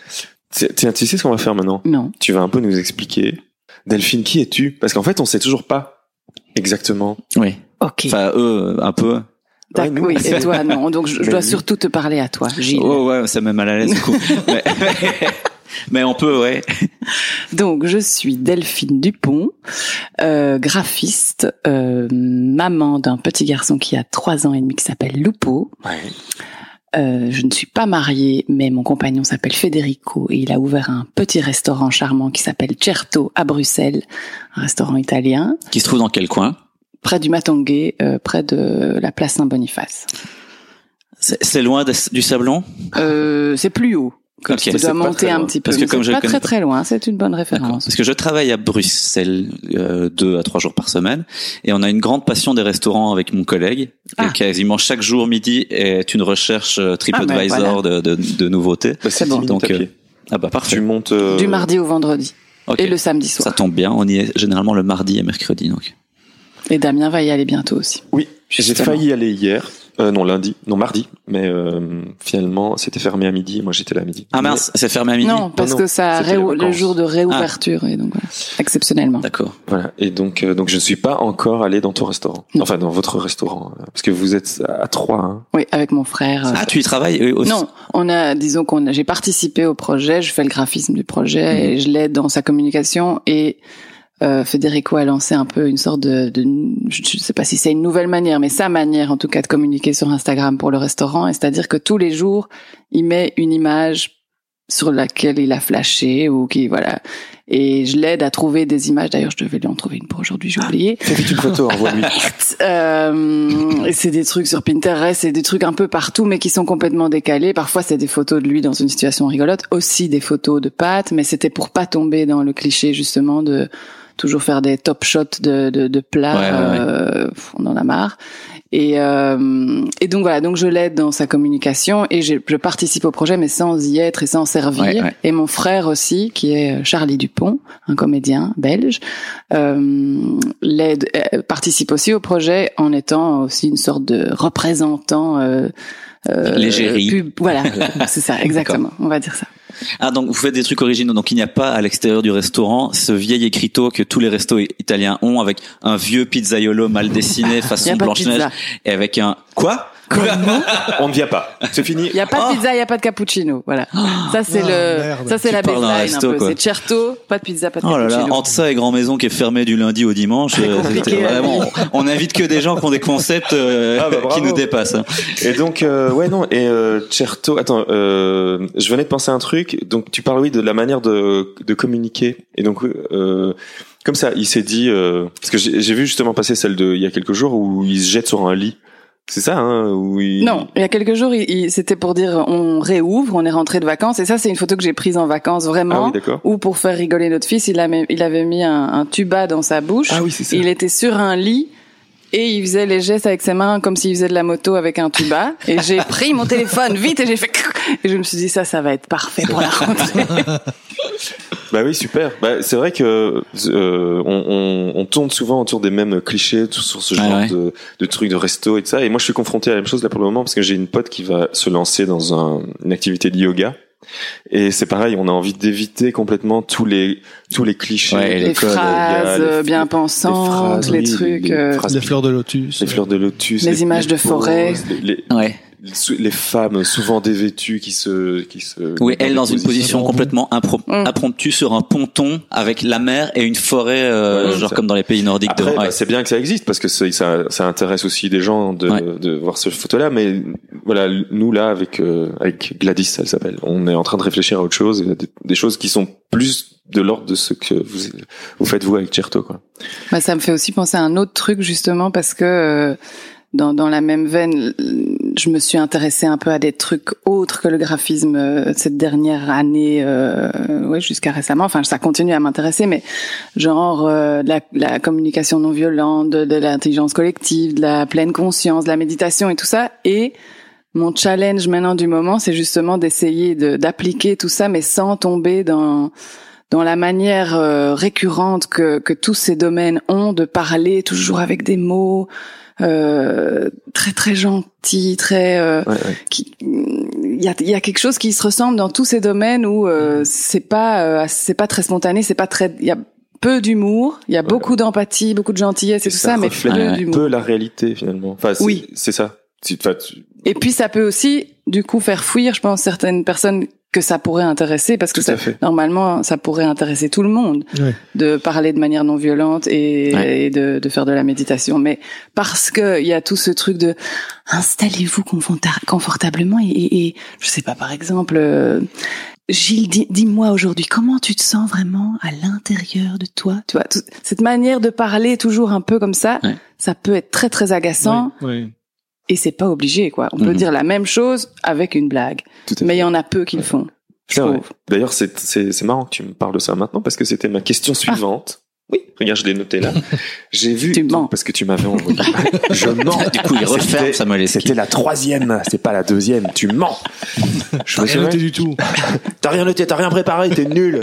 [SPEAKER 2] Tiens, tiens, tu sais ce qu'on va faire maintenant
[SPEAKER 1] Non.
[SPEAKER 2] Tu vas un peu nous expliquer. Delphine, qui es-tu Parce qu'en fait, on sait toujours pas exactement.
[SPEAKER 4] Oui.
[SPEAKER 1] Ok.
[SPEAKER 4] Enfin, eux, euh, un peu. Bah
[SPEAKER 1] Tac,
[SPEAKER 2] nous.
[SPEAKER 1] oui, et toi, non. Donc, je, je
[SPEAKER 2] Mais
[SPEAKER 1] dois
[SPEAKER 2] nous.
[SPEAKER 1] surtout te parler à toi, Gilles.
[SPEAKER 4] Oh ouais, ça me met mal à l'aise
[SPEAKER 1] <laughs>
[SPEAKER 4] du coup. mais, mais on peut, ouais.
[SPEAKER 1] Donc, je suis Delphine Dupont, euh, graphiste, euh, maman d'un petit garçon qui a trois ans et demi qui s'appelle Lupo. Euh, je ne suis pas mariée, mais mon compagnon s'appelle Federico et il a ouvert un petit restaurant charmant qui s'appelle Certo à Bruxelles, un restaurant italien,
[SPEAKER 4] Qui se trouve dans quel coin
[SPEAKER 1] près du Matangué, euh, près de la place Saint-Boniface.
[SPEAKER 4] C'est c'est loin de- du sablon
[SPEAKER 1] Euh, c'est plus haut. que
[SPEAKER 4] Ok,
[SPEAKER 1] tu
[SPEAKER 4] c'est
[SPEAKER 1] dois
[SPEAKER 2] pas
[SPEAKER 1] monter
[SPEAKER 2] très
[SPEAKER 1] un
[SPEAKER 2] loin.
[SPEAKER 1] petit peu.
[SPEAKER 4] Parce que
[SPEAKER 1] mais
[SPEAKER 4] comme
[SPEAKER 1] c'est
[SPEAKER 4] je
[SPEAKER 1] pas
[SPEAKER 4] connais
[SPEAKER 1] très
[SPEAKER 4] pas-
[SPEAKER 1] très loin, c'est une bonne
[SPEAKER 4] D'accord.
[SPEAKER 1] référence.
[SPEAKER 4] Parce que je travaille à Bruxelles euh, deux à trois jours par semaine et on a une grande passion des restaurants avec mon collègue.
[SPEAKER 1] Ah.
[SPEAKER 4] Et quasiment chaque jour midi est une recherche euh, TripAdvisor
[SPEAKER 1] Ah,
[SPEAKER 4] de, de, de nouveautés.
[SPEAKER 2] Bah, c'est
[SPEAKER 1] bon.
[SPEAKER 2] dix minutes
[SPEAKER 4] Donc,
[SPEAKER 2] à
[SPEAKER 4] euh,
[SPEAKER 2] pied.
[SPEAKER 4] Ah bah
[SPEAKER 2] tu
[SPEAKER 4] parfait.
[SPEAKER 2] montes. euh,
[SPEAKER 1] Du mardi au vendredi
[SPEAKER 4] Ok.
[SPEAKER 1] et le samedi
[SPEAKER 4] Ça
[SPEAKER 1] soir.
[SPEAKER 4] tombe bien, on y est généralement le mardi et mercredi donc.
[SPEAKER 1] Et Damien va y aller bientôt aussi.
[SPEAKER 2] Oui, j'ai
[SPEAKER 1] Justement.
[SPEAKER 2] failli y aller hier. Euh, non, lundi. Non, mardi. Mais euh, finalement, c'était fermé à midi. Moi, j'étais là à midi.
[SPEAKER 4] Ah mince, c'est fermé à midi.
[SPEAKER 1] Non, parce
[SPEAKER 2] non,
[SPEAKER 1] que ça
[SPEAKER 2] c'était les
[SPEAKER 1] réou- le
[SPEAKER 2] vacances. Ah.
[SPEAKER 1] jour de réouverture et donc voilà, exceptionnellement.
[SPEAKER 4] D'accord.
[SPEAKER 2] Mais Voilà. Et donc, euh, donc, je ne suis pas encore allé dans ton restaurant.
[SPEAKER 1] Non.
[SPEAKER 2] Enfin, dans votre restaurant. euh, Parce que vous êtes à trois. hein.
[SPEAKER 1] Oui, avec mon frère. euh,
[SPEAKER 4] Ah tu y travailles euh, aussi
[SPEAKER 1] Non, on a, disons qu'on, a- j'ai participé au projet, je fais le graphisme du projet et je l'aide dans sa communication et euh, Federico a lancé un peu une sorte de, de- je je sais pas si c'est une nouvelle manière, mais sa manière en tout cas de communiquer sur Instagram pour le restaurant, et c'est-à-dire que tous les jours, il met une image sur laquelle il a flashé ou qui voilà, et je l'aide à trouver des images. D'ailleurs, je devais lui en trouver une pour aujourd'hui, j'ai oublié.
[SPEAKER 2] Fais vite une photo, envoie-lui.
[SPEAKER 1] Euh, et c'est des trucs sur Pinterest, c'est des trucs un peu partout, mais qui sont complètement décalés. Parfois, c'est des photos de lui dans une situation rigolote, aussi des photos de Pat, mais c'était pour pas tomber dans le cliché justement de toujours faire des top shots de, de, de plats.
[SPEAKER 4] Ouais, ouais,
[SPEAKER 1] euh, pff, on en a marre. Et, euh, et donc voilà, donc je l'aide dans sa communication et je, je participe au projet, mais sans y être et sans servir.
[SPEAKER 4] Ouais, ouais.
[SPEAKER 1] Et mon frère aussi, qui est Charlie Dupont, un comédien belge, euh, l'aide, euh, participe aussi au projet en étant aussi une sorte de représentant. Euh, euh,
[SPEAKER 4] L'égérie.
[SPEAKER 1] pub-
[SPEAKER 4] <laughs>
[SPEAKER 1] voilà, c'est ça, exactement. On va dire ça.
[SPEAKER 4] Ah donc vous faites des trucs originaux donc il n'y a pas à l'extérieur du restaurant ce vieil écriteau que tous les restos i- italiens ont avec un vieux pizzaiolo mal dessiné
[SPEAKER 1] <laughs> Il n'y
[SPEAKER 4] façon
[SPEAKER 1] a pas de
[SPEAKER 4] Blanche Neige
[SPEAKER 1] pizza.
[SPEAKER 4] et avec un quoi Comment
[SPEAKER 2] On ne vient pas. C'est fini.
[SPEAKER 1] Il n'y a pas
[SPEAKER 4] Ah.
[SPEAKER 1] de pizza, il n'y a pas de cappuccino. Voilà. Ça, c'est
[SPEAKER 3] Ah,
[SPEAKER 1] le,
[SPEAKER 3] merde.
[SPEAKER 1] ça, c'est
[SPEAKER 4] Oh, Tu
[SPEAKER 1] la
[SPEAKER 4] parles d'un
[SPEAKER 1] baseline
[SPEAKER 4] resto,
[SPEAKER 1] un peu.
[SPEAKER 4] quoi.
[SPEAKER 1] C'est Certo, pas de pizza, pas de
[SPEAKER 4] Oh là là,
[SPEAKER 1] cappuccino.
[SPEAKER 4] entre ça et Grand Maison qui est fermé du lundi au dimanche, euh,
[SPEAKER 1] compliqué,
[SPEAKER 4] c'était
[SPEAKER 1] la
[SPEAKER 4] vraiment, on on invite que des gens qui ont des concepts euh,
[SPEAKER 2] Ah bah, bravo.
[SPEAKER 4] qui nous dépassent. hein.
[SPEAKER 2] Et donc, euh, ouais, non, et euh, Certo, attends, euh, je venais de penser à un truc. Donc, tu parles, oui, de la manière de, de communiquer. Et donc, euh, comme ça, il s'est dit, euh, parce que j'ai j'ai vu justement passer celle de il y a quelques jours où il se jette sur un lit. C'est ça, hein, où il-
[SPEAKER 1] Non, il y a quelques jours, il- il- c'était pour dire on réouvre, on est rentré de vacances. Et ça, c'est une photo que j'ai prise en vacances
[SPEAKER 2] Ah
[SPEAKER 1] vraiment.
[SPEAKER 2] oui, d'accord.
[SPEAKER 1] Ou pour faire rigoler notre fils, il, a mis- il avait mis un, un tuba dans sa bouche.
[SPEAKER 2] Ah oui, c'est ça.
[SPEAKER 1] il était sur un lit et il faisait les gestes avec ses mains comme s'il faisait de la moto avec un tuba. Et
[SPEAKER 2] <laughs>
[SPEAKER 1] j'ai pris mon téléphone vite et j'ai fait. <laughs> Et je me suis dit ça, ça va être parfait pour
[SPEAKER 2] <laughs>
[SPEAKER 1] la rentrée.
[SPEAKER 2] Bah oui, super. Bah, c'est vrai que euh, on, on, on tourne souvent autour des mêmes clichés tout sur ce genre
[SPEAKER 4] Ouais, ouais.
[SPEAKER 2] De, de trucs de resto et de ça. Et moi, je suis confronté à la même chose là pour le moment parce que j'ai une pote qui va se lancer dans un- une activité de yoga. Et c'est pareil, on a envie d'éviter complètement tous les tous les clichés,
[SPEAKER 4] Ouais, Et
[SPEAKER 1] Les
[SPEAKER 2] codes,
[SPEAKER 1] phrases
[SPEAKER 2] il y a les-
[SPEAKER 1] bien pensantes,
[SPEAKER 2] les phrases,
[SPEAKER 1] les
[SPEAKER 2] oui,
[SPEAKER 1] trucs.
[SPEAKER 2] les
[SPEAKER 1] euh,
[SPEAKER 2] phrases
[SPEAKER 3] Les fleurs de lotus.
[SPEAKER 2] Ah, les fleurs de lotus,
[SPEAKER 1] Les images de
[SPEAKER 2] poses,
[SPEAKER 1] forêt.
[SPEAKER 2] les- les,
[SPEAKER 4] Ouais.
[SPEAKER 2] les, les femmes souvent dévêtues qui se qui se
[SPEAKER 4] Oui, elle dans une
[SPEAKER 2] positions
[SPEAKER 4] position
[SPEAKER 3] avant.
[SPEAKER 4] complètement impro-
[SPEAKER 1] Mm.
[SPEAKER 4] impromptue sur un ponton avec la mer et une forêt, euh,
[SPEAKER 2] Ouais, c'est
[SPEAKER 4] genre
[SPEAKER 2] ça.
[SPEAKER 4] comme dans les pays nordiques.
[SPEAKER 2] Après,
[SPEAKER 4] de...
[SPEAKER 2] bah,
[SPEAKER 4] ouais.
[SPEAKER 2] c'est bien que ça existe parce que c'est- ça, ça intéresse aussi des gens de,
[SPEAKER 4] Ouais.
[SPEAKER 2] de voir ce photo-là. Mais voilà, nous là avec euh, avec Gladys, elle s'appelle. On est en train de réfléchir à autre chose, et à des, des choses qui sont plus de l'ordre de ce que vous vous faites vous avec Certo, quoi.
[SPEAKER 1] Bah, ça me fait aussi penser à un autre truc justement parce que euh, dans, dans la même veine, je me suis intéressée un peu à des trucs autres que le graphisme euh, cette dernière année, euh, ouais jusqu'à récemment. Enfin, ça continue à m'intéresser, mais genre euh, de la, la communication non violente, de, de l'intelligence collective, de la pleine conscience, de la méditation et tout ça. Et mon challenge maintenant du moment, c'est justement d'essayer de- d'appliquer tout ça, mais sans tomber dans dans la manière euh, récurrente que, que tous ces domaines ont de parler toujours avec des mots euh, très très gentils, très euh,
[SPEAKER 2] Ouais, ouais.
[SPEAKER 1] qui- il y a, il y a quelque chose qui se ressemble dans tous ces domaines où
[SPEAKER 2] Mm-hmm.
[SPEAKER 1] euh, c'est pas euh, c'est pas très spontané, c'est pas très il y a peu d'humour, il y a beaucoup d'empathie, beaucoup de gentillesse et, tout ça, mais
[SPEAKER 2] reflète
[SPEAKER 1] peu
[SPEAKER 2] un
[SPEAKER 1] d'humour.
[SPEAKER 2] peu la réalité finalement. Enfin, c'est-
[SPEAKER 1] Oui.
[SPEAKER 2] c'est ça. Tu- enfin, tu-
[SPEAKER 1] Et puis ça peut aussi, du coup, faire fuir, je pense, certaines personnes que ça pourrait intéresser, parce que
[SPEAKER 2] Tout à
[SPEAKER 1] ça,
[SPEAKER 2] fait.
[SPEAKER 1] normalement, ça pourrait intéresser tout le monde
[SPEAKER 3] Ouais.
[SPEAKER 1] de parler de manière non violente et,
[SPEAKER 4] Ouais.
[SPEAKER 1] et de, de faire de la méditation. Mais parce que il y a tout ce truc de installez-vous conforta- confortablement et, et, et, je sais pas, par exemple. euh, Gilles, di- dis-moi aujourd'hui, comment tu te sens vraiment à l'intérieur de toi Tu vois, tout- cette manière de parler toujours un peu comme ça,
[SPEAKER 4] Ouais.
[SPEAKER 1] ça peut être très très agaçant
[SPEAKER 3] Oui,
[SPEAKER 2] Ah,
[SPEAKER 1] et c'est pas obligé quoi. On peut
[SPEAKER 4] Mhm.
[SPEAKER 1] dire la même chose avec une blague,
[SPEAKER 2] tout à fait.
[SPEAKER 1] mais il y en a peu qui le font.
[SPEAKER 2] C'est
[SPEAKER 1] Je
[SPEAKER 2] vrai.
[SPEAKER 1] trouve.
[SPEAKER 2] D'ailleurs, c'est c'est c'est marrant que tu me parles de ça maintenant parce que c'était ma question
[SPEAKER 1] Ah.
[SPEAKER 2] suivante. Oui, regarde, je l'ai
[SPEAKER 1] <laughs>
[SPEAKER 2] noté là. J'ai vu
[SPEAKER 1] Tu mens.
[SPEAKER 2] parce que tu m'avais envoyé. je mens.
[SPEAKER 4] Du coup, il referme
[SPEAKER 2] bah, C'était-
[SPEAKER 4] ça me laisse.
[SPEAKER 2] C'était la troisième, c'est pas la deuxième. Tu mens. Je
[SPEAKER 3] T'as
[SPEAKER 2] me
[SPEAKER 3] rien
[SPEAKER 2] souviens-
[SPEAKER 3] noté du tout.
[SPEAKER 2] T'as rien noté, t'as rien préparé, t'es nul.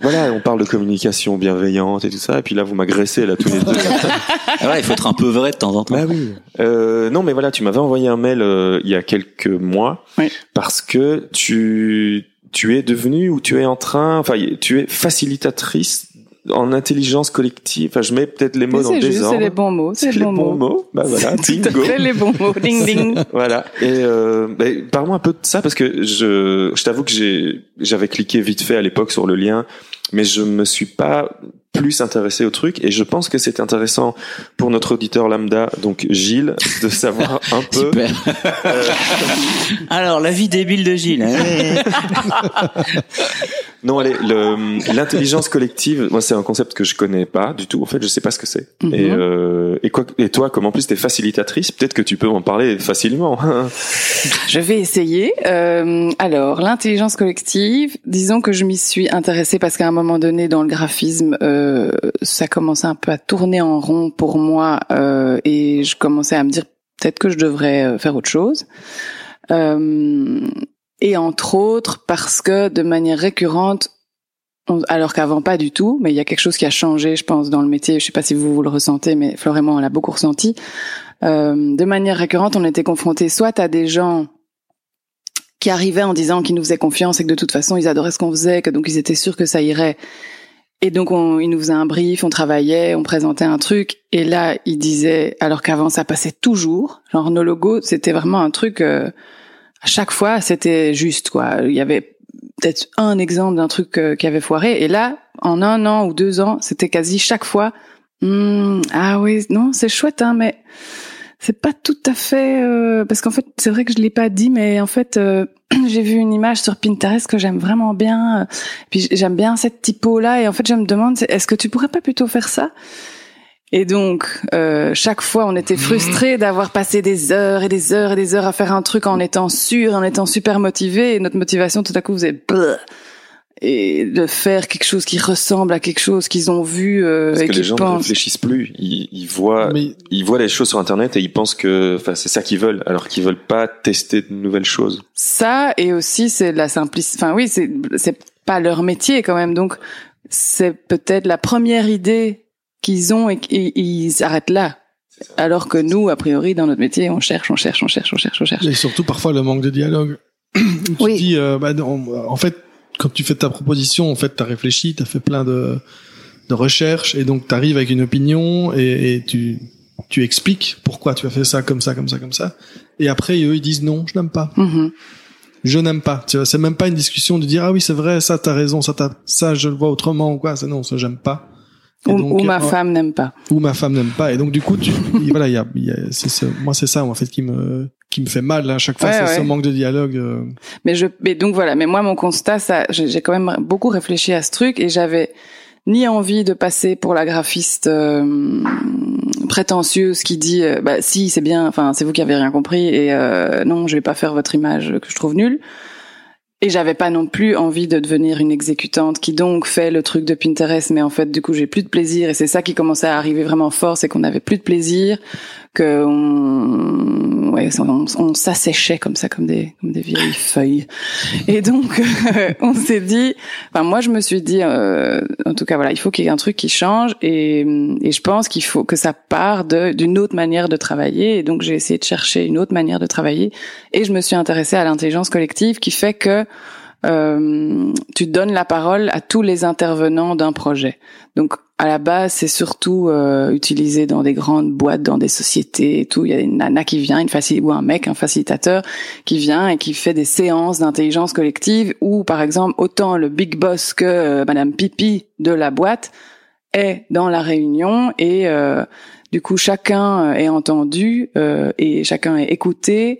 [SPEAKER 2] voilà, on parle de communication bienveillante et tout ça, et puis là vous m'agressez là tous les deux. <laughs>
[SPEAKER 4] Ah ouais, il faut être un peu vrai de temps en temps.
[SPEAKER 2] bah oui. Euh, non, mais voilà, tu m'avais envoyé un mail euh, il y a quelques mois
[SPEAKER 1] Oui.
[SPEAKER 2] parce que tu tu es devenue ou tu es en train, enfin tu es facilitatrice en intelligence collective. Enfin, je mets peut-être les mots
[SPEAKER 1] Mais
[SPEAKER 2] dans le
[SPEAKER 1] C'est juste,
[SPEAKER 2] désordre.
[SPEAKER 1] c'est les bons mots, c'est
[SPEAKER 2] C'est
[SPEAKER 1] les bons mots. Ah,
[SPEAKER 2] Bah voilà,
[SPEAKER 1] <laughs> C'est tout à
[SPEAKER 2] bingo.
[SPEAKER 1] fait les bons mots. Ding ding.
[SPEAKER 2] Voilà. Et euh, ben, parle-moi un peu de ça parce que je, je t'avoue que j'ai, j'avais cliqué vite fait à l'époque sur le lien, mais je me suis pas plus intéressé au truc et je pense que c'est intéressant pour notre auditeur lambda, donc Gilles, de savoir un peu.
[SPEAKER 4] Super. <laughs> Alors, la vie débile de Gilles. hein.
[SPEAKER 2] Non, allez, le, l'intelligence collective, moi c'est un concept que je connais pas du tout. En fait, je sais pas ce que c'est.
[SPEAKER 1] Mhm.
[SPEAKER 2] Et, euh, et quoi Et toi, comme en plus t'es facilitatrice, peut-être que tu peux en parler facilement. hein,
[SPEAKER 1] Je vais essayer. Euh, alors, l'intelligence collective, disons que je m'y suis intéressée parce qu'à un moment donné, dans le graphisme, euh, ça commençait un peu à tourner en rond pour moi euh, et je commençais à me dire peut-être que je devrais euh, faire autre chose. Euh, et entre autres parce que de manière récurrente, on- alors qu'avant pas du tout, mais il y a quelque chose qui a changé, je pense, dans le métier. Je sais pas si vous vous le ressentez, mais Flore et moi, on l'a beaucoup ressenti. Euh, de manière récurrente, on était confrontés soit à des gens qui arrivaient en disant qu'ils nous faisaient confiance et que de toute façon ils adoraient ce qu'on faisait, que donc ils étaient sûrs que ça irait. Et donc on, ils nous faisaient un brief, on travaillait, on présentait un truc, et là ils disaient, alors qu'avant ça passait toujours, genre nos logos, c'était vraiment un truc, euh, à chaque fois c'était juste quoi. Il y avait peut-être un exemple d'un truc euh, qui avait foiré, et là en un an ou deux ans, c'était quasi chaque fois, Hmm, ah oui, non c'est chouette hein, mais c'est pas tout à fait euh, parce qu'en fait c'est vrai que je l'ai pas dit mais en fait euh, <clears throat> j'ai vu une image sur Pinterest que j'aime vraiment bien euh, puis j- j'aime bien cette typo là et en fait je me demande c'est- est-ce que tu pourrais pas plutôt faire ça Et donc, euh, chaque fois, on
[SPEAKER 2] Mhm.
[SPEAKER 1] était frustrés d'avoir passé des heures et des heures et des heures à faire un truc en étant sûr, en étant super motivé, et notre motivation tout à coup faisait bleu. et de faire quelque chose qui ressemble à quelque chose qu'ils ont vu euh,
[SPEAKER 2] Parce
[SPEAKER 1] et
[SPEAKER 2] que les
[SPEAKER 1] qu'ils
[SPEAKER 2] gens ne
[SPEAKER 1] pensent.
[SPEAKER 2] réfléchissent plus. Ils, ils voient,
[SPEAKER 3] Mais
[SPEAKER 2] ils voient les choses sur Internet et ils pensent que, enfin, c'est ça qu'ils veulent, alors qu'ils veulent pas tester de nouvelles choses.
[SPEAKER 1] Ça et aussi c'est de la simplicité. Enfin oui, c'est c'est pas leur métier quand même, donc c'est peut-être la première idée qu'ils ont et qu'ils ils s'arrêtent là. Alors que nous, a priori, dans notre métier, on cherche, on cherche, on cherche, on cherche, on cherche.
[SPEAKER 3] et surtout parfois le manque de dialogue. <clears throat> tu
[SPEAKER 1] Oui.
[SPEAKER 3] dis, euh, bah, non, en fait, quand tu fais ta proposition, en fait, t'as réfléchi, t'as fait plein de, de recherches, et donc t'arrives avec une opinion, et, et tu, tu expliques pourquoi tu as fait ça comme ça, comme ça, comme ça. Et après, eux, ils disent non, je n'aime pas.
[SPEAKER 1] Mhm.
[SPEAKER 3] je n'aime pas. Tu vois, c'est même pas une discussion de dire ah oui c'est vrai, ça t'as raison, ça t'as, ça je le vois autrement ou quoi. Ça non, ça j'aime pas. Et
[SPEAKER 1] Ou,
[SPEAKER 3] donc,
[SPEAKER 1] ou
[SPEAKER 3] euh,
[SPEAKER 1] ma
[SPEAKER 3] euh,
[SPEAKER 1] femme n'aime pas.
[SPEAKER 3] Ou ma femme n'aime pas. Et donc du
[SPEAKER 1] <laughs>
[SPEAKER 3] coup, tu, il- voilà, il y a, il y a- c'est ce- moi c'est ça en fait qui me qui me fait mal à chaque fois,
[SPEAKER 1] Ouais,
[SPEAKER 3] c'est
[SPEAKER 1] ouais.
[SPEAKER 3] ce manque de dialogue. euh.
[SPEAKER 1] Mais je, mais donc voilà. Mais moi, mon constat, ça, j'ai j'ai quand même beaucoup réfléchi à ce truc et j'avais ni envie de passer pour la graphiste euh, prétentieuse qui dit, euh, bah si, c'est bien, enfin c'est vous qui avez rien compris et euh, non, je vais pas faire votre image que je trouve nulle. Et j'avais pas non plus envie de devenir une exécutante qui donc fait le truc de Pinterest, mais en fait du coup j'ai plus de plaisir et c'est ça qui commençait à arriver vraiment fort, c'est qu'on avait plus de plaisir, que on, ouais, on, on s'asséchait comme ça, comme des comme des vieilles feuilles. Et donc euh, on s'est dit, enfin moi je me suis dit, euh, en tout cas voilà, il faut qu'il y ait un truc qui change et, et je pense qu'il faut que ça part de- d'une autre manière de travailler. Et donc j'ai essayé de chercher une autre manière de travailler et je me suis intéressée à l'intelligence collective qui fait que euh, tu donnes la parole à tous les intervenants d'un projet. Donc à la base, c'est surtout euh, utilisé dans des grandes boîtes, dans des sociétés et tout. Il y a une nana qui vient, une faci- ou un mec, un facilitateur qui vient et qui fait des séances d'intelligence collective où, par exemple, autant le big boss que euh, Madame Pipi de la boîte est dans la réunion et euh, du coup chacun euh, est entendu euh, et chacun est écouté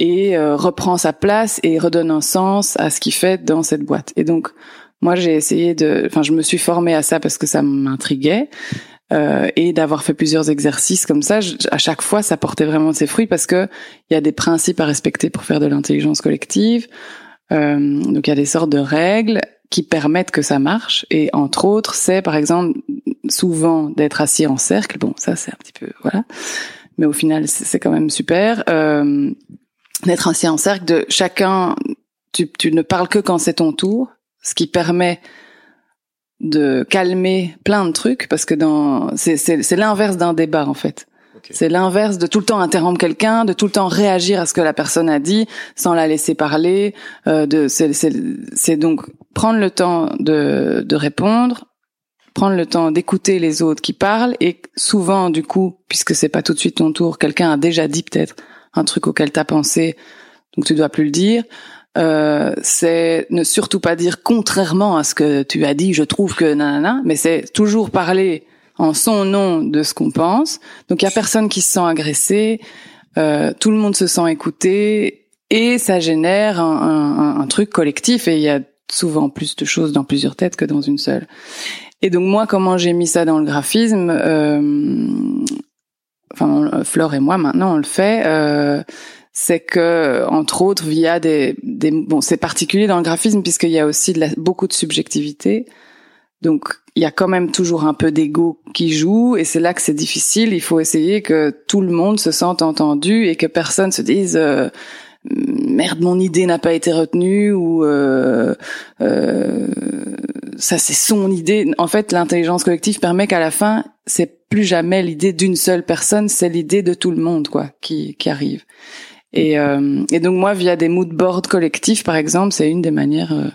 [SPEAKER 1] et euh, reprend sa place et redonne un sens à ce qu'il fait dans cette boîte. Et donc moi j'ai essayé de, enfin je me suis formée à ça parce que ça m'intriguait euh, et d'avoir fait plusieurs exercices comme ça, je- à chaque fois ça portait vraiment ses fruits parce que il y a des principes à respecter pour faire de l'intelligence collective. Euh, donc il y a des sortes de règles qui permettent que ça marche et entre autres c'est par exemple souvent d'être assis en cercle. Bon ça c'est un petit peu voilà, mais au final c'est c'est quand même super. Euh, d'être ainsi en cercle de chacun, tu, tu ne parles que quand c'est ton tour, ce qui permet de calmer plein de trucs parce que dans c'est c'est c'est l'inverse d'un débat en fait.
[SPEAKER 2] Ok.
[SPEAKER 1] C'est l'inverse de tout le temps interrompre quelqu'un, de tout le temps réagir à ce que la personne a dit sans la laisser parler. euh, de c'est c'est c'est donc prendre le temps de de répondre, prendre le temps d'écouter les autres qui parlent et souvent du coup puisque c'est pas tout de suite ton tour, quelqu'un a déjà dit peut-être un truc auquel t'as pensé, donc tu dois plus le dire. Euh, c'est ne surtout pas dire contrairement à ce que tu as dit, je trouve que nanana, mais c'est toujours parler en son nom de ce qu'on pense. Donc il y a personne qui se sent agressé, euh, tout le monde se sent écouté et ça génère un, un- un- un truc collectif et il y a souvent plus de choses dans plusieurs têtes que dans une seule. Et donc moi, comment j'ai mis ça dans le graphisme euh, enfin on- Flore et moi maintenant on le fait euh, c'est que entre autres via des, des bon c'est particulier dans le graphisme puisqu'il y a aussi de la- beaucoup de subjectivité donc il y a quand même toujours un peu d'ego qui joue et c'est là que c'est difficile il faut essayer que tout le monde se sente entendu et que personne se dise euh, merde mon idée n'a pas été retenue ou euh, euh, ça c'est son idée en fait l'intelligence collective permet qu'à la fin c'est plus jamais l'idée d'une seule personne c'est l'idée de tout le monde quoi qui qui arrive et euh, et donc moi via des mood boards collectifs par exemple c'est une des manières euh,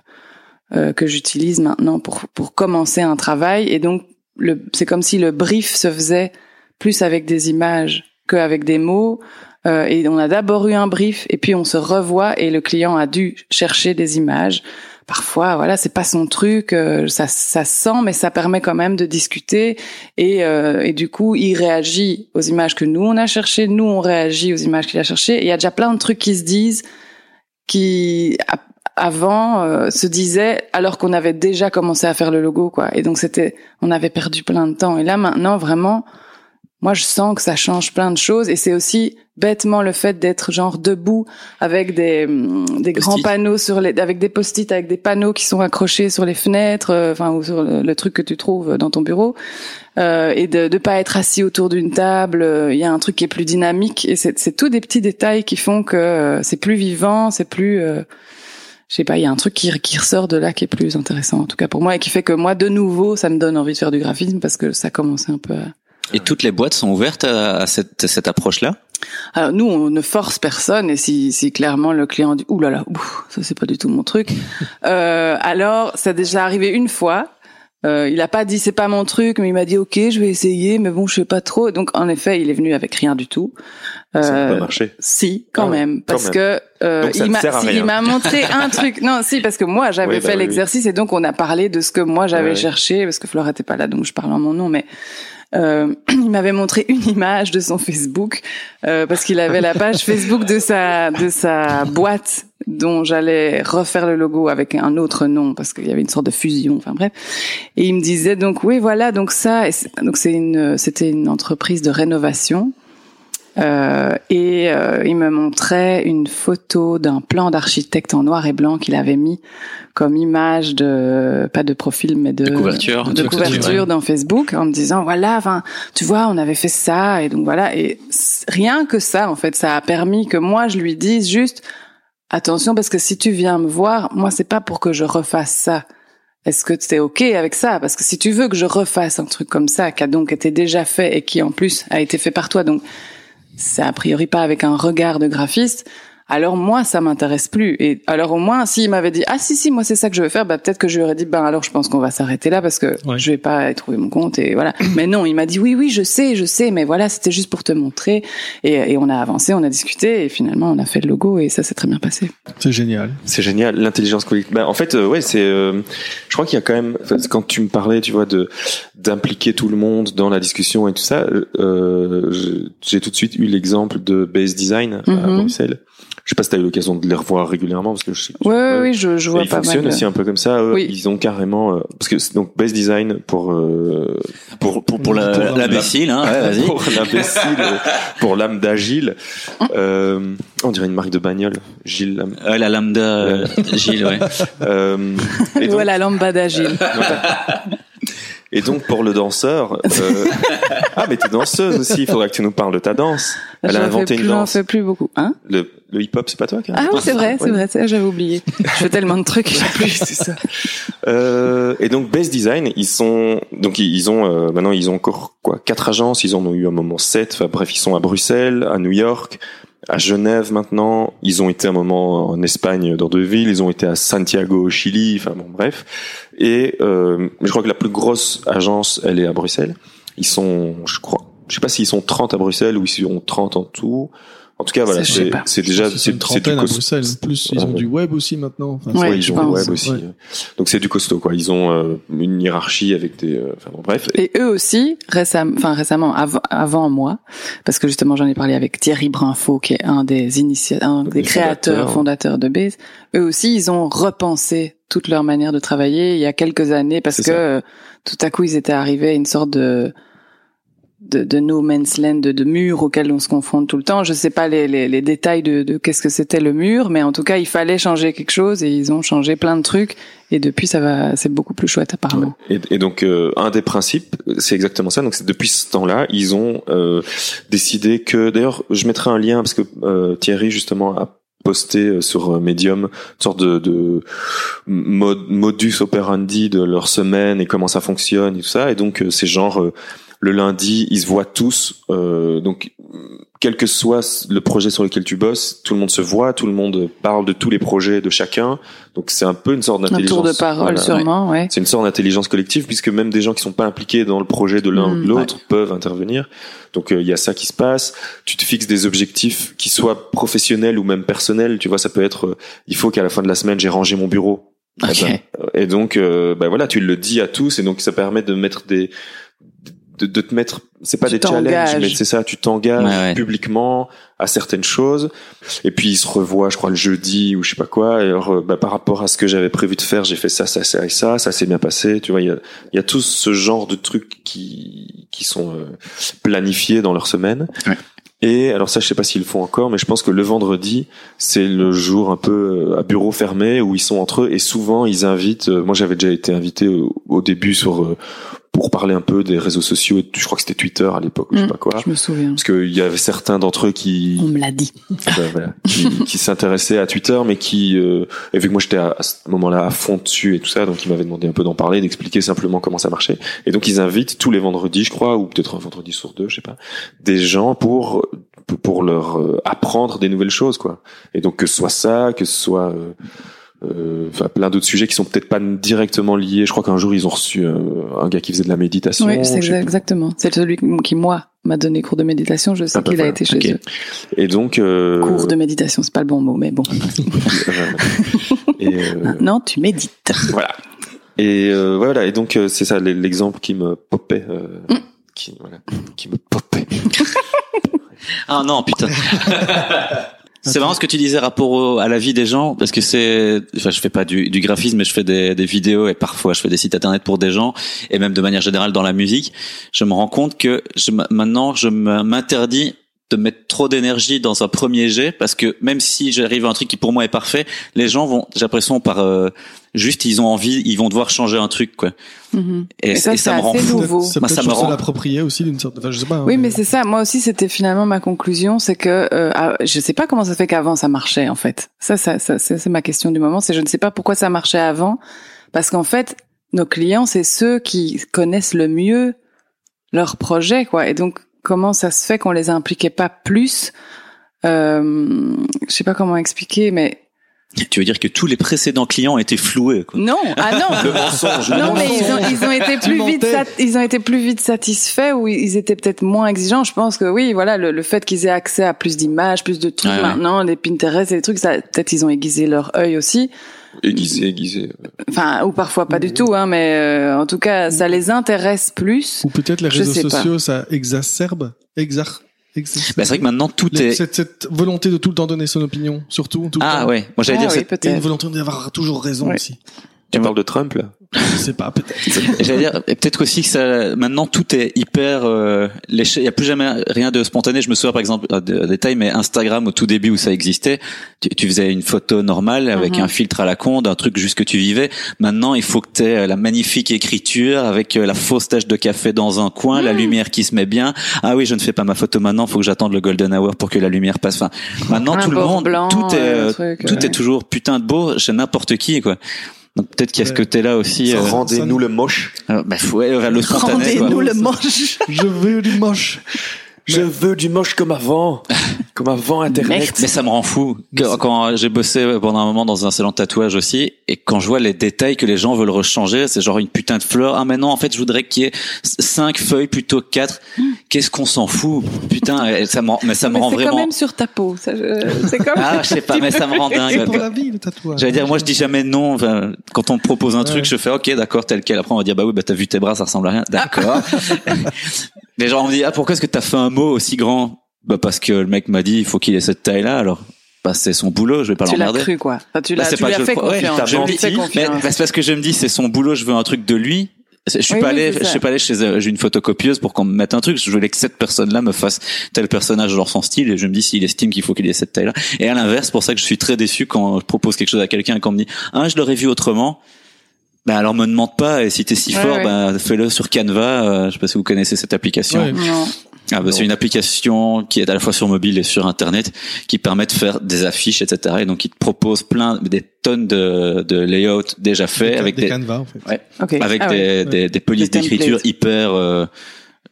[SPEAKER 1] euh, que j'utilise maintenant pour pour commencer un travail et donc le c'est comme si le brief se faisait plus avec des images qu'avec des mots euh, et on a d'abord eu un brief et puis on se revoit et le client a dû chercher des images. Parfois, voilà, c'est pas son truc, euh, ça, ça se sent, mais ça permet quand même de discuter et, euh, et du coup, il réagit aux images que nous on a cherchées, nous on réagit aux images qu'il a cherchées. Et Il y a déjà plein de trucs qui se disent, qui a- avant euh, se disaient alors qu'on avait déjà commencé à faire le logo, quoi. Et donc c'était, on avait perdu plein de temps. Et là maintenant, vraiment, moi, je sens que ça change plein de choses et c'est aussi bêtement le fait d'être genre debout avec des, hum, des grands
[SPEAKER 4] Post-it.
[SPEAKER 1] panneaux sur les, avec des post-it, avec des panneaux qui sont accrochés sur les fenêtres, euh, enfin, ou sur le, le truc que tu trouves dans ton bureau, euh, et de ne pas être assis autour d'une table. euh, Il y a un truc qui est plus dynamique et c'est c'est tous des petits détails qui font que euh, c'est plus vivant, c'est plus, euh, je sais pas, il y a un truc qui, qui ressort de là qui est plus intéressant, en tout cas pour moi, et qui fait que moi, de nouveau, ça me donne envie de faire du graphisme parce que ça commençait un peu à
[SPEAKER 4] Et toutes les boîtes sont ouvertes à, à cette, à cette approche-là.
[SPEAKER 1] Alors nous, on ne force personne, et si, si clairement le client dit « Ouh là là, ouf, ça c'est pas du tout mon truc euh, alors ça a déjà arrivé une fois. Euh, il a pas dit « C'est pas mon truc », mais il m'a dit « Ok, je vais essayer, mais bon, je sais pas trop ». Donc en effet, il est venu avec rien du tout.
[SPEAKER 2] Ça n'a
[SPEAKER 1] Euh,
[SPEAKER 2] pas marché.
[SPEAKER 1] si, quand
[SPEAKER 2] Ah ouais,
[SPEAKER 1] même,
[SPEAKER 2] quand
[SPEAKER 1] parce
[SPEAKER 2] même.
[SPEAKER 1] que euh,
[SPEAKER 2] Donc ça
[SPEAKER 1] il
[SPEAKER 2] ne
[SPEAKER 1] m'a
[SPEAKER 2] sert à
[SPEAKER 1] si,
[SPEAKER 2] rien.
[SPEAKER 1] il m'a
[SPEAKER 2] <laughs>
[SPEAKER 1] montré un truc. Non, si, parce que moi j'avais
[SPEAKER 2] Oui, bah
[SPEAKER 1] fait
[SPEAKER 2] oui, oui.
[SPEAKER 1] l'exercice et donc on a parlé de ce que moi j'avais
[SPEAKER 2] Ouais, ouais.
[SPEAKER 1] cherché parce que Flora était pas là, donc je parle en mon nom, mais. Euh, <clears throat> il m'avait montré une image de son Facebook euh, parce qu'il avait la
[SPEAKER 2] <laughs>
[SPEAKER 1] page Facebook de sa de sa boîte dont j'allais refaire le logo avec un autre nom parce qu'il y avait une sorte de fusion enfin bref et il me disait donc oui voilà donc ça et c'est- donc c'est une c'était une entreprise de rénovation euh, et euh, il me montrait une photo d'un plan d'architecte en noir et blanc qu'il avait mis comme image de pas de profil mais de,
[SPEAKER 4] De couverture.
[SPEAKER 1] de
[SPEAKER 3] De couverture,
[SPEAKER 1] couverture dans Facebook en me disant voilà enfin tu vois on avait fait ça et donc voilà et c- rien que ça en fait ça a permis que moi je lui dise juste attention parce que si tu viens me voir moi c'est pas pour que je refasse ça est-ce que tu es OK avec ça Parce que si tu veux que je refasse un truc comme ça, qui a donc été déjà fait et qui en plus a été fait par toi, donc c'est a priori pas avec un regard de graphiste, alors moi ça m'intéresse plus. Et alors au moins s'il m'avait dit ah si si moi c'est ça que je veux faire, bah peut-être que je lui aurais dit ben alors je pense qu'on va s'arrêter là parce que
[SPEAKER 3] Ouais.
[SPEAKER 1] je vais pas y trouver mon compte et voilà. <clears throat> mais non, il m'a dit oui oui je sais je sais mais voilà c'était juste pour te montrer et, et on a avancé, on a discuté et finalement on a fait le logo et ça s'est très bien passé.
[SPEAKER 3] C'est génial.
[SPEAKER 2] C'est génial, l'intelligence collective. Bah, en fait, euh, ouais, c'est. euh, je crois qu'il y a quand même. enfin, c'est Quand tu me parlais, tu vois, de d'impliquer tout le monde dans la discussion et tout ça, euh, je- j'ai tout de suite eu l'exemple de Base Design à
[SPEAKER 1] Mhm.
[SPEAKER 2] Bruxelles. Je sais pas si t'as eu l'occasion de les revoir régulièrement parce que je sais. que tu-
[SPEAKER 1] Ouais ouais, oui je, je
[SPEAKER 2] Et
[SPEAKER 1] vois
[SPEAKER 2] ils
[SPEAKER 1] pas mal.
[SPEAKER 2] fonctionnent
[SPEAKER 1] de-
[SPEAKER 2] aussi un peu comme ça. eux.
[SPEAKER 1] Oui.
[SPEAKER 2] Ils ont carrément euh, parce que c'est donc base design pour euh,
[SPEAKER 4] Pour, pour, pour la-
[SPEAKER 3] Pour
[SPEAKER 4] la- l'imbécile, hein, ouais,
[SPEAKER 2] <laughs>
[SPEAKER 4] vas-y.
[SPEAKER 2] pour l'imbécile, euh, pour l'âme d'Agile. Euh, on dirait une marque de bagnole, Gilles. l'âme.
[SPEAKER 4] Ouais, la lambda, euh, <laughs> Gilles, ouais.
[SPEAKER 2] Euh, et donc,
[SPEAKER 1] Voilà lambada agile.
[SPEAKER 2] Et donc pour le danseur,
[SPEAKER 1] <laughs>
[SPEAKER 2] euh, ah mais t'es danseuse aussi, il faudrait que tu nous parles de ta danse. <laughs> Elle
[SPEAKER 1] J'en
[SPEAKER 2] a
[SPEAKER 1] fais
[SPEAKER 2] inventé une
[SPEAKER 1] plus- j'en
[SPEAKER 2] danse.
[SPEAKER 1] fais plus beaucoup hein.
[SPEAKER 2] Le, le hip-hop, c'est pas toi qui as
[SPEAKER 1] Ah oui, c'est vrai, c'est
[SPEAKER 2] Ouais.
[SPEAKER 1] vrai, c'est- j'avais oublié. Je fais tellement de
[SPEAKER 2] <laughs>
[SPEAKER 1] trucs.
[SPEAKER 2] Oui, c'est ça. Euh, et donc Best Design, ils sont donc ils- ils ont euh, maintenant ils ont encore quoi quatre agences, ils en ont eu un moment sept. Enfin bref, ils sont à Bruxelles, à New York, à Genève maintenant. Ils ont été un moment en Espagne dans deux villes, ils ont été à Santiago au Chili. Enfin bon bref. Et euh, je crois que la plus grosse agence, elle est à Bruxelles. Ils sont, je crois, je sais pas s'ils sont 30 à Bruxelles ou s'ils sont 30 en tout. En tout cas voilà,
[SPEAKER 1] Ça, je sais
[SPEAKER 2] c'est
[SPEAKER 1] pas.
[SPEAKER 2] c'est déjà
[SPEAKER 3] c'est une
[SPEAKER 2] du
[SPEAKER 3] trentaine à
[SPEAKER 2] cos-
[SPEAKER 3] Bruxelles. Plus, ils ont
[SPEAKER 2] Ouais.
[SPEAKER 3] du web aussi maintenant. Enfin,
[SPEAKER 1] Ouais,
[SPEAKER 2] oui, ils
[SPEAKER 1] je
[SPEAKER 2] ont le
[SPEAKER 1] pense.
[SPEAKER 2] web aussi. euh.
[SPEAKER 3] Ouais.
[SPEAKER 2] Donc c'est du costaud, quoi. Ils ont euh, une hiérarchie avec des. euh, Enfin bon, bref.
[SPEAKER 1] Et eux aussi, récemment, enfin récemment, av- avant moi, parce que justement j'en ai parlé avec Thierry Brinfo, qui est un des initia- un des
[SPEAKER 2] Des
[SPEAKER 1] créateurs, fondateurs
[SPEAKER 2] fondateurs.
[SPEAKER 1] de Base. Eux aussi, ils ont repensé toute leur manière de travailler il y a quelques années, parce
[SPEAKER 2] C'est
[SPEAKER 1] que
[SPEAKER 2] ça.
[SPEAKER 1] euh, tout à coup ils étaient arrivés à une sorte de de, de no man's land, de, de mur auquel on se confronte tout le temps. Je sais pas les, les, les détails de, de qu'est-ce que c'était le mur, mais en tout cas, il fallait changer quelque chose et ils ont changé plein de trucs. Et depuis, ça va, c'est beaucoup plus chouette apparemment.
[SPEAKER 2] Et, et donc euh, un des principes, c'est exactement ça. Donc c'est depuis ce temps-là, ils ont euh, décidé que. D'ailleurs, je mettrai un lien parce que euh, Thierry justement a posté euh, sur euh, Medium une sorte de, de mod- modus operandi de leur semaine et comment ça fonctionne et tout ça. Et donc euh, c'est genre euh, le lundi, ils se voient tous. euh, donc, quel que soit le projet sur lequel tu bosses, tout le monde se voit, tout le monde parle de tous les projets de chacun. Donc, c'est un peu une sorte
[SPEAKER 1] Un
[SPEAKER 2] d'intelligence.
[SPEAKER 1] tour de parole
[SPEAKER 2] voilà.
[SPEAKER 1] sûrement, ouais.
[SPEAKER 2] C'est une sorte d'intelligence collective puisque même des gens qui sont pas impliqués dans le projet de l'un
[SPEAKER 1] Mm,
[SPEAKER 2] ou de l'autre peuvent intervenir. Donc euh, il y a ça qui se passe. Tu te fixes des objectifs qui soient professionnels ou même personnels. Tu vois, ça peut être euh, il faut qu'à la fin de la semaine j'ai rangé mon bureau. Eh
[SPEAKER 4] Ok.
[SPEAKER 2] bah ben, euh, et donc euh, bah voilà, tu le dis à tous et donc ça permet de mettre des de, de te mettre, c'est pas
[SPEAKER 1] Tu
[SPEAKER 2] des challenges,
[SPEAKER 1] t'engages.
[SPEAKER 2] mais c'est ça, tu t'engages
[SPEAKER 4] Ouais, ouais.
[SPEAKER 2] publiquement à certaines choses. Et puis ils se revoient, je crois, le jeudi ou je sais pas quoi. Et alors, euh, bah, par rapport à ce que j'avais prévu de faire, j'ai fait ça, ça, ça et ça, ça s'est bien passé. Tu vois, il y a, il y a tout ce genre de trucs qui qui sont euh, planifiés dans leur semaine.
[SPEAKER 4] Ouais.
[SPEAKER 2] Et alors ça, je sais pas s'ils le font encore, mais je pense que le vendredi, c'est le jour un peu euh, à bureau fermé où ils sont entre eux et souvent ils invitent. euh, moi, j'avais déjà été invité au, au début sur euh, pour parler un peu des réseaux sociaux. et Je crois que c'était Twitter à l'époque, ou je sais
[SPEAKER 1] Mm.
[SPEAKER 2] pas quoi.
[SPEAKER 1] Je me souviens.
[SPEAKER 2] Parce qu'il y avait certains d'entre eux qui,
[SPEAKER 1] On me l'a dit.
[SPEAKER 2] ben voilà, qui, qui s'intéressaient à Twitter, mais qui, euh, et vu que moi j'étais à, à ce moment-là à fond dessus et tout ça, donc ils m'avaient demandé un peu d'en parler, d'expliquer simplement comment ça marchait. Et donc ils invitent tous les vendredis, je crois, ou peut-être un vendredi sur deux, je sais pas, des gens pour pour leur euh, apprendre des nouvelles choses, quoi. Et donc que ce soit ça, que ce soit euh, euh, enfin, plein d'autres sujets qui sont peut-être pas directement liés. Je crois qu'un jour ils ont reçu euh, un gars qui faisait de la méditation.
[SPEAKER 1] Oui, c'est
[SPEAKER 2] je sais
[SPEAKER 1] exa- exactement. C'est celui qui, moi, m'a donné cours de méditation. Je sais
[SPEAKER 2] Ah, bah
[SPEAKER 1] qu'il a
[SPEAKER 2] voilà.
[SPEAKER 1] été chez
[SPEAKER 4] Ok.
[SPEAKER 1] eux.
[SPEAKER 2] plus. Et donc euh,
[SPEAKER 1] Cours
[SPEAKER 2] <laughs>
[SPEAKER 1] de méditation, c'est pas le bon mot, mais bon.
[SPEAKER 2] et, euh,
[SPEAKER 1] Maintenant, tu médites.
[SPEAKER 2] voilà. Et euh, voilà. Et donc euh, c'est ça l- l'exemple qui me popait, euh,
[SPEAKER 1] Mm.
[SPEAKER 2] qui voilà, qui me popait.
[SPEAKER 4] Ah non, putain. C'est vraiment ce que tu disais rapport au- à la vie des gens, parce que c'est, enfin, je fais pas du, du graphisme, mais je fais des, des vidéos et parfois je fais des sites internet pour des gens et même de manière générale dans la musique. Je me rends compte que je, m- maintenant je m- m'interdis de mettre trop d'énergie dans un premier jet parce que même si j'arrive à un truc qui pour moi est parfait, les gens vont, j'ai l'impression par euh, juste ils ont envie, ils vont devoir changer un truc quoi.
[SPEAKER 1] Mhm.
[SPEAKER 4] Et,
[SPEAKER 1] Et ça,
[SPEAKER 4] et ça
[SPEAKER 1] c'est
[SPEAKER 4] me rend
[SPEAKER 1] assez
[SPEAKER 4] fou.
[SPEAKER 1] lourd. nouveau.
[SPEAKER 3] C'est
[SPEAKER 4] Moi, ça
[SPEAKER 3] peut-être
[SPEAKER 4] me
[SPEAKER 3] pour se
[SPEAKER 4] rend-
[SPEAKER 3] l'approprier aussi d'une sorte. Enfin, je sais pas. hein,
[SPEAKER 1] Oui, mais c'est ça. Moi aussi, c'était finalement ma conclusion, c'est que euh, ah, je sais pas comment ça fait qu'avant ça marchait en fait. Ça, ça, ça, ça, c'est ma question du moment. C'est je ne sais pas pourquoi ça marchait avant, parce qu'en fait, nos clients, c'est ceux qui connaissent le mieux leur projet, quoi. Et donc, comment ça se fait qu'on les impliquait pas plus euh, Je sais pas comment expliquer, mais
[SPEAKER 4] Tu veux dire que tous les précédents clients étaient floués quoi.
[SPEAKER 1] non, ah non,
[SPEAKER 2] mensonge.
[SPEAKER 1] Non, mais ils ont, ils ont été
[SPEAKER 3] Tu
[SPEAKER 1] plus vite,
[SPEAKER 3] mentais.
[SPEAKER 1] sat- ils ont été plus vite satisfaits ou ils étaient peut-être moins exigeants. Je pense que oui, voilà, le, le fait qu'ils aient accès à plus d'images, plus de trucs
[SPEAKER 4] Ouais, ouais.
[SPEAKER 1] maintenant, des Pinterest et des trucs, ça, peut-être ils ont aiguisé leur œil aussi.
[SPEAKER 2] Aiguisé, aiguisé.
[SPEAKER 1] Enfin, ou parfois pas
[SPEAKER 4] Mm.
[SPEAKER 1] du tout, hein, mais euh, en tout cas, ça les intéresse plus.
[SPEAKER 3] Ou peut-être les
[SPEAKER 1] Je
[SPEAKER 3] réseaux
[SPEAKER 1] sais pas.
[SPEAKER 3] sociaux, ça exacerbe, exar, exacerbe.
[SPEAKER 4] Bah, c'est vrai que maintenant tout
[SPEAKER 3] Les-
[SPEAKER 4] est.
[SPEAKER 3] cette, cette volonté de tout le temps donner son opinion, surtout. Tout le
[SPEAKER 4] Ah
[SPEAKER 3] temps.
[SPEAKER 4] ouais, moi j'allais
[SPEAKER 1] Ah
[SPEAKER 4] dire
[SPEAKER 1] oui,
[SPEAKER 4] cette-
[SPEAKER 3] Et une
[SPEAKER 1] peut-être.
[SPEAKER 3] volonté d'avoir toujours raison
[SPEAKER 1] Ouais.
[SPEAKER 3] aussi.
[SPEAKER 2] Tu parles de Trump là
[SPEAKER 3] Je sais pas, peut-être.
[SPEAKER 4] Et <laughs> J'allais dire, et peut-être aussi que ça, maintenant tout est hyper, euh, léché. il n'y a plus jamais rien de spontané. Je me souviens par exemple, euh, de- détail, mais Instagram au tout début où ça existait, tu, tu faisais une photo normale avec
[SPEAKER 1] Mhm.
[SPEAKER 4] un filtre à la con, d'un truc juste que tu vivais. Maintenant, il faut que tu aies la magnifique écriture avec euh, la fausse tache de café dans un coin,
[SPEAKER 1] Mhm.
[SPEAKER 4] la lumière qui se met bien. Ah oui, je ne fais pas ma photo maintenant, faut que j'attende le golden hour pour que la lumière passe. Enfin, maintenant
[SPEAKER 1] Un
[SPEAKER 4] tout le
[SPEAKER 1] bord
[SPEAKER 4] monde,
[SPEAKER 1] blanc,
[SPEAKER 4] tout est,
[SPEAKER 1] euh,
[SPEAKER 4] euh,
[SPEAKER 1] truc,
[SPEAKER 4] tout
[SPEAKER 1] ouais.
[SPEAKER 4] est toujours putain de beau chez n'importe qui quoi. Donc peut-être qu'il y a ce
[SPEAKER 3] Ouais.
[SPEAKER 4] côté-là aussi. euh,
[SPEAKER 2] Rendez-nous le moche.
[SPEAKER 4] euh, bah, faut- ouais, ouais, le spontané, quoi.
[SPEAKER 1] Rendez-nous le
[SPEAKER 3] Ça-
[SPEAKER 1] manche.
[SPEAKER 3] Je veux du moche.
[SPEAKER 2] Je veux du moche comme avant, comme avant Internet.
[SPEAKER 4] Mais ça me rend fou. Quand, quand j'ai bossé pendant un moment dans un salon de tatouage aussi, et quand je vois les détails que les gens veulent rechanger, c'est genre une putain de fleur. Ah, mais non, en fait, je voudrais qu'il y ait cinq feuilles plutôt que quatre. Qu'est-ce qu'on s'en fout? Putain, et ça me, rend- mais ça
[SPEAKER 1] Mmh.
[SPEAKER 4] me
[SPEAKER 1] Mais
[SPEAKER 4] rend
[SPEAKER 1] c'est quand
[SPEAKER 4] vraiment.
[SPEAKER 1] même sur ta peau. Ça, je-
[SPEAKER 4] <laughs>
[SPEAKER 1] c'est quand même
[SPEAKER 4] Ah, je sais pas, mais ça me rend
[SPEAKER 3] C'est
[SPEAKER 4] dingue.
[SPEAKER 3] pour la vie, le tatouage.
[SPEAKER 4] J'allais dire, moi, je dis jamais non. Enfin, quand on me propose un
[SPEAKER 3] Ouais.
[SPEAKER 4] truc, je fais OK, d'accord, tel quel. Après, on va dire, bah oui, bah t'as vu tes bras, ça ressemble à rien. D'accord. Les gens on me dit, ah pourquoi est-ce que t'as fait un mot aussi grand Bah parce que le mec m'a dit, il faut qu'il ait cette taille-là. Alors, bah c'est son boulot, je vais pas
[SPEAKER 1] tu l'as
[SPEAKER 4] l'emmerder.
[SPEAKER 1] cru, quoi. Enfin, tu
[SPEAKER 4] Bah,
[SPEAKER 1] l'as,
[SPEAKER 4] c'est
[SPEAKER 1] tu
[SPEAKER 4] pas
[SPEAKER 1] lui as
[SPEAKER 4] que je
[SPEAKER 1] fait
[SPEAKER 4] le crois. Ouais,
[SPEAKER 1] confiance.
[SPEAKER 2] t'as
[SPEAKER 1] Tu lui as
[SPEAKER 2] menti,
[SPEAKER 1] fait
[SPEAKER 4] Mais
[SPEAKER 1] confiance.
[SPEAKER 4] bah, c'est parce que je me dis, c'est son boulot, je veux un truc de lui. Je suis
[SPEAKER 1] Oui,
[SPEAKER 4] pas
[SPEAKER 1] oui,
[SPEAKER 4] allé,
[SPEAKER 1] c'est
[SPEAKER 4] je
[SPEAKER 1] ça.
[SPEAKER 4] suis pas allé chez eux, j'ai une photocopieuse pour qu'on me mette un truc. Je voulais que cette personne-là me fasse tel personnage dans son style et je me dis s'il estime qu'il faut qu'il ait cette taille-là. Et à l'inverse, c'est pour ça que je suis très déçu quand je propose quelque chose à quelqu'un et qu'on me dit, ah, je l'aurais vu autrement. Ben alors me demande pas et si t'es si
[SPEAKER 1] Ouais,
[SPEAKER 4] fort,
[SPEAKER 1] ouais.
[SPEAKER 4] ben fais-le sur Canva. euh, je sais pas si vous connaissez cette application.
[SPEAKER 3] Ouais.
[SPEAKER 1] Non.
[SPEAKER 4] Ah bah, c'est une application qui est à la fois sur mobile et sur internet qui permet de faire des affiches, etc. Et donc il te propose plein des tonnes de, de layouts déjà faits avec
[SPEAKER 3] des
[SPEAKER 4] des,
[SPEAKER 3] canevas, en fait.
[SPEAKER 1] Ok.
[SPEAKER 4] avec
[SPEAKER 1] Ah
[SPEAKER 4] des,
[SPEAKER 1] ouais.
[SPEAKER 4] des, des polices
[SPEAKER 1] Des
[SPEAKER 4] d'écriture
[SPEAKER 1] templates.
[SPEAKER 4] hyper. Euh,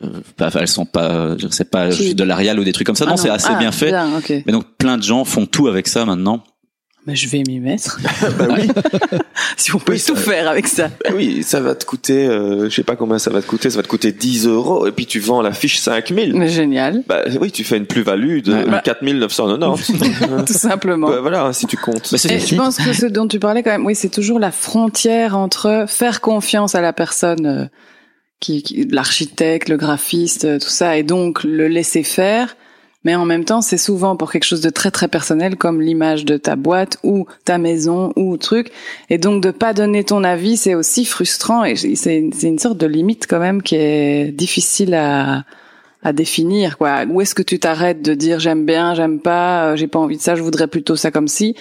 [SPEAKER 4] euh, bah, elles sont pas, je sais pas,
[SPEAKER 1] Qui-
[SPEAKER 4] juste de l'arial ou des trucs comme ça.
[SPEAKER 1] Ah
[SPEAKER 4] non, c'est assez
[SPEAKER 1] Ah,
[SPEAKER 4] bien fait.
[SPEAKER 1] ok.
[SPEAKER 4] Mais donc plein de gens font tout avec ça maintenant.
[SPEAKER 1] Mais je vais m'y mettre.
[SPEAKER 2] <laughs> Bah oui.
[SPEAKER 1] <laughs> si on peut
[SPEAKER 2] Oui,
[SPEAKER 1] tout
[SPEAKER 2] ça-
[SPEAKER 1] faire avec ça.
[SPEAKER 2] Bah oui, ça va te coûter, euh, je sais pas combien ça va te coûter, ça va te coûter 10 euros et puis tu vends la fiche 5000.
[SPEAKER 1] Mais génial,
[SPEAKER 2] Bah oui, tu fais une plus-value de
[SPEAKER 4] Ouais.
[SPEAKER 1] bah-
[SPEAKER 2] euh, 4990.
[SPEAKER 1] <laughs> tout simplement.
[SPEAKER 2] Bah voilà, si tu comptes.
[SPEAKER 4] Bah, c'est
[SPEAKER 1] Et je pense que ce dont tu parlais quand même, oui, c'est toujours la frontière entre faire confiance à la personne euh, qui, qui- l'architecte, le graphiste, euh, tout ça, et donc le laisser faire. Mais en même temps, c'est souvent pour quelque chose de très très personnel, comme l'image de ta boîte ou ta maison ou truc. Et donc de pas donner ton avis, c'est aussi frustrant et c'est c'est une c'est une sorte de limite quand même qui est difficile à à définir quoi. Où est-ce que tu t'arrêtes de dire j'aime bien, j'aime pas, euh, j'ai pas envie de ça, je voudrais plutôt ça comme si.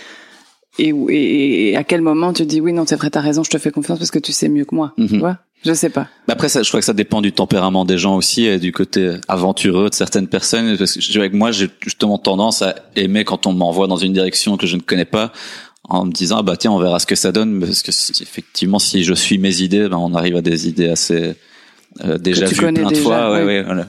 [SPEAKER 1] Et, où- et- et à quel moment tu dis oui non c'est vrai t'as raison je te fais confiance parce que tu sais mieux que moi
[SPEAKER 4] Mhm.
[SPEAKER 1] tu
[SPEAKER 2] Hmm.
[SPEAKER 1] vois je sais pas
[SPEAKER 4] Mais Bah, Après, ça, je crois que ça dépend du tempérament des gens aussi et du côté aventureux de certaines personnes. Parce que je dirais que moi, j'ai justement tendance à aimer quand on m'envoie dans une direction que je ne connais pas en me disant, ah bah tiens, on verra ce que ça donne. Parce que si- effectivement, si je suis mes idées, ben, on arrive à des idées assez euh, déjà
[SPEAKER 1] tu
[SPEAKER 4] vues plein
[SPEAKER 1] connais
[SPEAKER 4] de
[SPEAKER 1] déjà,
[SPEAKER 4] fois. Ouais,
[SPEAKER 1] oui.
[SPEAKER 4] ouais, voilà.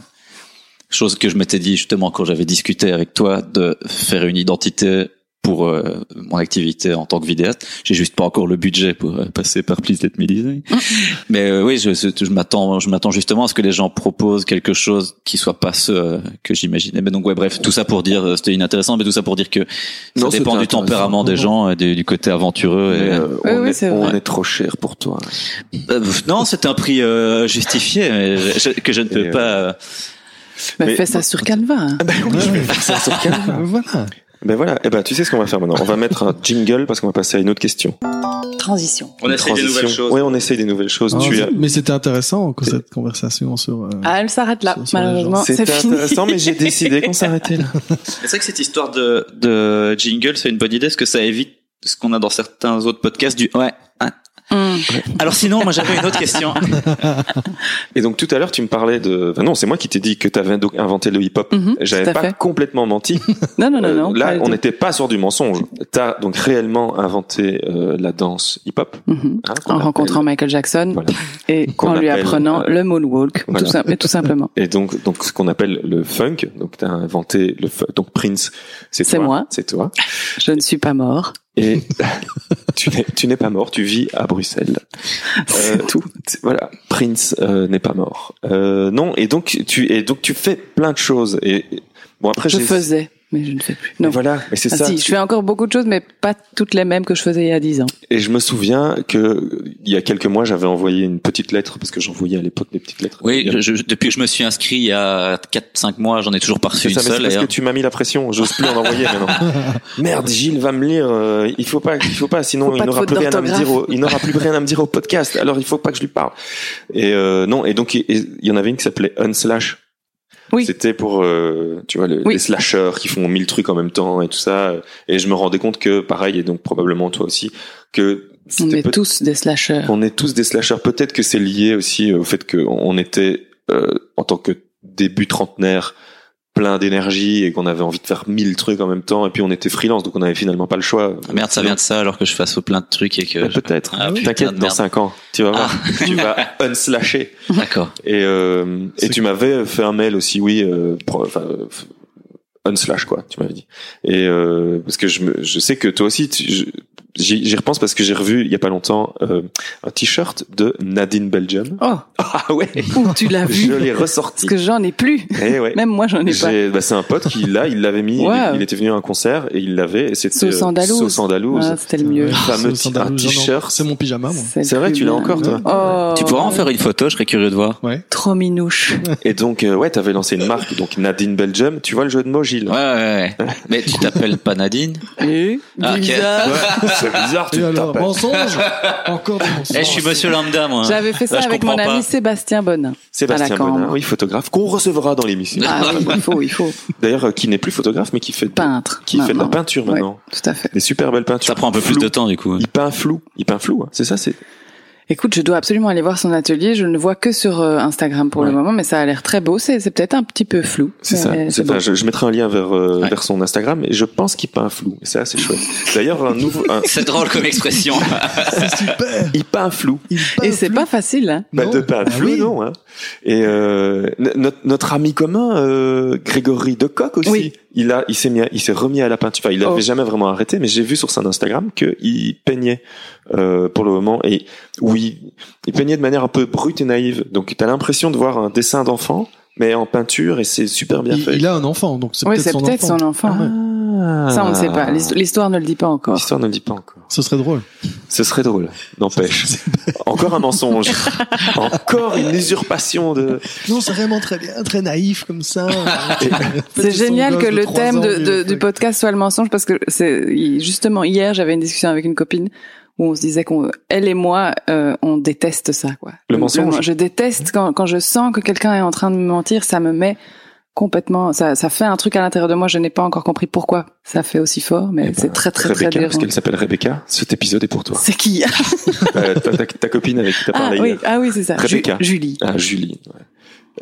[SPEAKER 4] Chose que je m'étais dit justement quand j'avais discuté avec toi de faire une identité pour euh, mon activité en tant que vidéaste. J'ai juste pas encore le budget pour euh, passer par Please Let Me <laughs> Design. Mais euh, oui, je, je m'attends, je m'attends justement à ce que les gens proposent quelque chose qui soit pas ce euh, que j'imaginais. Mais donc ouais, bref, tout ça pour dire, euh, c'était inintéressant, mais tout ça pour dire que ça
[SPEAKER 2] Non,
[SPEAKER 4] dépend
[SPEAKER 2] c'était
[SPEAKER 4] du tempérament des gens et du, du côté aventureux.
[SPEAKER 2] Mais,
[SPEAKER 4] Et...
[SPEAKER 2] euh,
[SPEAKER 1] Oui,
[SPEAKER 2] on,
[SPEAKER 1] oui,
[SPEAKER 2] est,
[SPEAKER 1] c'est
[SPEAKER 2] on
[SPEAKER 1] vrai.
[SPEAKER 2] est trop cher pour toi.
[SPEAKER 4] Euh, pff, non, c'est un prix euh, justifié mais je- je- que je ne peux
[SPEAKER 2] Et, euh,
[SPEAKER 4] pas. euh,
[SPEAKER 1] mais,
[SPEAKER 2] Mais-
[SPEAKER 1] Bah, fais ça sur Canva hein.
[SPEAKER 4] Ah, bah
[SPEAKER 3] Ah, voilà.
[SPEAKER 2] <laughs> Ben voilà. Eh ben, tu sais ce qu'on va faire maintenant. On va mettre un jingle parce qu'on va passer à une autre question.
[SPEAKER 1] transition
[SPEAKER 4] On
[SPEAKER 2] Une
[SPEAKER 4] essaye des
[SPEAKER 2] transition.
[SPEAKER 4] nouvelles choses.
[SPEAKER 2] Ouais, on essaye des nouvelles choses.
[SPEAKER 3] Ah,
[SPEAKER 2] tu
[SPEAKER 3] c'est-
[SPEAKER 2] as-
[SPEAKER 3] Mais c'était intéressant que cette conversation sur. euh,
[SPEAKER 1] ah, elle s'arrête là
[SPEAKER 3] Sur- sur les
[SPEAKER 1] malheureusement c'est
[SPEAKER 2] C'était
[SPEAKER 1] fini
[SPEAKER 2] intéressant, mais j'ai décidé qu'on s'arrêtait là.
[SPEAKER 4] C'est vrai que cette histoire de, de jingle, c'est une bonne idée, parce que ça évite ce qu'on a dans certains autres podcasts du ouais. hein.
[SPEAKER 1] <laughs> Hum.
[SPEAKER 4] Alors sinon, moi j'avais une autre <laughs> question.
[SPEAKER 2] Et donc tout à l'heure, tu me parlais de. Enfin, non, c'est moi qui t'ai dit que t'avais donc inventé le hip-hop.
[SPEAKER 1] Mhm, tout
[SPEAKER 2] J'avais
[SPEAKER 1] à
[SPEAKER 2] pas
[SPEAKER 1] fait.
[SPEAKER 2] complètement menti.
[SPEAKER 1] non <laughs> non non
[SPEAKER 2] Euh,
[SPEAKER 1] non pas
[SPEAKER 2] là,
[SPEAKER 1] du
[SPEAKER 2] on
[SPEAKER 1] tout.
[SPEAKER 2] n'était pas sur du mensonge. T'as donc réellement inventé euh, la danse hip-hop.
[SPEAKER 1] Mhm.
[SPEAKER 2] hein, qu'on
[SPEAKER 1] en
[SPEAKER 2] appelle.
[SPEAKER 1] rencontrant Michael Jackson
[SPEAKER 2] Voilà.
[SPEAKER 1] et
[SPEAKER 2] Qu'on
[SPEAKER 1] en lui
[SPEAKER 2] appelle,
[SPEAKER 1] apprenant
[SPEAKER 2] euh,
[SPEAKER 1] le moonwalk
[SPEAKER 2] voilà.
[SPEAKER 1] tout, sim- mais tout simplement
[SPEAKER 2] <laughs> Et donc, donc ce qu'on appelle le funk. Donc t'as inventé le fu- donc Prince. C'est
[SPEAKER 1] C'est
[SPEAKER 2] toi,
[SPEAKER 1] moi.
[SPEAKER 2] C'est toi.
[SPEAKER 1] je ne suis pas mort <laughs>
[SPEAKER 2] Et <laughs> tu n'es- tu n'es pas mort. Tu vis à Bruxelles.
[SPEAKER 1] c'est
[SPEAKER 2] Euh,
[SPEAKER 1] tout
[SPEAKER 2] C'est- voilà, Prince euh, n'est pas mort. Euh, non, et donc tu et donc tu fais plein de choses. Et et- bon après
[SPEAKER 1] je
[SPEAKER 2] j'ai-
[SPEAKER 1] faisais mais je ne fais plus non
[SPEAKER 2] Voilà, et c'est
[SPEAKER 1] Ah
[SPEAKER 2] ça.
[SPEAKER 1] si, je fais encore beaucoup de choses, mais pas toutes les mêmes que je faisais il y a dix ans.
[SPEAKER 2] Et je me souviens que euh, il y a quelques mois, j'avais envoyé une petite lettre parce que j'envoyais à l'époque des petites lettres.
[SPEAKER 4] Oui, je- je- depuis que je me suis inscrit il y a 4-5 mois, j'en ai toujours pas
[SPEAKER 2] C'est
[SPEAKER 4] reçu une
[SPEAKER 2] ça, mais c'est
[SPEAKER 4] seule.
[SPEAKER 2] parce
[SPEAKER 4] d'ailleurs.
[SPEAKER 2] que tu m'as mis la pression. J'ose plus en envoyer maintenant. <laughs> Merde, Gilles va me lire. euh, il faut pas, il faut pas. Sinon,
[SPEAKER 1] Faut pas
[SPEAKER 2] il
[SPEAKER 1] de
[SPEAKER 2] n'aura
[SPEAKER 1] faute
[SPEAKER 2] plus rien à me dire.
[SPEAKER 1] d'orthographe.
[SPEAKER 2] Au, il n'aura plus rien à me dire au podcast. Alors, il faut pas que je lui parle. Et euh, non. Et donc, il et il y en avait une qui s'appelait Unslash.
[SPEAKER 1] Oui.
[SPEAKER 2] C'était pour, euh, tu vois, le-
[SPEAKER 1] Oui.
[SPEAKER 2] les slashers qui font mille trucs en même temps et tout ça. Et je me rendais compte que, pareil, et donc probablement toi aussi, que
[SPEAKER 1] On
[SPEAKER 2] c'était
[SPEAKER 1] est
[SPEAKER 2] peut-
[SPEAKER 1] tous des slashers.
[SPEAKER 2] on est tous des slashers. Peut-être que c'est lié aussi au fait qu'on était, euh, en tant que début trentenaire, plein d'énergie et qu'on avait envie de faire mille trucs en même temps. Et puis on était freelance, donc on avait finalement pas le choix.
[SPEAKER 4] Ah, Merde, ça vient de ça alors que je fasse plein de trucs et que...
[SPEAKER 2] Mais Peut-être.
[SPEAKER 4] Ah, putain
[SPEAKER 2] T'inquiète,
[SPEAKER 4] de
[SPEAKER 2] dans
[SPEAKER 4] merde. Ah.
[SPEAKER 2] 5 ans, tu vas voir, tu
[SPEAKER 4] <laughs>
[SPEAKER 2] vas unslasher.
[SPEAKER 4] D'accord.
[SPEAKER 2] Et, euh, et
[SPEAKER 3] C'est-
[SPEAKER 2] tu m'avais fait un mail aussi, oui, euh, pro- enfin, euh, f- unslash quoi, tu m'avais dit. Et euh, parce que je, me, je sais que toi aussi, tu- je- j'y j'y repense parce que j'ai revu il y a pas longtemps euh, un t-shirt de
[SPEAKER 1] <laughs>
[SPEAKER 2] Nadine Belgium.
[SPEAKER 1] Oh,
[SPEAKER 2] Ah ouais,
[SPEAKER 1] où tu l'as vu
[SPEAKER 2] je l'ai
[SPEAKER 1] Parce
[SPEAKER 2] ressorti.
[SPEAKER 1] que j'en ai plus.
[SPEAKER 2] Eh ouais.
[SPEAKER 1] <laughs> Même moi, j'en ai pas.
[SPEAKER 2] J'ai- bah, c'est un pote qui l'a, il l'avait mis, il-
[SPEAKER 1] Ouais.
[SPEAKER 2] il, était venu à un concert et il l'avait et c'était
[SPEAKER 1] Sauce
[SPEAKER 2] euh,
[SPEAKER 1] andalouse.
[SPEAKER 2] sauce andalouse.
[SPEAKER 1] Ah, c'était le mieux.
[SPEAKER 2] Le fameux
[SPEAKER 3] C'est
[SPEAKER 2] t- un
[SPEAKER 3] euh, sandalwood, j'en ai-
[SPEAKER 2] t-shirt.
[SPEAKER 3] Ah, C'est mon pyjama, moi.
[SPEAKER 2] C'est vrai,
[SPEAKER 1] plus
[SPEAKER 2] tu l'as
[SPEAKER 1] bien.
[SPEAKER 2] encore, toi
[SPEAKER 1] Oh,
[SPEAKER 4] Tu pourras en faire une photo, je serais curieux de voir.
[SPEAKER 3] Ouais.
[SPEAKER 1] Trop minouche.
[SPEAKER 2] Et donc euh, ouais, t'avais lancé une marque donc Nadine Belgium, tu vois le jeu de mots Gilles
[SPEAKER 4] Ouais, ouais, ouais. <laughs> Mais tu t'appelles pas Nadine
[SPEAKER 1] Et
[SPEAKER 4] Ah, ok.
[SPEAKER 1] bizarre.
[SPEAKER 2] C'est bizarre, tu
[SPEAKER 3] Et alors,
[SPEAKER 2] t'appelles. <laughs>
[SPEAKER 3] mensonge Encore des mensonges.
[SPEAKER 4] Eh, je suis monsieur lambda, moi.
[SPEAKER 1] Ah. J'avais fait ça
[SPEAKER 4] Là, je
[SPEAKER 1] avec mon
[SPEAKER 4] comprends
[SPEAKER 1] ami
[SPEAKER 4] pas.
[SPEAKER 1] Sébastien
[SPEAKER 2] <laughs>
[SPEAKER 1] Bonin. à
[SPEAKER 2] Sébastien
[SPEAKER 1] la Cambre.
[SPEAKER 2] Bonin, oui, photographe qu'on recevra dans l'émission.
[SPEAKER 1] Ah oui, il faut, il faut.
[SPEAKER 2] D'ailleurs, euh, qui n'est plus photographe mais qui fait
[SPEAKER 1] Peintre.
[SPEAKER 2] qui fait de la
[SPEAKER 1] maintenant.
[SPEAKER 2] peinture
[SPEAKER 1] Ouais.
[SPEAKER 2] maintenant.
[SPEAKER 1] Tout à fait.
[SPEAKER 2] Des super belles peintures.
[SPEAKER 4] Ça prend un peu plus
[SPEAKER 2] Flou.
[SPEAKER 4] de temps, du coup.
[SPEAKER 2] Il peint flou, il peint flou, hein. c'est ça, c'est
[SPEAKER 1] Écoute, je dois absolument aller voir son atelier. Je ne le vois que sur euh, Instagram pour
[SPEAKER 2] Ouais.
[SPEAKER 1] le moment, mais ça a l'air très beau. C'est c'est peut-être un petit peu flou.
[SPEAKER 2] C'est ça.
[SPEAKER 1] mais
[SPEAKER 2] c'est
[SPEAKER 1] beau.
[SPEAKER 2] pas- je, je mettrai un lien vers euh,
[SPEAKER 4] Ouais.
[SPEAKER 2] vers son Instagram et je pense qu'il peint flou. Et ça, c'est chouette. D'ailleurs, un nouveau, un-
[SPEAKER 4] C'est drôle comme <laughs> expression.
[SPEAKER 3] C'est super
[SPEAKER 2] il peint flou.
[SPEAKER 3] Il
[SPEAKER 1] Et
[SPEAKER 3] peint
[SPEAKER 1] c'est
[SPEAKER 3] plus.
[SPEAKER 1] pas facile, hein.
[SPEAKER 2] Bah,
[SPEAKER 3] Non.
[SPEAKER 2] de peint
[SPEAKER 3] Ah
[SPEAKER 2] flou,
[SPEAKER 3] oui.
[SPEAKER 2] non. Hein. Et euh, no- notre notre ami commun, euh, Grégory Decoq aussi.
[SPEAKER 1] Oui.
[SPEAKER 2] Il a, il s'est mis, à- il s'est remis à la peinture. Enfin, il
[SPEAKER 1] Oh.
[SPEAKER 2] avait jamais vraiment arrêté, mais j'ai vu sur son Instagram que il peignait euh, pour le moment et oui, il peignait de manière un peu brute et naïve. Donc, t'as l'impression de voir un dessin d'enfant, mais en peinture et c'est super bien
[SPEAKER 3] Il,
[SPEAKER 2] fait.
[SPEAKER 3] il a un enfant, donc c'est
[SPEAKER 1] Oui,
[SPEAKER 3] peut-être
[SPEAKER 1] c'est
[SPEAKER 3] son
[SPEAKER 1] peut-être
[SPEAKER 3] enfant.
[SPEAKER 1] son enfant. hein.
[SPEAKER 3] Ah ouais.
[SPEAKER 2] Ah, Ah.
[SPEAKER 1] Ça, on ne sait pas. L'histo- L'histoire ne le dit pas encore.
[SPEAKER 2] L'histoire ne le dit pas encore.
[SPEAKER 3] Ce serait drôle.
[SPEAKER 2] Ce serait drôle,
[SPEAKER 1] <laughs>
[SPEAKER 3] <laughs>
[SPEAKER 2] n'empêche. Encore un mensonge. Encore une usurpation de...
[SPEAKER 3] Non, c'est vraiment très bien, très naïf
[SPEAKER 2] <laughs>
[SPEAKER 3] comme ça.
[SPEAKER 1] C'est génial que le thème de- de- du podcast soit le mensonge parce que c'est justement hier j'avais une discussion avec une copine où on se disait qu'on elle et moi euh, on déteste ça quoi.
[SPEAKER 2] Le mensonge
[SPEAKER 1] je déteste quand quand je sens que quelqu'un est en train de me mentir, ça me met complètement ça ça fait un truc à l'intérieur de moi, je n'ai pas encore compris pourquoi ça fait aussi fort mais
[SPEAKER 2] Eh ben,
[SPEAKER 1] c'est très très très
[SPEAKER 2] Rebecca, parce
[SPEAKER 1] dérangeant.
[SPEAKER 2] qu'elle s'appelle Rebecca, cet épisode est pour toi.
[SPEAKER 1] C'est qui
[SPEAKER 2] Euh, ta, ta- ta copine avec qui t'as
[SPEAKER 1] Ah
[SPEAKER 2] parlé
[SPEAKER 1] oui,
[SPEAKER 2] hier.
[SPEAKER 1] ah oui, c'est ça. Ju-
[SPEAKER 2] Rebecca.
[SPEAKER 1] Julie.
[SPEAKER 2] Ah, Julie. ouais.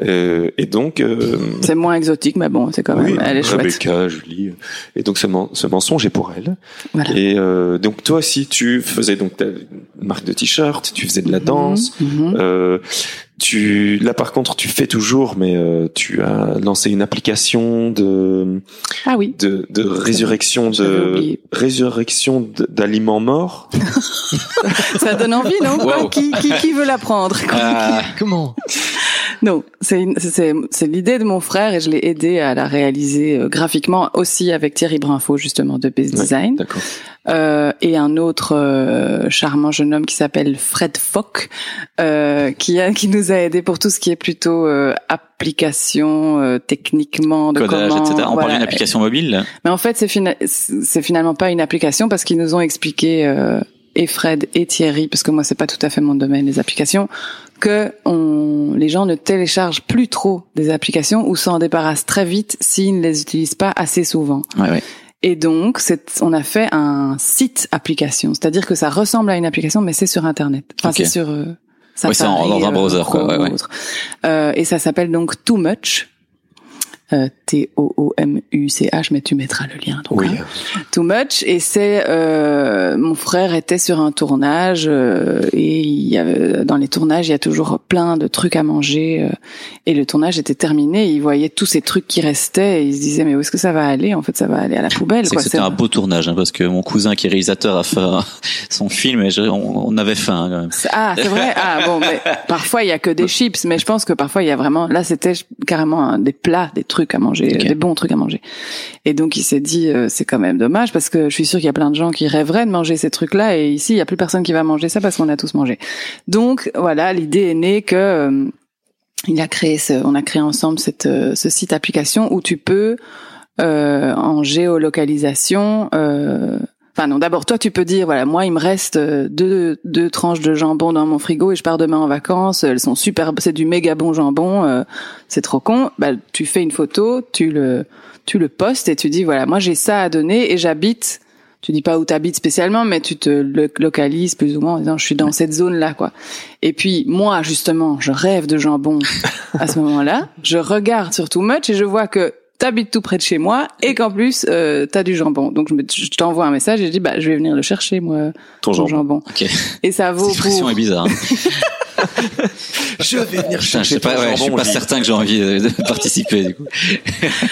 [SPEAKER 2] Euh, et donc... euh,
[SPEAKER 1] C'est moins exotique mais bon, c'est quand même
[SPEAKER 2] oui,
[SPEAKER 1] elle est chouette.
[SPEAKER 2] Rebecca, Julie. euh, Et donc ce, men- ce mensonge est pour elle.
[SPEAKER 1] Voilà.
[SPEAKER 2] Et euh, donc toi aussi, tu faisais donc ta marque de t-shirt, tu faisais de la danse.
[SPEAKER 1] Mhm, mhm.
[SPEAKER 2] Euh, tu là par contre tu fais toujours mais euh, tu as lancé une application de
[SPEAKER 1] Ah oui.
[SPEAKER 2] de, de résurrection
[SPEAKER 1] J'avais
[SPEAKER 2] de
[SPEAKER 1] oublié. Mhm.
[SPEAKER 2] résurrection d- d'aliments morts
[SPEAKER 1] Ça donne envie, non
[SPEAKER 4] Wow.
[SPEAKER 1] qui, qui, qui veut la prendre
[SPEAKER 4] Ah,
[SPEAKER 3] Comment
[SPEAKER 1] Non, c'est une- c'est- c'est c'est l'idée de mon frère et je l'ai aidé à la réaliser euh, graphiquement aussi avec Thierry Brinfo justement de Base
[SPEAKER 2] Ouais.
[SPEAKER 1] Design
[SPEAKER 2] d'accord
[SPEAKER 1] euh, et un autre euh, charmant jeune homme qui s'appelle Fred Fock euh, qui a qui nous a aidé pour tout ce qui est plutôt euh, application euh, techniquement de
[SPEAKER 4] codage,
[SPEAKER 1] comment
[SPEAKER 4] etc. On
[SPEAKER 1] voilà.
[SPEAKER 4] parle d'une application mobile. là.
[SPEAKER 1] Mais en fait, c'est fina- c'est c'est finalement pas une application parce qu'ils nous ont expliqué euh, et Fred et Thierry, parce que moi c'est pas tout à fait mon domaine les applications, que on, les gens ne téléchargent plus trop des applications ou s'en débarrassent très vite s'ils ne les utilisent pas assez souvent.
[SPEAKER 4] Ouais, ouais.
[SPEAKER 1] Et donc, c'est- on a fait un site application, c'est-à-dire que ça ressemble à une application, mais c'est sur Internet. Enfin,
[SPEAKER 4] Ok.
[SPEAKER 1] c'est sur euh, Safari,
[SPEAKER 4] Ouais, c'est en- dans un
[SPEAKER 1] euh,
[SPEAKER 4] browser, quoi,
[SPEAKER 1] Chrome
[SPEAKER 4] ouais,
[SPEAKER 1] ou
[SPEAKER 4] ouais.
[SPEAKER 1] autre. Euh, et ça s'appelle donc Too Much. Euh, T-O-O-M-U-C-H, mais tu mettras le lien. donc,
[SPEAKER 2] oui
[SPEAKER 1] hein. Too Much et c'est euh, mon frère était sur un tournage euh, et il y avait, dans les tournages il y a toujours plein de trucs à manger euh, et le tournage était terminé il voyait tous ces trucs qui restaient et il se disait mais où est-ce que ça va aller en fait ça va aller à la poubelle
[SPEAKER 4] C'est
[SPEAKER 1] quoi
[SPEAKER 4] que c'était
[SPEAKER 1] c'est-
[SPEAKER 4] un beau tournage hein, parce que mon cousin qui est réalisateur a fait <laughs> un- son film et je- on, on avait faim hein, quand même.
[SPEAKER 1] c'est- ah c'est vrai ah bon mais parfois il y a que des chips mais je pense que parfois il y a vraiment là c'était carrément un- des plats des trucs à manger
[SPEAKER 4] Ok.
[SPEAKER 1] des bons trucs à manger et donc il s'est dit euh, c'est quand même dommage parce que je suis sûr qu'il y a plein de gens qui rêveraient de manger ces trucs là et ici il y a plus personne qui va manger ça parce qu'on a tous mangé Donc voilà, l'idée est née que euh, il a créé ce, on a créé ensemble cette, euh, ce site application où tu peux euh, en géolocalisation. euh, Enfin non, d'abord toi tu peux dire voilà moi il me reste euh, deux deux tranches de jambon dans mon frigo et je pars demain en vacances. Elles sont super, c'est du méga bon jambon, euh, c'est trop con. Bah tu fais une photo, tu le tu le postes et tu dis voilà moi j'ai ça à donner et j'habite. Tu dis pas où t'habites spécialement, mais tu te lo- localises plus ou moins en disant je suis dans cette zone là quoi. Et puis moi justement, je rêve de jambon à ce moment-là. Je regarde sur Too Much et je vois que t'habites tout près de chez moi et qu'en plus euh, t'as du jambon. Donc je, me- je t'envoie un message et je dis bah je vais venir le chercher moi
[SPEAKER 2] ton
[SPEAKER 1] ton
[SPEAKER 2] genre
[SPEAKER 1] jambon.
[SPEAKER 4] Ok.
[SPEAKER 1] Et ça
[SPEAKER 4] Cette
[SPEAKER 1] vaut
[SPEAKER 4] expression
[SPEAKER 1] pour
[SPEAKER 4] est bizarre. hein.
[SPEAKER 2] je vais venir
[SPEAKER 4] Putain, je sais pas, ouais, je suis pas certain que j'ai envie de, de participer du coup.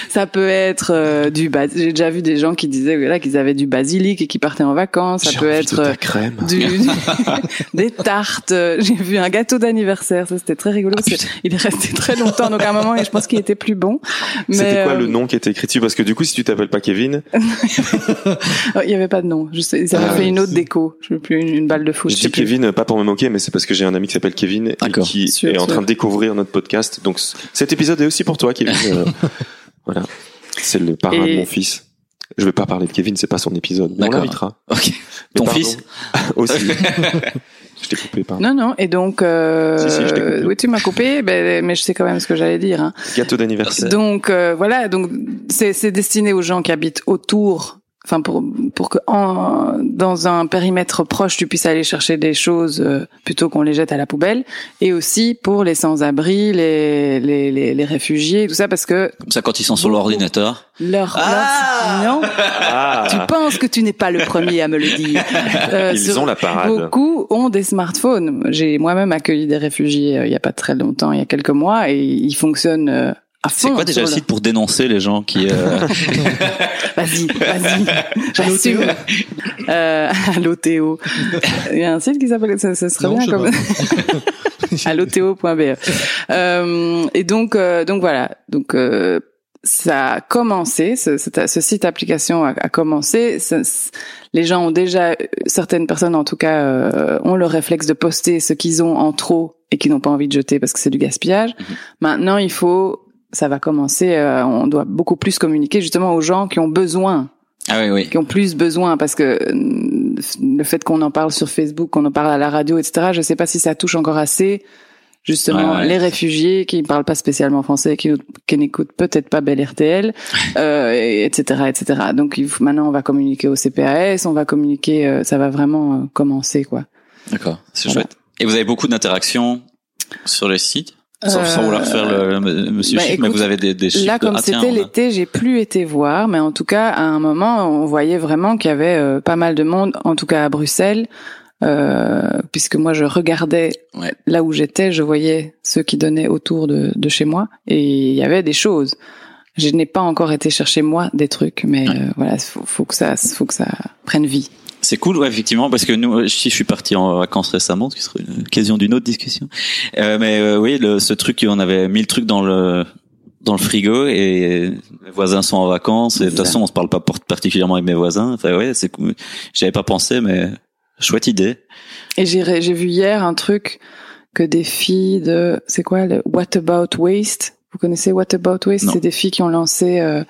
[SPEAKER 1] ça peut être euh, du bas- j'ai déjà vu des gens qui disaient voilà qu'ils avaient du basilic et qui partaient en vacances. Ça peut être euh, <laughs>
[SPEAKER 2] crème
[SPEAKER 1] du, du-
[SPEAKER 2] <laughs>
[SPEAKER 1] <laughs> des tartes. J'ai vu un gâteau d'anniversaire. Ça c'était très rigolo.
[SPEAKER 2] Ah,
[SPEAKER 1] parce que il est resté très longtemps donc à un moment et je pense qu'il était plus bon.
[SPEAKER 2] c'était quoi
[SPEAKER 1] euh,
[SPEAKER 2] le nom qui était écrit dessus parce que du coup si tu t'appelles pas Kevin
[SPEAKER 1] Oh, Il y avait pas de nom. Je sais, ils avaient
[SPEAKER 2] Ah,
[SPEAKER 1] fait une
[SPEAKER 3] oui,
[SPEAKER 1] autre
[SPEAKER 3] c'est-
[SPEAKER 1] déco. Je veux plus une, une balle de foot.
[SPEAKER 2] je
[SPEAKER 1] je sais
[SPEAKER 2] dis
[SPEAKER 1] plus.
[SPEAKER 2] Kevin pas pour me moquer mais c'est parce que j'ai un ami qui s'appelle Kevin et
[SPEAKER 4] D'accord.
[SPEAKER 2] qui
[SPEAKER 1] Sûr,
[SPEAKER 2] est en
[SPEAKER 1] sûr.
[SPEAKER 2] train de découvrir notre podcast donc c- cet épisode est aussi pour toi Kevin
[SPEAKER 4] <laughs>
[SPEAKER 2] Euh, voilà c'est le parrain
[SPEAKER 1] Et-
[SPEAKER 2] de mon fils je vais pas parler de Kevin c'est pas son épisode mais on
[SPEAKER 4] D'accord.
[SPEAKER 2] l'invitera
[SPEAKER 4] Ok.
[SPEAKER 2] Mais
[SPEAKER 4] Ton
[SPEAKER 2] pardon.
[SPEAKER 4] fils
[SPEAKER 2] <laughs>
[SPEAKER 4] <laughs>
[SPEAKER 2] aussi. je t'ai coupé, pardon.
[SPEAKER 1] Non, non. Et donc, euh,
[SPEAKER 2] Si, si, je t'ai coupé.
[SPEAKER 1] oui, tu m'as coupé, <laughs> ben, mais je sais quand même ce que j'allais dire. hein.
[SPEAKER 2] Gâteau d'anniversaire.
[SPEAKER 1] Donc euh, voilà, donc c'est c'est destiné aux gens qui habitent autour. Enfin, pour pour que en, dans un périmètre proche, tu puisses aller chercher des choses euh, plutôt qu'on les jette à la poubelle, et aussi pour les sans-abri, les, les les les réfugiés, tout ça, parce que
[SPEAKER 4] Comme ça, quand ils sont sur l'ordinateur.
[SPEAKER 1] leur,
[SPEAKER 4] Ah
[SPEAKER 1] leur non,
[SPEAKER 2] Ah,
[SPEAKER 1] tu penses que tu n'es pas le premier à me le
[SPEAKER 2] <laughs>
[SPEAKER 1] dire. Euh,
[SPEAKER 2] ils
[SPEAKER 1] sur-
[SPEAKER 2] ont la parade.
[SPEAKER 1] Beaucoup ont des smartphones. J'ai moi-même accueilli des réfugiés euh, il y a pas très longtemps, il y a quelques mois, et ils fonctionnent euh, à fond.
[SPEAKER 4] C'est quoi déjà le
[SPEAKER 1] sur
[SPEAKER 4] site pour dénoncer les gens qui
[SPEAKER 1] <laughs>
[SPEAKER 4] euh,
[SPEAKER 1] leur- <laughs> Vas-y, vas-y,
[SPEAKER 4] <laughs>
[SPEAKER 1] j'assume. Euh, <laughs> Allo Théo. Il y a un site qui s'appelle, ça, ça serait
[SPEAKER 3] Non,
[SPEAKER 1] bien
[SPEAKER 3] je sais
[SPEAKER 1] comme <laughs> E. allothéo.be. Euh, et donc, euh, donc voilà, donc euh, ça a commencé, ce, cette- ce site application a, a commencé. Ça- c- les gens ont déjà, euh, certaines personnes en tout cas, euh, ont le réflexe de poster ce qu'ils ont en trop et qu'ils n'ont pas envie de jeter parce que c'est du gaspillage. Maintenant, il faut, ça va commencer. euh, on doit beaucoup plus communiquer justement aux gens qui ont besoin
[SPEAKER 4] Ah oui, oui.
[SPEAKER 1] qui ont plus besoin parce que euh, le fait qu'on en parle sur Facebook, qu'on en parle à la radio, etc. Je sais pas si ça touche encore assez justement
[SPEAKER 4] Ouais, ouais.
[SPEAKER 1] les réfugiés qui ne parlent pas spécialement français, qui, qui n'écoutent peut-être pas Bel
[SPEAKER 4] <laughs>
[SPEAKER 1] RTL, euh, et- etc., etc. Donc il faut- maintenant on va communiquer au CPAS, on va communiquer, euh, ça va vraiment euh, commencer quoi.
[SPEAKER 4] D'accord. C'est
[SPEAKER 1] Voilà.
[SPEAKER 4] chouette. Et vous avez beaucoup d'interactions sur le site sans,
[SPEAKER 1] Euh,
[SPEAKER 4] sans vouloir faire le, le monsieur
[SPEAKER 1] bah,
[SPEAKER 4] chiffre, mais
[SPEAKER 1] écoute,
[SPEAKER 4] vous avez des, des chiffres
[SPEAKER 1] Là,
[SPEAKER 4] de-
[SPEAKER 1] comme
[SPEAKER 4] Ah, tiens,
[SPEAKER 1] c'était
[SPEAKER 4] on a-
[SPEAKER 1] l'été, j'ai plus été voir, mais en tout cas, à un moment, on voyait vraiment qu'il y avait euh, pas mal de monde, en tout cas à Bruxelles, euh, puisque moi, je regardais
[SPEAKER 4] Ouais.
[SPEAKER 1] là où j'étais, je voyais ceux qui donnaient autour de, de chez moi, et il y avait des choses. Je n'ai pas encore été chercher moi des trucs, mais euh, voilà, faut, faut que ça, faut que ça prenne vie.
[SPEAKER 4] C'est cool, ouais, effectivement, parce que nous, euh, si je suis parti en vacances récemment, ce qui serait l'occasion d'une autre discussion. Euh, mais euh, oui, le, ce truc, on avait mis le truc dans le dans le frigo et les voisins sont en vacances. Et de toute
[SPEAKER 1] C'est
[SPEAKER 4] façon, on se parle pas por- particulièrement avec mes voisins. Enfin, ouais, c'est cool. J'avais pas pensé, mais chouette idée.
[SPEAKER 1] Et j'ai ré- j'ai vu hier un truc que des filles de c'est quoi le What About Waste Vous connaissez What About Waste
[SPEAKER 4] Non.
[SPEAKER 1] C'est des filles qui ont lancé euh,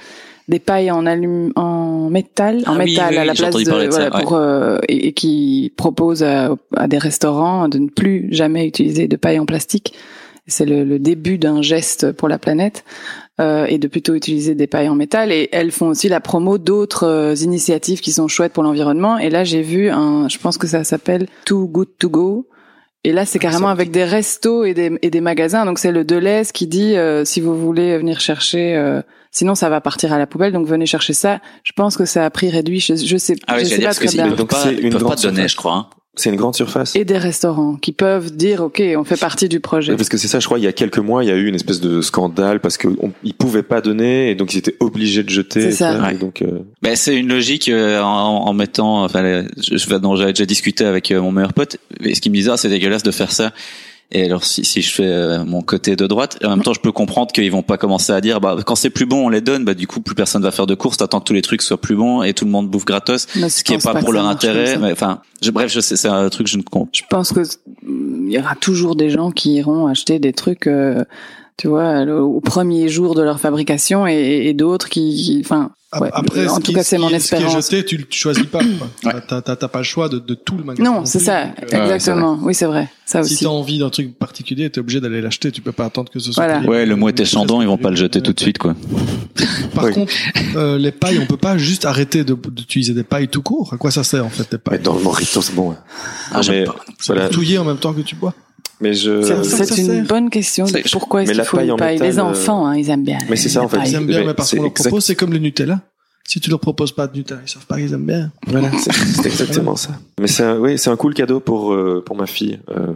[SPEAKER 1] des pailles en alum en métal en
[SPEAKER 4] Ah oui,
[SPEAKER 1] métal
[SPEAKER 4] oui,
[SPEAKER 1] à la
[SPEAKER 4] oui, j'ai
[SPEAKER 1] place
[SPEAKER 4] entendu
[SPEAKER 1] de,
[SPEAKER 4] parler de ça,
[SPEAKER 1] voilà pour euh, et, et qui proposent à, à des restaurants de ne plus jamais utiliser de pailles en plastique. C'est le, le début d'un geste pour la planète euh, et de plutôt utiliser des pailles en métal. Et elles font aussi la promo d'autres euh, initiatives qui sont chouettes pour l'environnement. Et là, j'ai vu un, je pense que ça s'appelle Too Good To Go. Et là,
[SPEAKER 4] Ah,
[SPEAKER 1] c'est carrément avec des restos et des, et des magasins. Donc c'est le Deleuze qui dit euh, si vous voulez venir chercher, euh, sinon ça va partir à la poubelle. Donc venez chercher ça. Je pense que ça a prix réduit. Je, je sais,
[SPEAKER 4] Ah
[SPEAKER 1] je
[SPEAKER 4] oui, j'allais
[SPEAKER 1] sais
[SPEAKER 4] dire,
[SPEAKER 1] pas
[SPEAKER 4] parce que
[SPEAKER 1] très
[SPEAKER 4] s'ils
[SPEAKER 1] bien.
[SPEAKER 4] peuvent
[SPEAKER 2] Donc,
[SPEAKER 4] pas,
[SPEAKER 2] c'est
[SPEAKER 4] ils
[SPEAKER 2] une
[SPEAKER 4] peuvent pas
[SPEAKER 2] grande
[SPEAKER 4] donner,
[SPEAKER 2] surface.
[SPEAKER 4] je crois. hein.
[SPEAKER 2] C'est une grande surface.
[SPEAKER 1] Et des restaurants qui peuvent dire ok, on fait partie du projet.
[SPEAKER 2] Oui, Parce que c'est ça, je crois, il y a quelques mois, il y a eu une espèce de scandale parce qu'ils pouvaient pas donner et donc ils étaient obligés de jeter.
[SPEAKER 1] C'est
[SPEAKER 2] et
[SPEAKER 1] ça.
[SPEAKER 2] tout
[SPEAKER 4] Ouais.
[SPEAKER 2] Et donc, euh,
[SPEAKER 4] Ben, c'est une logique euh, en, en mettant. Enfin, les- je, je, dont j'avais déjà discuté avec euh, mon meilleur pote, et ce qui me disait, ah, c'est dégueulasse de faire ça. Et alors, si, si je fais euh, mon côté de droite, en même temps, je peux comprendre qu'ils vont pas commencer à dire, bah, quand c'est plus bon, on les donne. Bah, du coup, plus personne va faire de courses. T'attends que tous les trucs soient plus bons et tout le monde bouffe gratos,
[SPEAKER 1] Mais
[SPEAKER 4] ce
[SPEAKER 1] je
[SPEAKER 4] qui est
[SPEAKER 1] pense
[SPEAKER 4] pas,
[SPEAKER 1] que
[SPEAKER 4] pour
[SPEAKER 1] ça
[SPEAKER 4] leur
[SPEAKER 1] marche comme
[SPEAKER 4] intérêt.
[SPEAKER 1] ça.
[SPEAKER 4] Mais enfin, je, bref, je sais, c'est un truc que je ne comprends.
[SPEAKER 1] Je pense que mm, il y aura toujours des gens qui iront acheter des trucs, euh, tu vois, le- au premier jour de leur fabrication et, et- et d'autres qui, qui- enfin,
[SPEAKER 3] Ap-
[SPEAKER 1] ouais.
[SPEAKER 3] Après,
[SPEAKER 1] en
[SPEAKER 3] ce
[SPEAKER 1] tout
[SPEAKER 3] qui-
[SPEAKER 1] cas,
[SPEAKER 3] ce
[SPEAKER 1] c'est
[SPEAKER 3] qui-
[SPEAKER 1] mon
[SPEAKER 3] ce qui est
[SPEAKER 1] espérance.
[SPEAKER 3] jeté, tu le tu choisis pas. quoi.
[SPEAKER 1] <clears throat>
[SPEAKER 3] T'as- T'as t'as pas le choix de, de tout le magasin.
[SPEAKER 1] Non, c'est
[SPEAKER 3] plus,
[SPEAKER 1] ça,
[SPEAKER 3] donc, euh,
[SPEAKER 1] exactement. oui, c'est vrai, ça
[SPEAKER 3] Si
[SPEAKER 1] aussi.
[SPEAKER 3] t'as envie d'un truc particulier, t'es obligé d'aller l'acheter. Tu peux pas attendre que ce soit.
[SPEAKER 1] Voilà.
[SPEAKER 3] plié.
[SPEAKER 4] Ouais, le mot était chandon, ils vont pas le jeter tout de suite, quoi.
[SPEAKER 3] Par
[SPEAKER 2] Oui.
[SPEAKER 3] contre, euh, les pailles, on peut pas juste arrêter de- d'utiliser des pailles tout court. À quoi ça sert en fait les
[SPEAKER 2] mais
[SPEAKER 3] pailles
[SPEAKER 2] dans le Morito, c'est bon. hein.
[SPEAKER 4] Ah, j'aime
[SPEAKER 2] mais,
[SPEAKER 4] pas.
[SPEAKER 2] <laughs> voilà.
[SPEAKER 3] Touiller en même temps que tu bois.
[SPEAKER 2] mais je.
[SPEAKER 3] C'est ça que
[SPEAKER 1] C'est une
[SPEAKER 3] sert.
[SPEAKER 1] bonne question. de
[SPEAKER 4] C'est- je-
[SPEAKER 1] Pourquoi est-ce
[SPEAKER 2] mais
[SPEAKER 1] qu'il
[SPEAKER 2] la
[SPEAKER 1] faut
[SPEAKER 2] paille
[SPEAKER 1] une
[SPEAKER 2] en
[SPEAKER 1] paille
[SPEAKER 2] métal,
[SPEAKER 1] Les
[SPEAKER 2] euh,
[SPEAKER 1] enfants, hein, ils aiment bien.
[SPEAKER 2] mais c'est ça,
[SPEAKER 1] la
[SPEAKER 2] en fait,
[SPEAKER 1] paille.
[SPEAKER 3] Ils aiment bien,
[SPEAKER 2] Mais
[SPEAKER 3] mais parce
[SPEAKER 2] c'est
[SPEAKER 3] qu'on leur
[SPEAKER 2] exact-
[SPEAKER 3] propose, c'est comme le Nutella. Si tu leur proposes pas de Nutella, ils savent pas qu'ils aiment bien.
[SPEAKER 2] Voilà, <laughs> c'est c'est exactement ça. Mais c'est un, oui, c'est un cool cadeau pour euh, pour ma fille. Euh,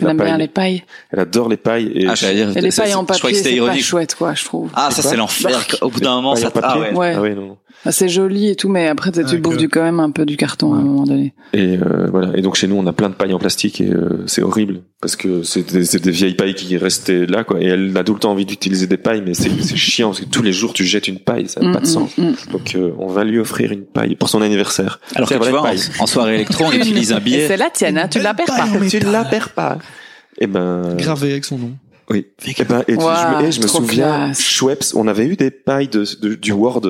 [SPEAKER 1] Elle
[SPEAKER 2] la
[SPEAKER 1] aime bien
[SPEAKER 2] paille.
[SPEAKER 1] les pailles.
[SPEAKER 2] Elle adore les pailles et
[SPEAKER 4] Ah, j'allais dire,
[SPEAKER 1] Et les
[SPEAKER 4] ça,
[SPEAKER 1] pailles
[SPEAKER 4] c'est-
[SPEAKER 1] en
[SPEAKER 4] je crois
[SPEAKER 1] papier,
[SPEAKER 4] que c'était
[SPEAKER 1] c'est pas
[SPEAKER 4] ironique.
[SPEAKER 1] chouette, quoi, je trouve.
[SPEAKER 4] Ah, ça,
[SPEAKER 2] C'est
[SPEAKER 4] c'est
[SPEAKER 2] quoi
[SPEAKER 4] l'enfer. Au bout d'un moment,
[SPEAKER 2] Paille en
[SPEAKER 4] ça. Ah
[SPEAKER 2] papier.
[SPEAKER 4] ouais.
[SPEAKER 1] Ouais.
[SPEAKER 2] Ah oui, non.
[SPEAKER 1] Ah, C'est joli et tout, mais après, tu
[SPEAKER 3] Ah,
[SPEAKER 1] bouffes
[SPEAKER 3] que-
[SPEAKER 1] du quand même un peu du carton à un
[SPEAKER 3] Ouais.
[SPEAKER 1] moment donné.
[SPEAKER 2] Et euh, voilà. Et donc chez nous, on a plein de pailles en plastique et euh, c'est horrible parce que c'est des, c'est des vieilles pailles qui restaient là quoi. Et elle a tout le temps envie d'utiliser des pailles, mais c'est c'est chiant parce que tous les jours tu jettes une paille, ça n'a
[SPEAKER 1] Mm,
[SPEAKER 2] pas de
[SPEAKER 1] mm,
[SPEAKER 2] sens.
[SPEAKER 1] mm.
[SPEAKER 2] Donc euh, on va lui offrir une paille pour son anniversaire.
[SPEAKER 4] Alors que
[SPEAKER 2] C'est
[SPEAKER 4] tu
[SPEAKER 2] vrai,
[SPEAKER 4] vois,
[SPEAKER 2] paille.
[SPEAKER 4] en, en soirée électro,
[SPEAKER 1] <laughs>
[SPEAKER 4] on utilise un
[SPEAKER 1] Et
[SPEAKER 4] billet.
[SPEAKER 1] c'est la tienne, hein, tu
[SPEAKER 3] Une
[SPEAKER 1] la perds
[SPEAKER 3] belle
[SPEAKER 1] pas.
[SPEAKER 3] paille en métal.
[SPEAKER 2] pas. Et ben
[SPEAKER 3] Gravé avec son nom.
[SPEAKER 2] oui. Et ben et tu-
[SPEAKER 1] Waouh,
[SPEAKER 2] je, me- et je me
[SPEAKER 1] trop
[SPEAKER 2] souviens
[SPEAKER 1] classe.
[SPEAKER 2] Schweppes, on avait eu des pailles de, de- du Word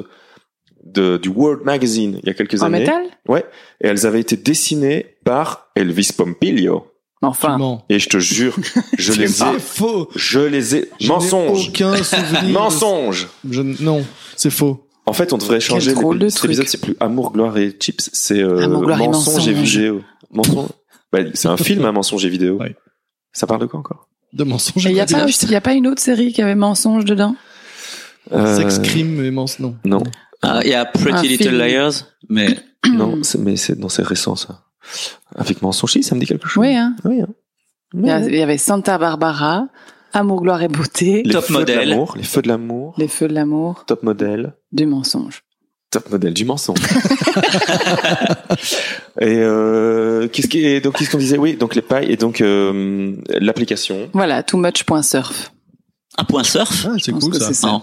[SPEAKER 2] de, du World Magazine il y a quelques
[SPEAKER 1] En
[SPEAKER 2] années
[SPEAKER 1] métal
[SPEAKER 2] et elles avaient été dessinées par Elvis Pompilio.
[SPEAKER 1] Enfin.
[SPEAKER 3] Non.
[SPEAKER 2] Et je te
[SPEAKER 1] <laughs>
[SPEAKER 2] jure, je les ai
[SPEAKER 3] C'est faux.
[SPEAKER 2] Je les ai.
[SPEAKER 3] Je n'ai
[SPEAKER 2] Mensonge.
[SPEAKER 3] Aucun souvenir. de-
[SPEAKER 2] Mensonge.
[SPEAKER 3] Je... Non, c'est faux.
[SPEAKER 2] En fait, on devrait changer.
[SPEAKER 1] drôle de
[SPEAKER 2] les- Cet
[SPEAKER 1] truc.
[SPEAKER 2] épisode, c'est plus Amour, gloire et chips. C'est euh,
[SPEAKER 1] Amour, gloire et
[SPEAKER 2] mensonge et
[SPEAKER 1] mensonge.
[SPEAKER 2] vidéo. Mensonge. Bah, c'est un film, un mensonge et vidéo.
[SPEAKER 3] Ouais.
[SPEAKER 2] Ça parle de quoi encore
[SPEAKER 3] De mensonge.
[SPEAKER 1] Et il n'y a,
[SPEAKER 3] Sex,
[SPEAKER 1] pas- y a pas une autre série qui avait mensonge
[SPEAKER 4] <clears throat>
[SPEAKER 1] dedans
[SPEAKER 2] Euh,
[SPEAKER 3] crime et mensonge. Non.
[SPEAKER 2] Non,
[SPEAKER 4] Ah, Il y a Pretty
[SPEAKER 1] Un
[SPEAKER 4] Little
[SPEAKER 1] film.
[SPEAKER 4] Liars, mais
[SPEAKER 2] non, c'est- mais c'est non, c'est récent ça. Avec mensonge, si, ça me dit quelque
[SPEAKER 1] <clears throat>
[SPEAKER 2] chose.
[SPEAKER 1] Oui, hein.
[SPEAKER 2] Oui, hein.
[SPEAKER 1] Il y, a-
[SPEAKER 2] Mais-
[SPEAKER 1] il y avait Santa Barbara, Amour, gloire et beauté,
[SPEAKER 2] Les
[SPEAKER 4] Top
[SPEAKER 2] feux de
[SPEAKER 4] Model.
[SPEAKER 2] l'amour, les feux de l'amour,
[SPEAKER 1] Les feux de l'amour,
[SPEAKER 2] top modèle.
[SPEAKER 1] du mensonge.
[SPEAKER 2] Top modèle du mensonge. <laughs> et euh, qu'est-ce qui et donc qu'est-ce qu'on disait Oui, donc les pailles et donc euh, l'application.
[SPEAKER 1] Voilà, too much.surf.
[SPEAKER 4] un point surf.
[SPEAKER 3] Ah, c'est
[SPEAKER 1] pense
[SPEAKER 3] cool
[SPEAKER 1] que
[SPEAKER 3] ça.
[SPEAKER 1] c'est ça.
[SPEAKER 4] Non.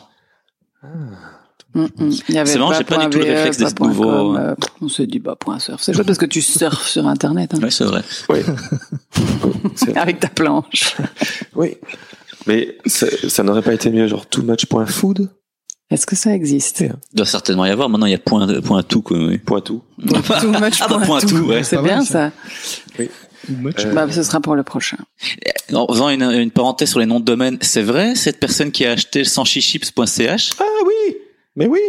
[SPEAKER 1] Mm, mm. Il y avait
[SPEAKER 4] C'est marrant, j'ai pas du tout le
[SPEAKER 1] .ve,
[SPEAKER 4] réflexe
[SPEAKER 1] pas
[SPEAKER 4] des nouveaux,
[SPEAKER 1] .com,
[SPEAKER 4] euh,
[SPEAKER 1] euh, pff, on se dit, bah, point surf. C'est chouette parce que tu surfes sur Internet,
[SPEAKER 4] <laughs>
[SPEAKER 1] hein,
[SPEAKER 4] Ouais, c'est vrai.
[SPEAKER 2] C'est-
[SPEAKER 1] avec ta planche.
[SPEAKER 2] Oui. Mais ça, ça n'aurait pas été mieux, genre too much.food
[SPEAKER 1] Est-ce que ça
[SPEAKER 4] <laughs>
[SPEAKER 1] existe?
[SPEAKER 4] doit certainement y avoir. Maintenant, il y a point, point tout, quoi. Oui.
[SPEAKER 2] Point tout.
[SPEAKER 1] Too much
[SPEAKER 4] <laughs> Ah bah, point tout, ouais.
[SPEAKER 1] C'est
[SPEAKER 3] Pas
[SPEAKER 1] bien,
[SPEAKER 3] mal,
[SPEAKER 1] ça.
[SPEAKER 3] Ou match.
[SPEAKER 2] Euh,
[SPEAKER 1] Bah, ce sera pour le prochain.
[SPEAKER 4] En faisant une, une parenthèse sur les noms de domaine, c'est vrai, cette personne qui a acheté le sanchichips.ch,
[SPEAKER 2] Ah oui Mais oui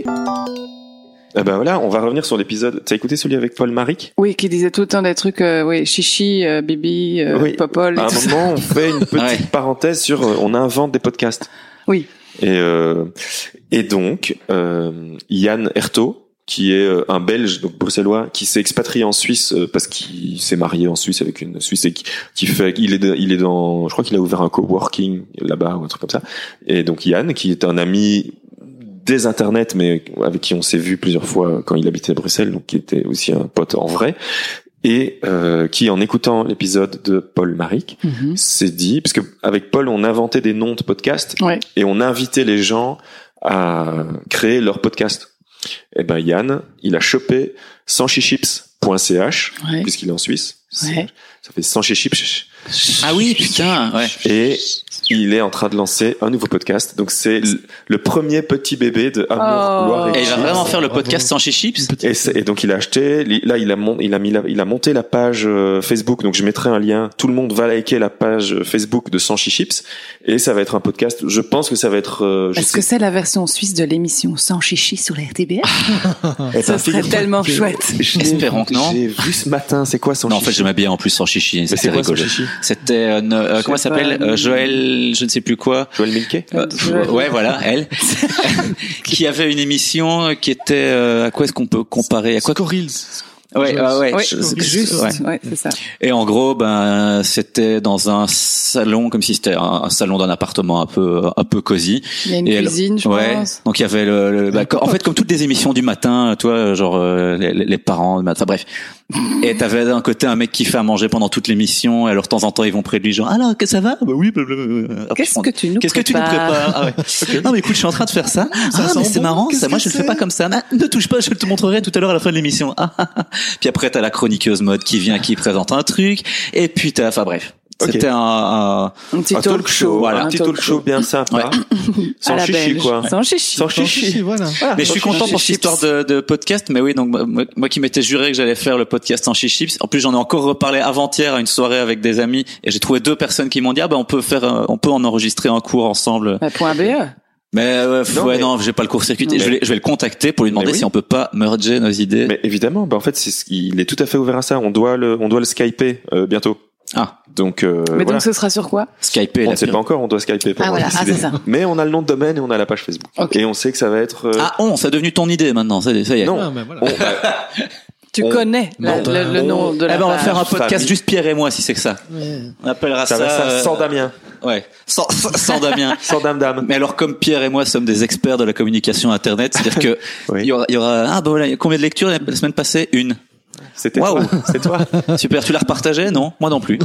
[SPEAKER 2] Eh ben voilà, on va revenir sur l'épisode. T'as écouté celui avec Paul Maric
[SPEAKER 1] Oui, qui disait tout le temps des trucs, euh, oui, chichi, euh, bibi, euh,
[SPEAKER 2] Oui.
[SPEAKER 1] popol, et
[SPEAKER 4] Ah
[SPEAKER 2] À un
[SPEAKER 1] tout ça.
[SPEAKER 2] moment, on fait une petite
[SPEAKER 4] Ouais.
[SPEAKER 2] parenthèse sur euh, on invente des podcasts.
[SPEAKER 1] Oui.
[SPEAKER 2] Et, euh, et donc, euh, Yann Erto qui est euh, un Belge, donc bruxellois, qui s'est expatrié en Suisse euh, parce qu'il s'est marié en Suisse avec une Suisse et qui, qui fait, il est, il est dans, je crois qu'il a ouvert un coworking là-bas ou un truc comme ça. Et donc Yann, qui est un ami des internets, mais avec qui on s'est vu plusieurs fois quand il habitait à Bruxelles, donc qui était aussi un pote en vrai, et euh, qui, en écoutant l'épisode de Paul Maric,
[SPEAKER 1] Mhm.
[SPEAKER 2] c'est dit, parce que avec Paul, on inventait des noms de podcasts
[SPEAKER 1] Ouais.
[SPEAKER 2] et on invitait les gens à créer leur podcast. Et ben Yann, il a chopé sanschichips.ch
[SPEAKER 1] Ouais.
[SPEAKER 2] puisqu'il est en Suisse.
[SPEAKER 1] Ouais.
[SPEAKER 2] Ça fait sanschichips
[SPEAKER 4] Ah oui, putain, ouais.
[SPEAKER 2] et il est en train de lancer un nouveau podcast. Donc c'est l- le premier petit bébé de Amour,
[SPEAKER 1] Oh.
[SPEAKER 2] Loire
[SPEAKER 4] Et
[SPEAKER 2] et
[SPEAKER 4] il va
[SPEAKER 2] Chips.
[SPEAKER 4] vraiment faire le
[SPEAKER 3] Bravo.
[SPEAKER 4] podcast sans chichips.
[SPEAKER 2] Et, c'est- et donc il a acheté, li- là il a, mon- il a, mis la- il a monté la page euh, Facebook, donc je mettrai un lien, tout le monde va liker la page euh, Facebook de Sanchi Chips, et ça va être un podcast, je pense que ça va être... euh, je
[SPEAKER 1] Est-ce que
[SPEAKER 2] sais-
[SPEAKER 1] c'est la version suisse de l'émission Sans chichi sur la
[SPEAKER 4] Ah,
[SPEAKER 1] RTBF
[SPEAKER 2] Eh
[SPEAKER 1] Ça
[SPEAKER 2] ben,
[SPEAKER 1] serait
[SPEAKER 2] figure-toi
[SPEAKER 1] tellement
[SPEAKER 2] que-
[SPEAKER 1] chouette.
[SPEAKER 2] je l'ai-
[SPEAKER 4] Espérons que non.
[SPEAKER 2] J'ai vu ce matin, c'est quoi Sanchi
[SPEAKER 4] Non, en fait, je m'habillais en plus sans chichi.
[SPEAKER 2] Mais c'est
[SPEAKER 4] C'était
[SPEAKER 2] quoi Sanchi
[SPEAKER 4] rigolo.
[SPEAKER 2] Chips
[SPEAKER 4] C'était, euh, ne- euh,
[SPEAKER 1] Je
[SPEAKER 4] comment elle
[SPEAKER 1] sais
[SPEAKER 4] s'appelle
[SPEAKER 1] pas.
[SPEAKER 4] Euh, Joël, je ne sais plus quoi.
[SPEAKER 2] Joël Milquet
[SPEAKER 4] Euh,
[SPEAKER 1] Joël.
[SPEAKER 4] ouais, voilà, <laughs> elle, qui avait une émission qui était euh, à quoi est-ce qu'on peut comparer à quoi
[SPEAKER 3] Scorills.
[SPEAKER 4] Ouais,
[SPEAKER 3] Joël.
[SPEAKER 4] ouais, ouais.
[SPEAKER 1] Oui,
[SPEAKER 4] Je- je-
[SPEAKER 1] juste,
[SPEAKER 4] ouais.
[SPEAKER 1] ouais, c'est ça.
[SPEAKER 4] Et en gros, ben, c'était dans un salon, comme si c'était un, un salon d'un appartement un peu, un peu cosy.
[SPEAKER 1] Il y a une
[SPEAKER 4] Et elle-
[SPEAKER 1] cuisine, je
[SPEAKER 4] ouais.
[SPEAKER 1] pense.
[SPEAKER 4] Donc il y avait le, le- bah, en fait comme toutes les émissions du matin, toi, genre euh, les, les parents, le matin, enfin bref. Et t'avais d'un côté un mec qui fait à manger pendant toute l'émission, et alors de temps en temps ils vont près de lui genre alors que ça va Bah oui. blablabla. Hop,
[SPEAKER 1] Qu'est-ce
[SPEAKER 4] on-
[SPEAKER 1] que tu nous
[SPEAKER 4] Qu'est-ce que tu nous prépares <laughs> Ah ouais. Ah mais écoute, je suis en train de faire ça. ah
[SPEAKER 3] sent
[SPEAKER 4] mais c'est
[SPEAKER 3] bon,
[SPEAKER 4] marrant,
[SPEAKER 3] qu'est-ce
[SPEAKER 4] ça. Moi
[SPEAKER 3] que
[SPEAKER 4] je ne fais
[SPEAKER 3] c'est
[SPEAKER 4] pas comme ça. Ah, ne touche pas, je te le montrerai tout à l'heure à la fin de l'émission. Ah, ah, ah. Puis après t'as la chroniqueuse mode qui vient, qui présente un truc, et puis t'as, enfin bref.
[SPEAKER 2] Ok.
[SPEAKER 4] C'était un, un-
[SPEAKER 1] Un petit
[SPEAKER 2] Un
[SPEAKER 1] talk show.
[SPEAKER 2] voilà, un petit talk show bien <laughs>
[SPEAKER 4] Ouais.
[SPEAKER 2] sympa, sans
[SPEAKER 1] À la
[SPEAKER 2] chichi
[SPEAKER 1] belge.
[SPEAKER 2] quoi.
[SPEAKER 1] Sans chichi.
[SPEAKER 2] Sans
[SPEAKER 3] Sans
[SPEAKER 2] chichi.
[SPEAKER 3] chichi, voilà.
[SPEAKER 4] Mais je suis
[SPEAKER 1] Sans
[SPEAKER 4] content pour cette
[SPEAKER 1] chichi
[SPEAKER 4] histoire
[SPEAKER 1] chips.
[SPEAKER 4] de, de podcast. Mais oui, donc moi, moi qui m'étais juré que j'allais faire le podcast en chips. En plus, j'en ai encore reparlé avant-hier à une soirée avec des amis et j'ai trouvé deux personnes qui m'ont dit ah bah on peut faire, euh, on peut en enregistrer un cours ensemble.
[SPEAKER 1] Bah, point BE.
[SPEAKER 4] Mais euh, f-
[SPEAKER 2] Non,
[SPEAKER 4] ouais
[SPEAKER 2] mais-
[SPEAKER 4] non, j'ai pas le court-circuit.
[SPEAKER 2] Mais-
[SPEAKER 4] Et je, vais- je vais le contacter pour lui demander
[SPEAKER 2] Mais oui.
[SPEAKER 4] si on peut pas merger nos idées.
[SPEAKER 2] Mais évidemment, bah en fait, c'est ce qui- il est tout à fait ouvert à ça. On doit le, on doit le skyper euh, bientôt.
[SPEAKER 4] Ah.
[SPEAKER 2] Donc, euh,
[SPEAKER 1] Mais
[SPEAKER 2] voilà.
[SPEAKER 1] donc, ce sera sur quoi
[SPEAKER 4] Skype.
[SPEAKER 2] on
[SPEAKER 4] la
[SPEAKER 2] ne sait
[SPEAKER 4] pire.
[SPEAKER 2] pas encore, on doit skyper. pour
[SPEAKER 1] Ah, voilà. Ah,
[SPEAKER 2] décider.
[SPEAKER 1] c'est ça.
[SPEAKER 2] Mais on a le nom de domaine et on a la page Facebook.
[SPEAKER 1] Ok.
[SPEAKER 2] Et on sait que ça va être. euh,
[SPEAKER 4] Ah on, c'est devenu ton idée maintenant. Ça, y est, ça y est.
[SPEAKER 2] Non.
[SPEAKER 3] Ah, ben voilà.
[SPEAKER 2] on- bah,
[SPEAKER 1] Tu
[SPEAKER 2] On-
[SPEAKER 1] connais la-
[SPEAKER 3] Non,
[SPEAKER 1] le, le
[SPEAKER 2] on-
[SPEAKER 1] nom de la
[SPEAKER 4] Euh, Eh ben, on va
[SPEAKER 1] page.
[SPEAKER 4] faire un podcast
[SPEAKER 2] Famille.
[SPEAKER 4] juste Pierre et moi si c'est que ça. On appellera
[SPEAKER 2] ça
[SPEAKER 4] ça.
[SPEAKER 2] va ça,
[SPEAKER 4] euh,
[SPEAKER 2] sans Damien,
[SPEAKER 4] ouais. Sans, sans- sans Damien.
[SPEAKER 2] sans Dame Dame.
[SPEAKER 4] Mais alors, comme Pierre et moi sommes des experts de la communication Internet, c'est-à-dire que
[SPEAKER 2] <laughs> Oui.
[SPEAKER 4] il y, aura, il y aura- ah ben voilà, combien de lectures la la semaine passée Une.
[SPEAKER 2] C'était
[SPEAKER 4] Waouh.
[SPEAKER 2] toi. C'est toi.
[SPEAKER 4] Super, tu l'as repartagée Non, moi non plus.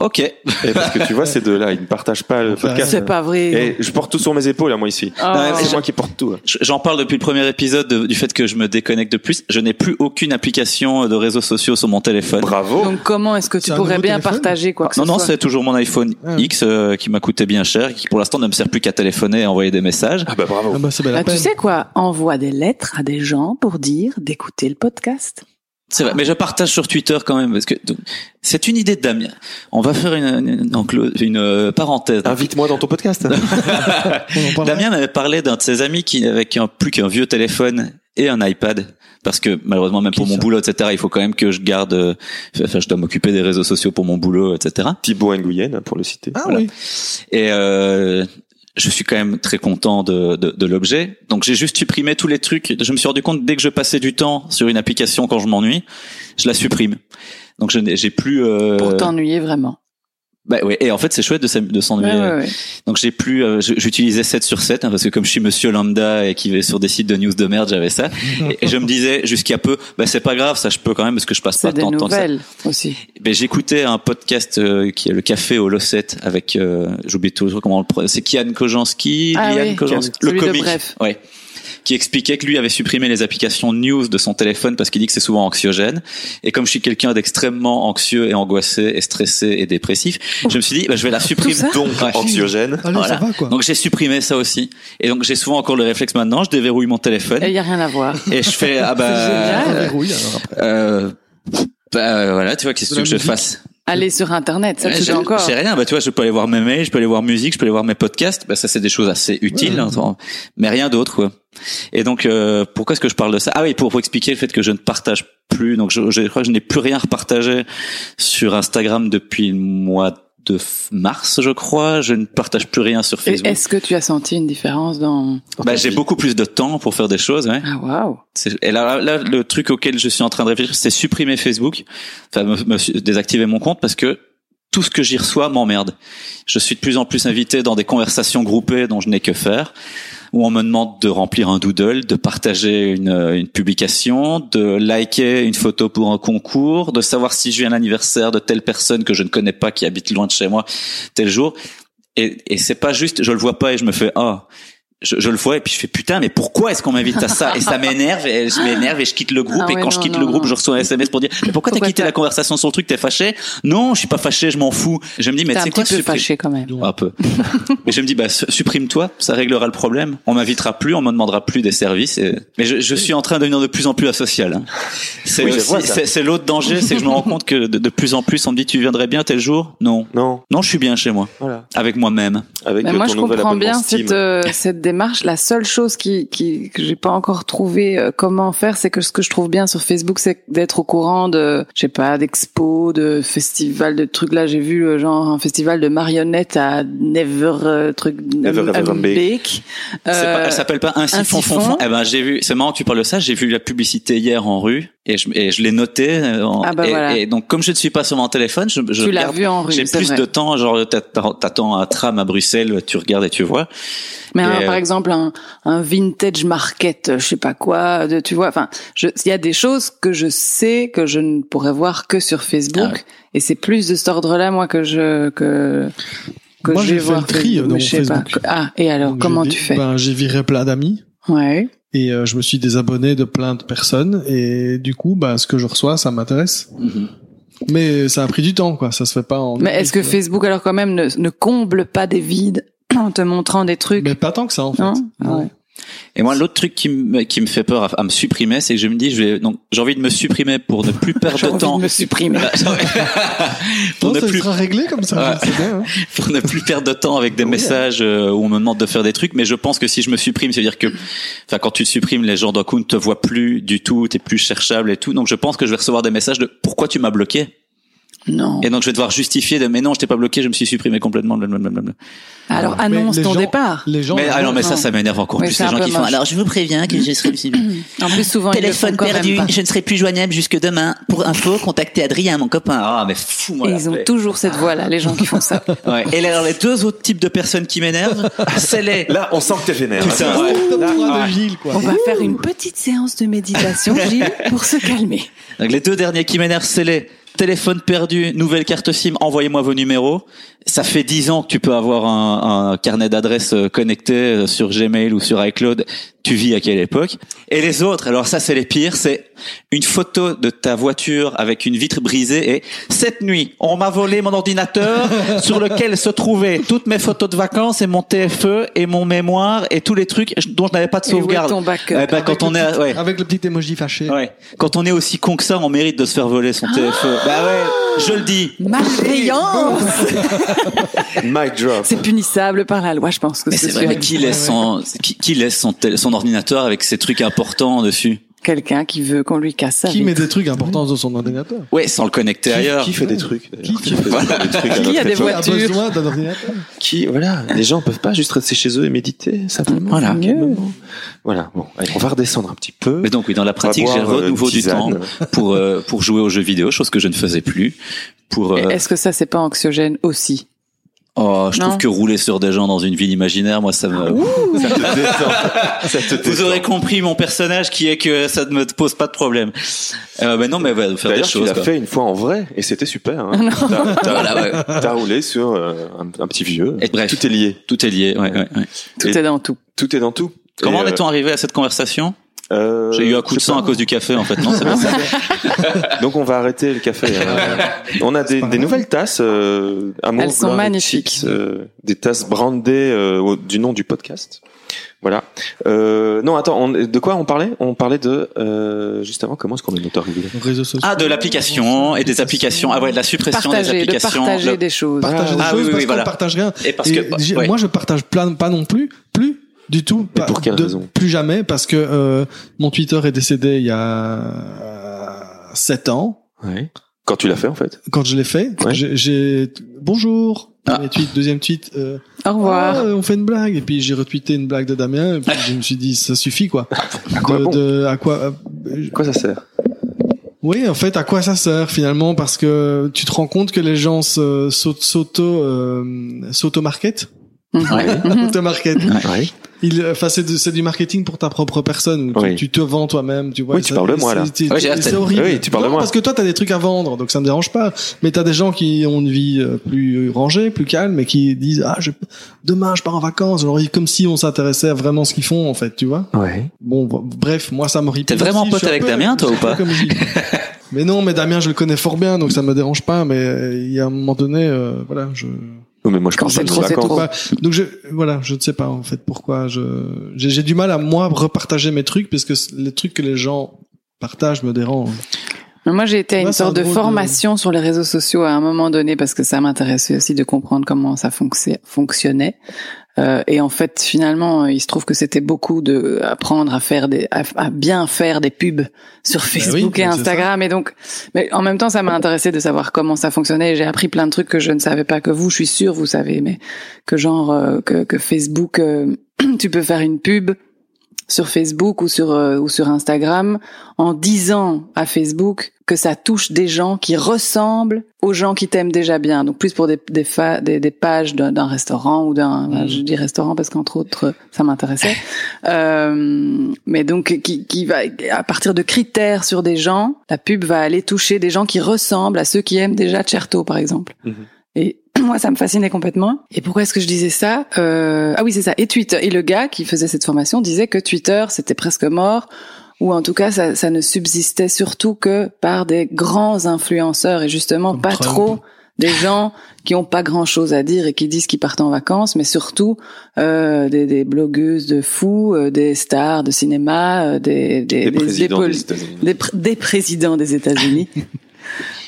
[SPEAKER 4] ok.
[SPEAKER 2] Et parce que tu vois, ces deux-là, ils ne partagent pas le
[SPEAKER 3] Enfin,
[SPEAKER 2] podcast.
[SPEAKER 1] C'est pas vrai.
[SPEAKER 2] Et je porte tout sur mes épaules, à moi ici.
[SPEAKER 1] Oh.
[SPEAKER 4] Non, Eh, mais
[SPEAKER 2] C'est moi qui porte tout. hein.
[SPEAKER 4] Je- J'en parle depuis le premier épisode de- du fait que je me déconnecte de plus. Je n'ai plus aucune application de réseaux sociaux sur mon téléphone.
[SPEAKER 2] Bravo.
[SPEAKER 1] Donc, Ah, comment est-ce que tu
[SPEAKER 3] C'est un
[SPEAKER 1] pourrais
[SPEAKER 3] nouveau
[SPEAKER 1] bien
[SPEAKER 3] téléphone
[SPEAKER 1] partager quoi que
[SPEAKER 4] Ah, Non,
[SPEAKER 1] ce
[SPEAKER 4] non,
[SPEAKER 1] soit
[SPEAKER 4] c'est toujours mon iPhone
[SPEAKER 3] Ah.
[SPEAKER 4] X euh, qui m'a coûté bien cher, et qui pour l'instant ne me sert plus qu'à téléphoner et envoyer des messages.
[SPEAKER 2] ah bah bravo.
[SPEAKER 3] Ah, bah, c'est bien la
[SPEAKER 1] Ah, tu
[SPEAKER 3] peine.
[SPEAKER 1] sais quoi Envoie des lettres à des gens pour dire d'écouter le podcast.
[SPEAKER 4] C'est vrai, mais je partage sur Twitter quand même parce que donc, c'est une idée de Damien. On va faire une, une, une- une, euh, parenthèse.
[SPEAKER 1] Ah,
[SPEAKER 2] Invite-moi dans ton podcast.
[SPEAKER 3] On en parlera.
[SPEAKER 4] Damien m'avait parlé d'un de ses amis qui avec un, plus qu'un vieux téléphone et un iPad parce que malheureusement même
[SPEAKER 3] Qui
[SPEAKER 4] pour mon
[SPEAKER 3] ça
[SPEAKER 4] boulot etc il faut quand même que je garde euh, enfin je dois m'occuper des réseaux sociaux pour mon boulot etc
[SPEAKER 2] Thibaut Nguyen, pour le citer.
[SPEAKER 3] Ah
[SPEAKER 4] Voilà.
[SPEAKER 3] oui.
[SPEAKER 4] et euh, je suis quand même très content de, de, de l'objet donc j'ai juste supprimé tous les trucs je me suis rendu compte dès que je passais du temps sur une application quand je m'ennuie je la supprime donc je n'ai j'ai plus euh,
[SPEAKER 1] Pour t'ennuyer vraiment.
[SPEAKER 4] Bah ouais, et en fait c'est chouette de s'am- de s'ennuyer.
[SPEAKER 1] Ouais, ouais, ouais.
[SPEAKER 4] Donc j'ai plus, euh, je- j'utilisais 7 sur 7 hein, parce que comme je suis monsieur lambda et qui vais sur des sites de news de merde,
[SPEAKER 1] <laughs>
[SPEAKER 4] j'avais ça. Et, et je me disais jusqu'à peu, bah c'est pas grave, ça je peux quand même parce que je passe pas
[SPEAKER 1] C'est des
[SPEAKER 4] tant de temps. que ça.
[SPEAKER 1] nouvelles aussi.
[SPEAKER 4] Ben, j'écoutais un podcast euh, qui est le Café au Losset avec, euh, j'oublie toujours comment on le prononce, c'est Kian Kojanski,
[SPEAKER 1] Ah
[SPEAKER 4] Lian
[SPEAKER 1] oui,
[SPEAKER 4] Kojanski,
[SPEAKER 1] Kian.
[SPEAKER 4] le
[SPEAKER 1] Celui de
[SPEAKER 4] comique,
[SPEAKER 1] Bref.
[SPEAKER 4] ouais, qui expliquait que lui avait supprimé les applications news de son téléphone parce qu'il dit que c'est souvent anxiogène. Et comme je suis quelqu'un d'extrêmement anxieux et angoissé et stressé et dépressif, je me suis dit, ben, je vais la supprimer.
[SPEAKER 1] Oh. ça Ah,
[SPEAKER 4] Donc, ouais.
[SPEAKER 2] Anxiogène.
[SPEAKER 3] Allez,
[SPEAKER 4] Voilà.
[SPEAKER 3] ça va, quoi.
[SPEAKER 4] Donc j'ai supprimé ça aussi. Et donc j'ai souvent encore le réflexe maintenant, je déverrouille mon téléphone
[SPEAKER 1] Et il y a rien à voir.
[SPEAKER 4] et je
[SPEAKER 1] <laughs>
[SPEAKER 4] fais ah
[SPEAKER 3] On
[SPEAKER 4] bah
[SPEAKER 3] verrouille, alors après.
[SPEAKER 4] euh, bah, euh, voilà, tu vois qu'est-ce que
[SPEAKER 3] De la
[SPEAKER 4] tu veux que
[SPEAKER 3] musique.
[SPEAKER 4] je fasse
[SPEAKER 1] Aller sur internet, ça
[SPEAKER 4] Ouais,
[SPEAKER 1] tu fais
[SPEAKER 4] j'ai-
[SPEAKER 1] encore.
[SPEAKER 4] J'ai rien, bah tu vois, je peux aller voir mes mails, je peux aller voir musique, je peux aller voir mes podcasts, bah ça c'est des choses assez utiles, hein, t'en- mais rien d'autre quoi. Et donc euh, pourquoi est-ce que je parle de ça Ah oui, pour, pour expliquer le fait que je ne partage plus, donc je, je crois que je n'ai plus rien repartagé sur Instagram depuis le mois de f- mars, je crois. Je ne partage plus rien sur
[SPEAKER 1] Et
[SPEAKER 4] Facebook.
[SPEAKER 1] est-ce que tu as senti une différence dans
[SPEAKER 4] Bah, j'ai beaucoup plus de temps pour faire des choses. Ouais.
[SPEAKER 1] Ah waouh.
[SPEAKER 4] C'est- Et là, là, le truc auquel je suis en train de réfléchir, c'est supprimer Facebook, enfin me, me- désactiver mon compte parce que tout ce que j'y reçois m'emmerde. Je suis de plus en plus invité dans des conversations groupées dont je n'ai que faire, où on me demande de remplir un doodle, de partager une, euh, une publication, de liker une photo pour un concours, de savoir si j'ai un anniversaire de telle personne que je ne connais pas qui habite loin de chez moi tel jour. Et, et c'est pas juste, je le vois pas et je me fais ah. Je, je le vois et puis je fais putain mais pourquoi est-ce qu'on m'invite à ça et ça m'énerve et je m'énerve et je quitte le groupe
[SPEAKER 1] Ah
[SPEAKER 4] et
[SPEAKER 1] ouais,
[SPEAKER 4] quand je
[SPEAKER 1] non,
[SPEAKER 4] quitte
[SPEAKER 1] non,
[SPEAKER 4] le groupe
[SPEAKER 1] non.
[SPEAKER 4] je reçois un SMS pour dire mais pourquoi t'as
[SPEAKER 1] Pourquoi
[SPEAKER 4] quitté
[SPEAKER 1] t'as-
[SPEAKER 4] la conversation sur le truc t'es fâché non je suis pas fâché je m'en fous je me dis mais
[SPEAKER 1] T'es un
[SPEAKER 4] c'est quoi
[SPEAKER 1] petit peu
[SPEAKER 4] supprime-
[SPEAKER 1] fâché quand même.
[SPEAKER 4] un peu mais je me dis bah su- supprime-toi ça réglera le problème on m'invitera plus on me demandera plus des services et- mais je, je suis en train de devenir de plus en plus asocial hein. c'est
[SPEAKER 2] Oui, je
[SPEAKER 4] aussi-
[SPEAKER 2] vois ça.
[SPEAKER 4] c'est c'est l'autre danger c'est que je me rends compte que de, de plus en plus on me dit tu viendrais bien tel jour non
[SPEAKER 2] Non,
[SPEAKER 4] non je suis bien chez moi
[SPEAKER 2] voilà.
[SPEAKER 4] avec moi-même
[SPEAKER 2] Avec
[SPEAKER 1] Mais
[SPEAKER 2] euh,
[SPEAKER 1] moi,
[SPEAKER 2] ton
[SPEAKER 1] je
[SPEAKER 2] nouvel
[SPEAKER 1] comprends
[SPEAKER 2] abonnement
[SPEAKER 1] bien
[SPEAKER 2] Steam.
[SPEAKER 1] cette, euh, cette démarche. La seule chose qui, qui que j'ai pas encore trouvé euh, comment faire, c'est que ce que je trouve bien sur Facebook, c'est d'être au courant de, je sais pas, d'expos, de festivals, de trucs. Là, j'ai vu euh, genre un festival de marionnettes à Never euh, truc
[SPEAKER 2] Never Have
[SPEAKER 1] Have
[SPEAKER 2] Been
[SPEAKER 1] Bake.
[SPEAKER 4] C'est
[SPEAKER 1] Euh,
[SPEAKER 4] pas- elle s'appelle pas ainsi
[SPEAKER 1] un
[SPEAKER 4] fond fond
[SPEAKER 1] siphon.
[SPEAKER 4] fond. Eh ben j'ai vu. C'est marrant que tu parles de ça. J'ai vu la publicité hier en rue et je, et je l'ai noté. euh, en-
[SPEAKER 1] Ah bah
[SPEAKER 4] et,
[SPEAKER 1] voilà.
[SPEAKER 4] et donc comme je ne suis pas sur mon téléphone, je, je
[SPEAKER 1] tu l'as
[SPEAKER 4] regarde.
[SPEAKER 1] vu en rue.
[SPEAKER 4] J'ai
[SPEAKER 1] c'est
[SPEAKER 4] plus
[SPEAKER 1] vrai.
[SPEAKER 4] de temps. Genre t'a- t'a- t'attends un tram à Bruxelles, tu regardes et tu vois.
[SPEAKER 1] Mais
[SPEAKER 4] Et,
[SPEAKER 1] un-
[SPEAKER 4] euh,
[SPEAKER 1] par exemple, un, un vintage market, euh, je sais pas quoi, de, tu vois. Enfin, je- il y a des choses que je sais que je ne pourrais voir que sur Facebook,
[SPEAKER 4] Ah ouais.
[SPEAKER 1] et c'est plus de cet ordre-là, moi, que je que que
[SPEAKER 3] Moi,
[SPEAKER 1] je
[SPEAKER 3] j'ai
[SPEAKER 1] vais
[SPEAKER 3] fait
[SPEAKER 1] voir
[SPEAKER 3] le tri,
[SPEAKER 1] Facebook,
[SPEAKER 3] euh, dans
[SPEAKER 1] mais je sais
[SPEAKER 3] Facebook.
[SPEAKER 1] pas. Ah, et alors,
[SPEAKER 3] Donc,
[SPEAKER 1] comment
[SPEAKER 3] j'ai
[SPEAKER 1] tu
[SPEAKER 3] dé-
[SPEAKER 1] fais
[SPEAKER 3] Ben, j'ai viré plein d'amis.
[SPEAKER 1] Ouais.
[SPEAKER 3] Et euh, je me suis désabonné de plein de personnes. Et du coup, bah, ce que je reçois, ça m'intéresse.
[SPEAKER 1] Mm-hmm.
[SPEAKER 3] Mais ça a pris du temps, quoi. Ça se fait euh, pas en.
[SPEAKER 1] Mais est-ce que Facebook, alors quand même, ne, ne comble pas des vides <clears throat> en te montrant des trucs
[SPEAKER 3] Mais pas tant que ça, en fait.
[SPEAKER 1] Non. Ah Ouais.
[SPEAKER 4] Et moi l'autre truc qui me qui me fait peur à, à me supprimer, c'est que je me dis je vais donc j'ai envie de me supprimer pour ne
[SPEAKER 1] <laughs>
[SPEAKER 4] plus perdre
[SPEAKER 1] J'ai
[SPEAKER 4] de
[SPEAKER 1] envie
[SPEAKER 4] temps.
[SPEAKER 1] de me supprimer.
[SPEAKER 4] Bah, <laughs> pour
[SPEAKER 3] Non,
[SPEAKER 4] ne
[SPEAKER 3] ça
[SPEAKER 4] plus
[SPEAKER 3] sera réglé comme ça.
[SPEAKER 4] Ouais.
[SPEAKER 3] C'est bien. hein.
[SPEAKER 4] <laughs> pour ne plus perdre de temps avec des
[SPEAKER 1] hein.
[SPEAKER 3] Ouais.
[SPEAKER 4] messages euh, où on me demande de faire des trucs. Mais je pense que si je me supprime, c'est-à-dire que, enfin, quand tu te supprimes, les gens d'un coup ne te voient plus du tout, t'es plus cherchable et tout. Donc je pense que je vais recevoir des messages de pourquoi tu m'as bloqué.
[SPEAKER 1] Non.
[SPEAKER 4] Et donc je vais devoir justifier de mais non, je t'ai pas bloqué, je me suis supprimé complètement. blablabla.
[SPEAKER 1] Alors
[SPEAKER 3] Mais
[SPEAKER 1] annonce
[SPEAKER 3] les
[SPEAKER 1] ton
[SPEAKER 3] gens-
[SPEAKER 1] départ.
[SPEAKER 3] Les gens.
[SPEAKER 4] Mais ah non, mais ça,
[SPEAKER 1] non.
[SPEAKER 4] ça m'énerve encore
[SPEAKER 1] Oui,
[SPEAKER 4] plus
[SPEAKER 1] c'est
[SPEAKER 4] les
[SPEAKER 1] un
[SPEAKER 4] gens
[SPEAKER 1] peu
[SPEAKER 4] qui font.
[SPEAKER 1] moche.
[SPEAKER 4] Alors je vous préviens que je serai
[SPEAKER 1] En plus, souvent, ils le font
[SPEAKER 5] Téléphone
[SPEAKER 1] quand même
[SPEAKER 5] perdu,
[SPEAKER 1] pas.
[SPEAKER 5] je ne serai plus joignable jusque demain. Pour info, contactez Adrien, mon copain.
[SPEAKER 4] Ah mais fou moi.
[SPEAKER 1] Et
[SPEAKER 4] la
[SPEAKER 1] ils ont
[SPEAKER 4] paix.
[SPEAKER 1] toujours cette voix-là, les gens qui font ça.
[SPEAKER 4] Ouais. Et alors les deux autres types de personnes
[SPEAKER 1] <laughs>
[SPEAKER 4] qui m'énervent, c'est les.
[SPEAKER 2] Là, on sent que t'es vénère.
[SPEAKER 4] Putain, ouais.
[SPEAKER 3] Comme toi,
[SPEAKER 4] Ah.
[SPEAKER 3] de Gilles, quoi.
[SPEAKER 1] On va faire une petite séance de
[SPEAKER 4] <laughs>
[SPEAKER 1] méditation, Gilles, pour se calmer.
[SPEAKER 4] Donc les deux derniers qui m'énervent, c'est les téléphones perdus, nouvelle carte SIM, envoyez-moi vos numéros. Ça fait dix ans que tu peux avoir un, un carnet d'adresses euh, connecté euh, sur Gmail ou sur iCloud. Tu vis à quelle époque Et les autres, alors ça c'est les pires, c'est une photo de ta voiture avec une vitre brisée et cette nuit, on m'a volé mon
[SPEAKER 1] <laughs>
[SPEAKER 4] ordinateur sur lequel se trouvaient toutes mes photos de vacances et mon TFE et mon mémoire et tous les trucs dont je n'avais pas de
[SPEAKER 1] Et où est
[SPEAKER 4] sauvegarde.
[SPEAKER 1] ton backup
[SPEAKER 4] Eh ben, quand
[SPEAKER 3] Avec
[SPEAKER 4] on
[SPEAKER 3] le
[SPEAKER 4] est, à-
[SPEAKER 3] petit-
[SPEAKER 4] ouais.
[SPEAKER 3] Avec le petit emoji fâché.
[SPEAKER 4] Ouais. Quand on est aussi con que ça, on mérite de se faire voler
[SPEAKER 1] Ah
[SPEAKER 4] son TFE. Bah ouais, je le dis.
[SPEAKER 1] Malveillance
[SPEAKER 2] Mic drop.
[SPEAKER 1] C'est punissable par la loi, je pense que
[SPEAKER 4] Mais
[SPEAKER 1] ce
[SPEAKER 4] c'est vrai,
[SPEAKER 1] serait
[SPEAKER 4] mais qui laisse son, qui, qui laisse son, tel- son ordinateur avec ses trucs importants dessus
[SPEAKER 1] quelqu'un qui veut qu'on lui casse sa
[SPEAKER 3] Qui
[SPEAKER 1] vie.
[SPEAKER 3] met des trucs importants dans son ordinateur
[SPEAKER 4] Ouais, sans le connecter ailleurs.
[SPEAKER 2] Qui fait des trucs d'ailleurs
[SPEAKER 3] Qui- qui
[SPEAKER 2] fait des trucs à
[SPEAKER 1] Qui a
[SPEAKER 2] notre
[SPEAKER 1] des
[SPEAKER 2] époque
[SPEAKER 3] Qui a
[SPEAKER 1] voitures.
[SPEAKER 3] besoin d'un ordinateur
[SPEAKER 2] Qui, voilà, les gens peuvent pas juste rester chez eux et méditer simplement.
[SPEAKER 4] Voilà.
[SPEAKER 2] calmement. Voilà. Bon, allez, on va redescendre un petit peu.
[SPEAKER 4] Mais donc oui, dans la pratique,
[SPEAKER 2] On va
[SPEAKER 4] j'ai
[SPEAKER 2] boire, euh,
[SPEAKER 4] renouveau
[SPEAKER 2] une
[SPEAKER 4] du temps
[SPEAKER 2] tisane.
[SPEAKER 4] pour euh, pour jouer aux jeux vidéo, chose que je ne faisais plus, pour. euh,
[SPEAKER 1] Et Est-ce que ça, c'est pas anxiogène
[SPEAKER 4] <laughs>
[SPEAKER 1] aussi
[SPEAKER 4] Oh, je
[SPEAKER 1] Non. Ah,
[SPEAKER 4] trouve que rouler sur des gens dans une ville imaginaire, moi, ça me.
[SPEAKER 2] Ça te
[SPEAKER 4] <laughs>
[SPEAKER 2] détend. Ça te
[SPEAKER 4] Vous
[SPEAKER 2] détend.
[SPEAKER 4] aurez compris mon personnage qui est que ça ne me pose pas de problème. Euh, mais non, mais va faire des
[SPEAKER 2] D'ailleurs, tu
[SPEAKER 4] choses.
[SPEAKER 2] l'as
[SPEAKER 4] quoi.
[SPEAKER 2] fait une fois en vrai et c'était super.
[SPEAKER 4] <laughs>
[SPEAKER 2] Hein. T'as- t'as- T'as roulé sur euh, un, un petit vieux.
[SPEAKER 4] Et bref.
[SPEAKER 2] Tout est lié.
[SPEAKER 4] Tout est lié. Ouais, ouais, ouais.
[SPEAKER 1] Tout
[SPEAKER 2] Et-
[SPEAKER 1] est dans tout.
[SPEAKER 2] Tout est dans tout.
[SPEAKER 4] Comment
[SPEAKER 2] Et,
[SPEAKER 4] en est-on arrivé à cette conversation
[SPEAKER 2] euh,
[SPEAKER 4] J'ai eu un coup de
[SPEAKER 2] je sais
[SPEAKER 4] sang à
[SPEAKER 2] pas.
[SPEAKER 4] cause du café, en fait. Non, c'est pas ça.
[SPEAKER 1] <laughs>
[SPEAKER 2] Donc on va arrêter le café. hein. on a des,
[SPEAKER 3] pas
[SPEAKER 2] des
[SPEAKER 3] grave.
[SPEAKER 2] nouvelles tasses. euh, Amour,
[SPEAKER 1] Elles sont
[SPEAKER 2] Gloire et
[SPEAKER 1] magnifiques.
[SPEAKER 2] Chips, euh, des tasses brandées euh, au- du nom du podcast. Voilà. Euh, non, attends. on- de quoi on parlait On parlait de euh, juste avant. Comment est-ce qu'on est motorisé
[SPEAKER 3] Réseaux sociaux.
[SPEAKER 4] Ah, de l'application et des applications. Ah ouais, de la suppression des
[SPEAKER 1] Partager, de
[SPEAKER 4] applications.
[SPEAKER 1] partager
[SPEAKER 4] Le-
[SPEAKER 1] des choses.
[SPEAKER 3] Partager des
[SPEAKER 4] Ah,
[SPEAKER 3] choses
[SPEAKER 4] oui, oui,
[SPEAKER 3] parce
[SPEAKER 4] oui,
[SPEAKER 3] qu'on
[SPEAKER 4] voilà.
[SPEAKER 3] partage rien.
[SPEAKER 4] Et parce
[SPEAKER 3] Et
[SPEAKER 4] que bah,
[SPEAKER 3] j'ai-
[SPEAKER 4] ouais.
[SPEAKER 3] moi je partage plein pas non plus plus du tout pas
[SPEAKER 2] pour quelle
[SPEAKER 3] de-
[SPEAKER 2] raison
[SPEAKER 3] plus jamais parce que euh, mon Twitter est décédé il y a 7 ans
[SPEAKER 2] Quand tu l'as fait en fait
[SPEAKER 3] quand je l'ai fait
[SPEAKER 2] Ouais.
[SPEAKER 3] j'ai- j'ai bonjour
[SPEAKER 4] Ah.
[SPEAKER 3] premier tweet deuxième tweet euh,
[SPEAKER 1] Au revoir.
[SPEAKER 3] Ah, on fait une blague et puis j'ai retweeté une blague de Damien et puis je me suis dit ça suffit quoi
[SPEAKER 2] À quoi
[SPEAKER 3] de,
[SPEAKER 2] bon
[SPEAKER 3] de- à quoi euh,
[SPEAKER 2] À quoi ça sert
[SPEAKER 3] oui en fait à quoi ça sert finalement parce que tu te rends compte que les gens se- s'auto s'auto euh, s'auto market
[SPEAKER 1] Mhm.
[SPEAKER 4] Ah,
[SPEAKER 3] <laughs>
[SPEAKER 1] Mhm.
[SPEAKER 3] auto market
[SPEAKER 2] Ouais.
[SPEAKER 3] Il, euh, enfin, c'est de- c'est du marketing pour ta propre personne. Où tu-
[SPEAKER 2] Oui.
[SPEAKER 3] tu, te vends toi-même, tu vois.
[SPEAKER 2] Oui, tu parles de moi, là.
[SPEAKER 3] c'est- c'est-
[SPEAKER 4] Ah Oui, j'ai hâte.
[SPEAKER 3] C'est horrible.
[SPEAKER 2] Oui, tu parles de
[SPEAKER 3] Non,
[SPEAKER 2] moi.
[SPEAKER 3] Parce que toi, t'as des trucs à vendre, donc ça me dérange pas. Mais t'as des gens qui ont une vie euh, plus rangée, plus calme, et qui disent ah, je, demain, je pars en vacances. Alors, comme si on s'intéressait à vraiment ce qu'ils font, en fait, tu vois.
[SPEAKER 2] Ouais.
[SPEAKER 3] Bon, bon, bref, moi, ça m'horripile.
[SPEAKER 4] T'es vraiment
[SPEAKER 3] aussi, je
[SPEAKER 4] pote
[SPEAKER 3] suis un
[SPEAKER 4] avec
[SPEAKER 3] peu-
[SPEAKER 4] Damien, toi,
[SPEAKER 3] je
[SPEAKER 4] ou
[SPEAKER 3] suis un
[SPEAKER 4] pas
[SPEAKER 3] peu <laughs> comme Gilles. Mais non, mais Damien, je le connais fort bien, donc ça me dérange pas. Mais euh, il y a un moment donné, euh, voilà, je
[SPEAKER 2] Non, mais moi
[SPEAKER 1] <laughs>
[SPEAKER 2] je
[SPEAKER 1] Quand
[SPEAKER 2] pense
[SPEAKER 1] c'est
[SPEAKER 2] à nos
[SPEAKER 1] trop, c'est
[SPEAKER 2] vacances.
[SPEAKER 1] trop.
[SPEAKER 3] bah, donc je voilà, je ne sais pas en fait pourquoi je j'ai j'ai du mal à moi repartager mes trucs parce que c- les trucs que les gens partagent me dérangent.
[SPEAKER 1] Mais moi, j'ai été à
[SPEAKER 3] Moi,
[SPEAKER 1] une
[SPEAKER 3] c'est un
[SPEAKER 1] sorte de
[SPEAKER 3] drôle de-
[SPEAKER 1] formation sur les réseaux sociaux à un moment donné parce que ça m'intéressait aussi de comprendre comment ça fonc- fonctionnait. Euh, et en fait, finalement, il se trouve que c'était beaucoup de apprendre à faire des, à, à bien faire des pubs sur Facebook
[SPEAKER 3] Bah oui,
[SPEAKER 1] et
[SPEAKER 3] mais c'est
[SPEAKER 1] Instagram. Et donc, mais en même temps, ça m'a intéressé de savoir comment ça fonctionnait. et J'ai appris plein de trucs que je ne savais pas que vous, je suis sûre, vous savez, mais que genre euh, que, que Facebook, euh, <clears throat> tu peux faire une pub sur Facebook ou sur euh, ou sur Instagram en disant à Facebook que ça touche des gens qui ressemblent aux gens qui t'aiment déjà bien. Donc plus pour des des, fa- des, des pages d'un d'un restaurant ou d'un
[SPEAKER 3] Mhm.
[SPEAKER 1] je dis restaurant parce qu'entre autres ça m'intéressait. Euh, mais donc qui qui va à partir de critères sur des gens, la pub va aller toucher des gens qui ressemblent à ceux qui aiment déjà Certo par exemple.
[SPEAKER 2] Mhm.
[SPEAKER 1] Et <clears throat> moi, ça me fascinait complètement. Et pourquoi est-ce que je disais ça Euh, Ah oui, c'est ça. Et Twitter. Et le gars qui faisait cette formation disait que Twitter, c'était presque mort, ou en tout cas, ça, ça ne subsistait surtout que par des grands influenceurs et justement
[SPEAKER 3] Comme
[SPEAKER 1] pas
[SPEAKER 3] Trump.
[SPEAKER 1] trop des gens qui ont pas grand-chose à dire et qui disent qu'ils partent en vacances, mais surtout euh, des, des blogueuses de fous, euh, des stars de cinéma, euh, des, des,
[SPEAKER 2] Des
[SPEAKER 1] des- des
[SPEAKER 2] présidents
[SPEAKER 1] poli-
[SPEAKER 2] des États-Unis.
[SPEAKER 1] des, pr- des présidents des <laughs> États-Unis.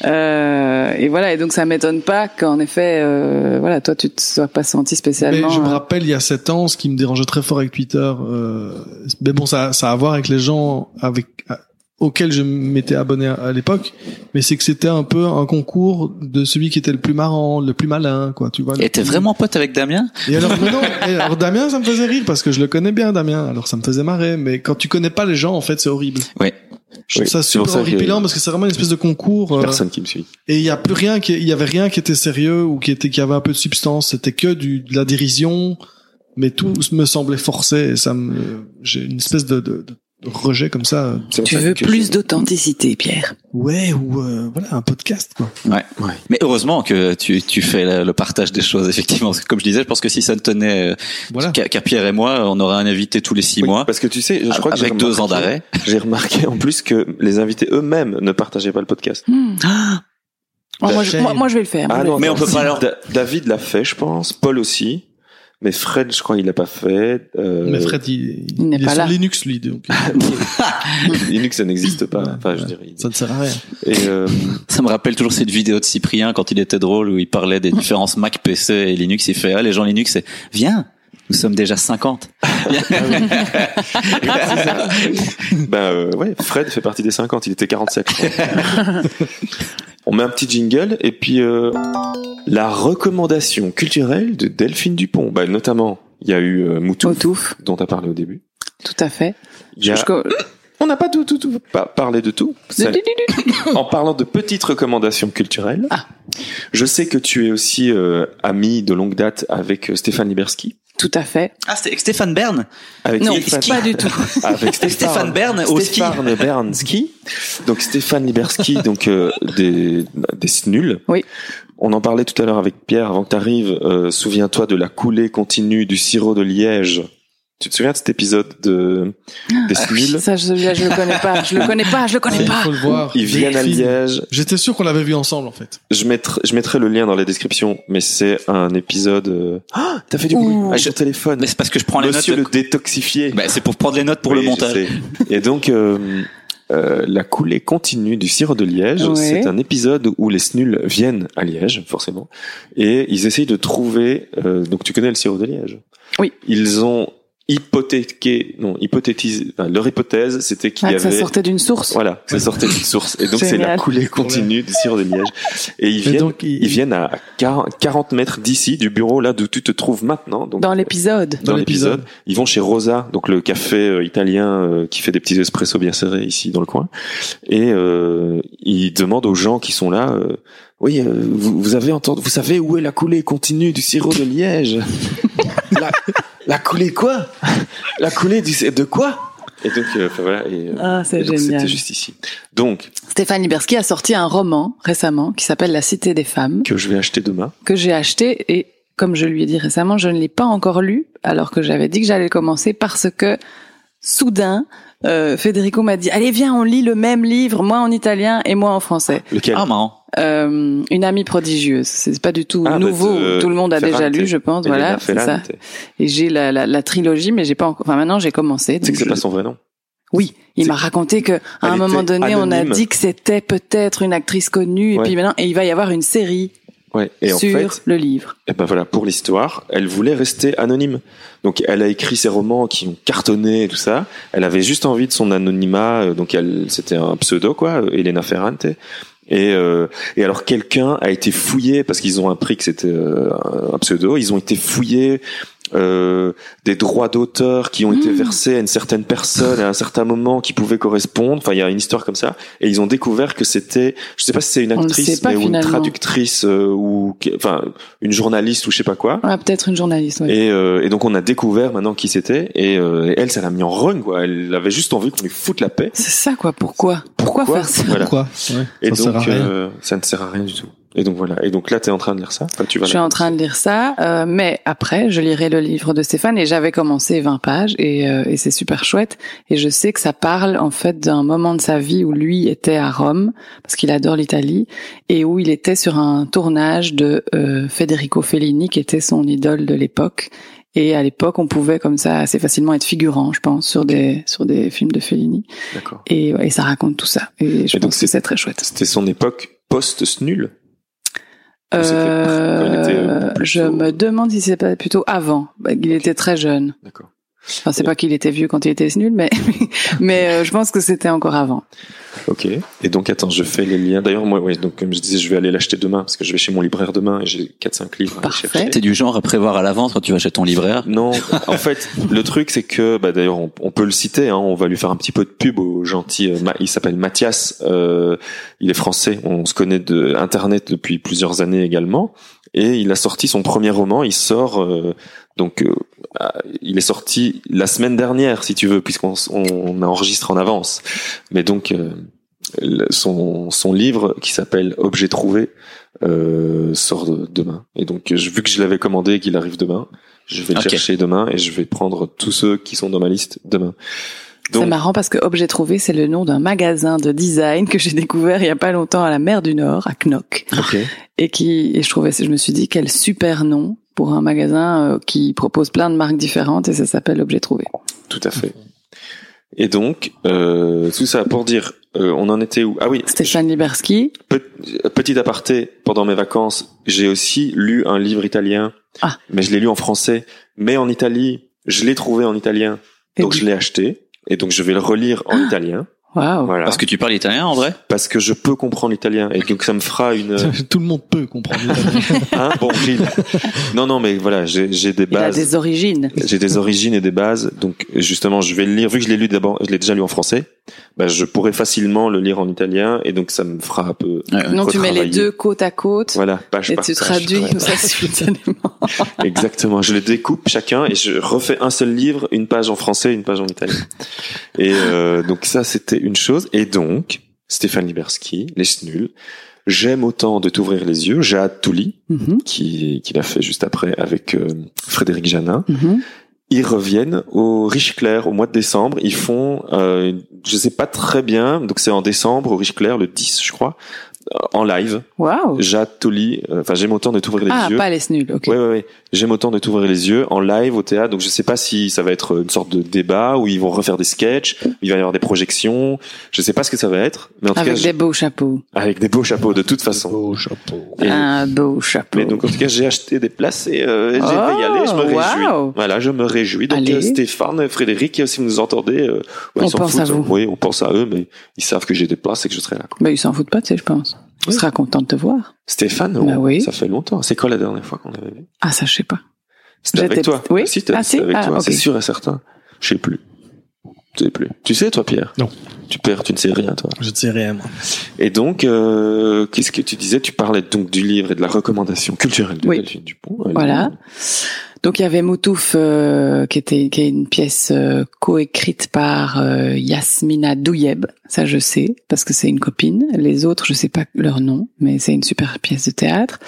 [SPEAKER 1] Euh, et voilà, et donc ça m'étonne pas qu'en effet, euh, voilà, toi tu te sois pas senti
[SPEAKER 3] Mais
[SPEAKER 1] spécialement.
[SPEAKER 3] je me
[SPEAKER 1] euh,
[SPEAKER 3] rappelle il y a sept ans ce qui me dérangeait très fort avec Twitter. euh, mais bon, ça ça a à voir avec les gens avec à- auxquels je m'étais abonné à, à l'époque. Mais c'est que c'était un peu un concours de celui qui était le plus marrant, le plus malin, quoi. Tu vois. le
[SPEAKER 4] Et t'es
[SPEAKER 3] plus-
[SPEAKER 4] vraiment pote avec Damien
[SPEAKER 3] Et alors, mais non, et alors Damien, ça me faisait rire parce que je le connais bien, Damien. Alors ça me faisait marrer, mais quand tu connais pas les gens, en fait, c'est horrible.
[SPEAKER 4] Ouais.
[SPEAKER 3] Je trouve
[SPEAKER 2] Oui,
[SPEAKER 3] ça
[SPEAKER 2] c'est pour
[SPEAKER 3] super
[SPEAKER 2] ça que-
[SPEAKER 3] horripilant parce que c'est vraiment une espèce de concours euh,
[SPEAKER 2] Personne qui me suit.
[SPEAKER 3] et il y a plus rien qui, il y avait rien qui était sérieux ou qui était qui avait un peu de substance. C'était que du de la dérision, mais tout me semblait forcé et ça me j'ai une espèce de, de, de rejet comme ça. euh,
[SPEAKER 2] C'est pour
[SPEAKER 1] tu
[SPEAKER 2] ça
[SPEAKER 1] veux
[SPEAKER 2] que
[SPEAKER 1] plus
[SPEAKER 2] je-
[SPEAKER 1] d'authenticité, Pierre.
[SPEAKER 3] Ouais ou euh, voilà un podcast quoi.
[SPEAKER 4] Mais heureusement que tu, tu fais le, le partage des choses, effectivement. Parce que Comme je disais, je pense que si ça ne tenait euh,
[SPEAKER 3] Voilà.
[SPEAKER 4] qu'à qu'à Pierre et moi, on aurait un invité tous les six
[SPEAKER 2] Oui,
[SPEAKER 4] mois.
[SPEAKER 2] Parce que tu sais, je crois que j'ai
[SPEAKER 4] avec deux ans
[SPEAKER 2] remarqué-
[SPEAKER 4] d'arrêt.
[SPEAKER 2] <laughs> J'ai remarqué en plus que les invités eux-mêmes ne partageaient pas le podcast.
[SPEAKER 1] Hmm. Oh, moi, je,
[SPEAKER 3] Bah,
[SPEAKER 1] moi- moi, je vais le faire.
[SPEAKER 2] Ah
[SPEAKER 1] moi, je vais le
[SPEAKER 4] Ah mais
[SPEAKER 1] faire.
[SPEAKER 4] on peut
[SPEAKER 2] si,
[SPEAKER 4] pas leur-
[SPEAKER 2] Da- David l'a fait, je pense. Paul aussi. Mais Fred, je crois, il l'a pas fait. Euh,
[SPEAKER 3] Mais Fred, il,
[SPEAKER 1] il n'est
[SPEAKER 3] est
[SPEAKER 1] pas
[SPEAKER 3] sur
[SPEAKER 1] là.
[SPEAKER 3] Linux lui donc euh,
[SPEAKER 2] Linux, ça n'existe pas.
[SPEAKER 3] Ouais,
[SPEAKER 2] Enfin, je
[SPEAKER 3] ouais.
[SPEAKER 2] dirais.
[SPEAKER 3] ça ne sert à rien.
[SPEAKER 2] Et euh,
[SPEAKER 3] <laughs>
[SPEAKER 4] Ça me rappelle toujours cette vidéo de Cyprien quand il était drôle où il parlait des différences Mac, PC et Linux. Il fait, ah, les gens Linux, c'est, viens, nous sommes déjà 50.
[SPEAKER 2] bah euh, ouais, Fred fait partie des 50. Il était 47. je
[SPEAKER 3] <laughs>
[SPEAKER 2] crois. On met un petit jingle et puis euh, la recommandation culturelle de Delphine Dupont. Bah notamment, il y a eu euh, Moutou
[SPEAKER 1] Autouf,
[SPEAKER 2] dont tu as parlé au début.
[SPEAKER 1] tout à fait.
[SPEAKER 2] Il y a-
[SPEAKER 1] Je- je-
[SPEAKER 2] On n'a pas tout, tout, tout, pas parlé de tout. Ça- en parlant de petites recommandations culturelles,
[SPEAKER 1] Ah.
[SPEAKER 2] je sais que tu es aussi euh, ami de longue date avec euh, Stéphane Liberski.
[SPEAKER 1] Tout à fait.
[SPEAKER 4] Ah, c'était avec Stéphane Bern.
[SPEAKER 2] Avec
[SPEAKER 1] Non,
[SPEAKER 2] Stéphane-
[SPEAKER 1] pas du tout. <laughs>
[SPEAKER 2] avec Stéphane,
[SPEAKER 4] Stéphane Bern au ski.
[SPEAKER 2] Stéphane Bern ski. Donc Stéphane Liberski, donc euh, des des snuls.
[SPEAKER 1] Oui.
[SPEAKER 2] On en parlait tout à l'heure avec Pierre avant que t'arrives. euh, Souviens-toi de la coulée continue du sirop de Liège. Tu te souviens de cet épisode de
[SPEAKER 1] Ah,
[SPEAKER 2] des snuls
[SPEAKER 1] Ça, je, je le connais pas. Je le connais pas. Je le connais
[SPEAKER 3] Il
[SPEAKER 1] pas.
[SPEAKER 3] faut le voir.
[SPEAKER 2] Ils viennent à
[SPEAKER 3] Film.
[SPEAKER 2] Liège.
[SPEAKER 3] J'étais sûr qu'on l'avait vu ensemble en fait.
[SPEAKER 2] Je mettrai je mettrai le lien dans la description, mais c'est un épisode. euh, Ah, t'as fait du bruit
[SPEAKER 1] Ouh.
[SPEAKER 2] avec ton téléphone.
[SPEAKER 4] Mais c'est parce que je prends les
[SPEAKER 2] Monsieur
[SPEAKER 4] notes.
[SPEAKER 2] le
[SPEAKER 4] de-
[SPEAKER 2] détoxifié.
[SPEAKER 4] Bah, c'est pour prendre les notes pour
[SPEAKER 2] Oui,
[SPEAKER 4] le
[SPEAKER 2] je
[SPEAKER 4] montage.
[SPEAKER 2] sais. Et donc, euh, euh, la coulée continue du sirop de Liège.
[SPEAKER 1] Ouais.
[SPEAKER 2] C'est un épisode où les snuls viennent à Liège, forcément, et ils essayent de trouver. euh, donc, tu connais le sirop de Liège
[SPEAKER 1] Oui.
[SPEAKER 2] Ils ont hypothéqué, non, hypothétisé. enfin, leur hypothèse, c'était qu'il
[SPEAKER 1] Ah,
[SPEAKER 2] y
[SPEAKER 1] que ça
[SPEAKER 2] avait.
[SPEAKER 1] sortait d'une source.
[SPEAKER 2] Voilà, ça sortait d'une source. Et donc, c'est
[SPEAKER 1] Génial.
[SPEAKER 2] la coulée continue du sirop de Liège. Et ils
[SPEAKER 3] Mais
[SPEAKER 2] viennent.
[SPEAKER 3] donc, il-
[SPEAKER 2] Ils viennent à 40 40 mètres d'ici, du bureau là d'où tu te trouves maintenant. Donc,
[SPEAKER 1] Dans l'épisode.
[SPEAKER 2] dans l'épisode. Ils vont chez Rosa, donc le café euh, italien euh, qui fait des petits espressos bien serrés ici dans le coin. Et euh, ils demandent aux gens qui sont là, euh, oui, euh, vous, vous avez entendu, vous savez où est la coulée continue du sirop de Liège
[SPEAKER 1] <laughs>
[SPEAKER 2] la, la coulée quoi La coulée du de quoi Et donc euh, enfin, voilà. Et, euh,
[SPEAKER 1] Ah, c'est
[SPEAKER 2] et donc,
[SPEAKER 1] génial.
[SPEAKER 2] C'était juste ici. Donc
[SPEAKER 1] Stéphane Liberski a sorti un roman récemment qui s'appelle La Cité des Femmes
[SPEAKER 2] que je vais acheter demain.
[SPEAKER 1] que j'ai acheté et comme je lui ai dit récemment, je ne l'ai pas encore lu alors que j'avais dit que j'allais le commencer parce que soudain, euh, Federico m'a dit allez viens on lit le même livre moi en italien et moi en français.
[SPEAKER 2] Lequel
[SPEAKER 4] Ah, marrant.
[SPEAKER 1] Euh, une amie prodigieuse, c'est pas du tout
[SPEAKER 2] Ah, bah,
[SPEAKER 1] nouveau,
[SPEAKER 2] de
[SPEAKER 1] tout le monde a
[SPEAKER 2] Ferrante.
[SPEAKER 1] déjà lu je pense,
[SPEAKER 2] Elena
[SPEAKER 1] voilà c'est ça.
[SPEAKER 2] Ferrante.
[SPEAKER 1] Et j'ai la, la, la trilogie mais j'ai pas encore, enfin maintenant j'ai commencé.
[SPEAKER 2] Tu
[SPEAKER 1] donc
[SPEAKER 2] sais que c'est
[SPEAKER 1] je-
[SPEAKER 2] pas son vrai nom.
[SPEAKER 1] oui, il
[SPEAKER 2] C'est-
[SPEAKER 1] m'a raconté que à
[SPEAKER 2] Elle
[SPEAKER 1] un moment
[SPEAKER 2] était
[SPEAKER 1] donné, on a
[SPEAKER 2] anonyme.
[SPEAKER 1] dit que c'était peut-être une actrice connue,
[SPEAKER 2] Ouais.
[SPEAKER 1] et puis maintenant, et il va y avoir une série
[SPEAKER 2] Ouais. Et en
[SPEAKER 1] sur
[SPEAKER 2] fait,
[SPEAKER 1] le livre.
[SPEAKER 2] Et ben voilà, pour l'histoire, elle voulait rester anonyme. Donc elle a écrit ses romans qui ont cartonné et tout ça. Elle avait juste envie de son anonymat, euh, donc elle c'était un pseudo quoi, euh, Elena Ferrante. Et, euh, et alors quelqu'un a été fouillé parce qu'ils ont appris que c'était euh, un pseudo. Ils ont été fouillés euh, des droits d'auteur qui ont été
[SPEAKER 1] Mmh.
[SPEAKER 2] versés à une certaine personne à un certain moment qui pouvait correspondre. Enfin, il y a une histoire comme ça. Et ils ont découvert que c'était, je sais pas si c'est une
[SPEAKER 1] On le
[SPEAKER 2] actrice
[SPEAKER 1] sait pas,
[SPEAKER 2] mais, ou une
[SPEAKER 1] finalement.
[SPEAKER 2] traductrice euh, ou que- enfin une journaliste ou je sais pas quoi.
[SPEAKER 1] Ah, peut-être une journaliste. oui.
[SPEAKER 2] Et, euh, et donc on a découvert maintenant qui c'était et euh, elle ça l'a mis en run quoi. Elle avait juste envie qu'on lui foute la paix.
[SPEAKER 1] C'est ça, quoi. Pourquoi Pourquoi,
[SPEAKER 2] Quoi
[SPEAKER 1] faire ça
[SPEAKER 2] Voilà.
[SPEAKER 3] Pourquoi Ouais,
[SPEAKER 2] Et
[SPEAKER 3] ça sert à
[SPEAKER 2] donc
[SPEAKER 3] rien.
[SPEAKER 2] euh, ça ne sert à rien du tout. Et donc voilà. Et donc là t'es en train de lire ça. Enfin, tu vas
[SPEAKER 1] Je suis
[SPEAKER 2] là.
[SPEAKER 1] en train de lire ça, euh, mais après, je lirai le livre de Stéphane et j'avais commencé 20 pages et, euh, et c'est super chouette. Et je sais que ça parle en fait d'un moment de sa vie où lui était à Rome, parce qu'il adore l'Italie, et où il était sur un tournage de euh, Federico Fellini, qui était son idole de l'époque. Et à l'époque, on pouvait comme ça assez facilement être figurant, je pense, sur des sur des films de Fellini.
[SPEAKER 2] D'accord.
[SPEAKER 1] Et, ouais, et ça raconte tout ça. Et je
[SPEAKER 2] Et donc
[SPEAKER 1] pense
[SPEAKER 2] c'est-
[SPEAKER 1] que c'est très chouette.
[SPEAKER 2] C'était son époque post snul. Ou c'était quand il était, euh,
[SPEAKER 1] Euh,
[SPEAKER 2] plus
[SPEAKER 1] je
[SPEAKER 2] tôt
[SPEAKER 1] me demande si c'est pas plutôt avant. Bah, Il était très jeune.
[SPEAKER 2] D'accord.
[SPEAKER 1] Enfin, c'est pas qu'il était vieux quand il était nul, mais <laughs> mais euh, je pense que c'était encore avant.
[SPEAKER 2] Ok. Et donc attends je fais les liens. D'ailleurs moi ouais donc comme je disais je vais aller l'acheter demain parce que je vais chez mon libraire demain et j'ai 4-5 livres à aller
[SPEAKER 1] Parfait.
[SPEAKER 2] chercher.
[SPEAKER 4] T'es du genre à prévoir à l'avance quand tu vas chez ton libraire.
[SPEAKER 2] Non, en fait, le truc c'est que, bah d'ailleurs, on, on peut le citer. Hein, on va lui faire un petit peu de pub au gentil. euh, Ma- il s'appelle Mathias. euh, il est français. On se connaît de Internet depuis plusieurs années également. Et il a sorti son premier roman. Il sort euh, donc, euh, ah, il est sorti la semaine dernière, si tu veux, puisqu'on s- on, on enregistre en avance. Mais donc. euh, le- son, son livre qui s'appelle Objet trouvé euh, sort de- demain et donc je- vu que je l'avais commandé et qu'il arrive demain je vais le
[SPEAKER 4] Ok.
[SPEAKER 2] chercher demain et je vais prendre tous ceux qui sont dans ma liste demain
[SPEAKER 1] C'est
[SPEAKER 2] donc
[SPEAKER 1] marrant parce que Objet Trouvé, c'est le nom d'un magasin de design que j'ai découvert il y a pas longtemps à la mer du Nord, à Knock,
[SPEAKER 2] ok.
[SPEAKER 1] et qui et je trouvais, je me suis dit quel super nom pour un magasin euh, qui propose plein de marques différentes et ça s'appelle Objet Trouvé.
[SPEAKER 2] tout à fait et donc euh, tout ça pour dire euh, on en était où ah oui
[SPEAKER 1] Stéphane Liberski.
[SPEAKER 2] Pe- Petit aparté, pendant mes vacances, j'ai aussi lu un livre italien,
[SPEAKER 1] Ah.
[SPEAKER 2] mais je l'ai lu en français. Mais en Italie, je l'ai trouvé en italien,
[SPEAKER 1] Et
[SPEAKER 2] donc
[SPEAKER 1] du- Ah.
[SPEAKER 2] je l'ai acheté. Et donc je vais le relire en italien,
[SPEAKER 1] Waouh.
[SPEAKER 2] voilà,
[SPEAKER 4] Parce que tu parles italien en vrai
[SPEAKER 2] parce que je peux comprendre l'italien et donc ça me
[SPEAKER 1] <laughs>
[SPEAKER 2] fera une
[SPEAKER 3] <laughs> Tout le monde
[SPEAKER 2] <laughs>
[SPEAKER 3] peut comprendre.
[SPEAKER 2] un bon fil. Non non mais voilà, j'ai j'ai des
[SPEAKER 1] Il a
[SPEAKER 2] bases,
[SPEAKER 1] des origines.
[SPEAKER 2] j'ai des origines et des bases, donc justement je vais le lire vu que je l'ai lu d'abord, je l'ai déjà lu en français, bah, je pourrais facilement le lire en italien et donc ça me fera un peu.
[SPEAKER 4] Ouais, ouais.
[SPEAKER 1] Non, tu mets les
[SPEAKER 2] retravailler.
[SPEAKER 1] deux côte à côte
[SPEAKER 2] Voilà, Bah, page
[SPEAKER 1] et
[SPEAKER 2] par
[SPEAKER 1] tu
[SPEAKER 2] page.
[SPEAKER 1] traduis
[SPEAKER 2] Ouais.
[SPEAKER 1] comme ça <laughs> simultanément.
[SPEAKER 2] Exactement. Je les découpe chacun et je refais un seul livre, une page en français, une page en italien. Et euh, donc ça, c'était une chose. Et donc, Stéphane Liberski, Les Snuls, j'aime autant de t'ouvrir les yeux. J'ai hâte tout lit,
[SPEAKER 1] Mhm,
[SPEAKER 2] qui, qui l'a fait juste après avec euh, Frédéric Janin.
[SPEAKER 1] mhm.
[SPEAKER 2] Ils reviennent au Riche Clair au mois de décembre. Ils font, euh, je sais pas très bien, donc c'est en décembre au Riche Clair, le 10 je crois, euh, en live.
[SPEAKER 1] Waouh.
[SPEAKER 2] Jade Tolly, euh, enfin j'aime autant de t'ouvrir les
[SPEAKER 1] Ah,
[SPEAKER 2] yeux.
[SPEAKER 1] pas les snuls. Ok.
[SPEAKER 2] Ouais, ouais, ouais. J'aime autant de t'ouvrir les yeux en live au théâtre. Donc je sais pas si ça va être une sorte de débat où ils vont refaire des sketchs, il va y avoir des projections. Je sais pas ce que ça va être, mais en tout
[SPEAKER 1] Avec
[SPEAKER 2] cas
[SPEAKER 1] des beaux chapeaux.
[SPEAKER 2] je- avec des beaux chapeaux de toute façon.
[SPEAKER 3] Au chapeau.
[SPEAKER 2] Et-
[SPEAKER 1] Un beau chapeau.
[SPEAKER 2] mais donc en tout cas j'ai acheté des places et euh, j'ai- je vais y aller, je me
[SPEAKER 1] Oh,
[SPEAKER 2] réjouis.
[SPEAKER 1] wow.
[SPEAKER 2] Voilà, je me réjouis. Donc
[SPEAKER 1] Allez.
[SPEAKER 2] euh, Stéphane, Frédéric, euh, si vous nous entendez, euh,
[SPEAKER 1] On
[SPEAKER 2] ouais, ils s'en
[SPEAKER 1] pense
[SPEAKER 2] foutent,
[SPEAKER 1] à vous.
[SPEAKER 2] hein. Oui, on pense à eux, mais ils savent que j'ai des places et que je serai là. quoi.
[SPEAKER 1] Bah, ils s'en foutent pas, tu sais, je pense. On sera content de te voir.
[SPEAKER 2] Stéphane,
[SPEAKER 1] Bah
[SPEAKER 2] on-
[SPEAKER 1] oui.
[SPEAKER 2] ça fait longtemps. C'est quoi la dernière fois qu'on avait vu
[SPEAKER 1] Ah, ça, je sais pas.
[SPEAKER 2] C'était avec
[SPEAKER 1] J'étais
[SPEAKER 2] toi.
[SPEAKER 1] petite. Oui.
[SPEAKER 2] Si, t'as-
[SPEAKER 1] Ah,
[SPEAKER 2] c'était
[SPEAKER 1] si.
[SPEAKER 2] avec
[SPEAKER 1] Ah,
[SPEAKER 2] toi.
[SPEAKER 1] ok.
[SPEAKER 2] C'est sûr et certain. Je sais plus. Je sais plus. Tu sais, toi, Pierre
[SPEAKER 3] Non.
[SPEAKER 2] Tu perds, tu ne sais rien, toi.
[SPEAKER 3] Je ne sais rien, moi.
[SPEAKER 2] Et donc, euh, qu'est-ce que tu disais Tu parlais donc du livre et de la recommandation culturelle de
[SPEAKER 1] Oui.
[SPEAKER 2] Delphine Dupont. Elle-
[SPEAKER 1] Voilà. Donc il y avait Moutouf euh, qui était qui est une pièce euh, coécrite par euh, Yasmina Douyeb, ça je sais parce que c'est une copine. Les autres je sais pas leur nom, mais c'est une super pièce de théâtre.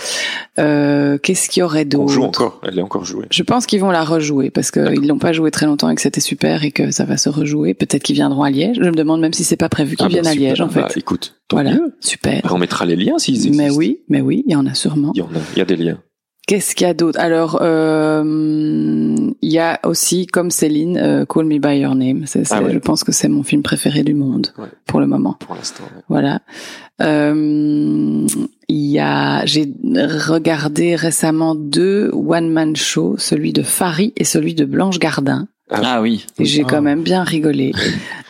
[SPEAKER 1] Euh, Qu'est-ce qu'il y aurait
[SPEAKER 2] On joue
[SPEAKER 1] d'autre
[SPEAKER 2] encore. Elle est encore jouée.
[SPEAKER 1] Je pense qu'ils vont la rejouer parce qu'ils l'ont pas joué très longtemps et que c'était super et que ça va se rejouer. Peut-être qu'ils viendront à Liège. Je me demande même si c'est pas prévu qu'ils
[SPEAKER 2] Ah,
[SPEAKER 1] viennent
[SPEAKER 2] bah,
[SPEAKER 1] à
[SPEAKER 2] super.
[SPEAKER 1] Liège en fait.
[SPEAKER 2] Bah, écoute, tant
[SPEAKER 1] voilà,
[SPEAKER 2] mieux.
[SPEAKER 1] super.
[SPEAKER 2] Bah, on mettra les liens s'ils existent.
[SPEAKER 1] Mais oui, mais oui, il y en a sûrement.
[SPEAKER 2] Il y en a. Il y a des liens.
[SPEAKER 1] Qu'est-ce qu'il y a d'autre Alors, euh, il y a aussi, comme Céline, euh, Call Me By Your Name. C'est- c'est-
[SPEAKER 2] Ah ouais.
[SPEAKER 1] Je pense que c'est mon film préféré du monde,
[SPEAKER 2] Ouais.
[SPEAKER 1] pour le moment.
[SPEAKER 2] Pour l'instant. ouais.
[SPEAKER 1] Voilà. Euh, il y a, j'ai regardé récemment deux one-man shows, celui de Fari et celui de Blanche Gardin.
[SPEAKER 4] Ah oui.
[SPEAKER 1] Et j'ai
[SPEAKER 3] Ah. Oh
[SPEAKER 1] quand même bien
[SPEAKER 3] <laughs>
[SPEAKER 1] rigolé.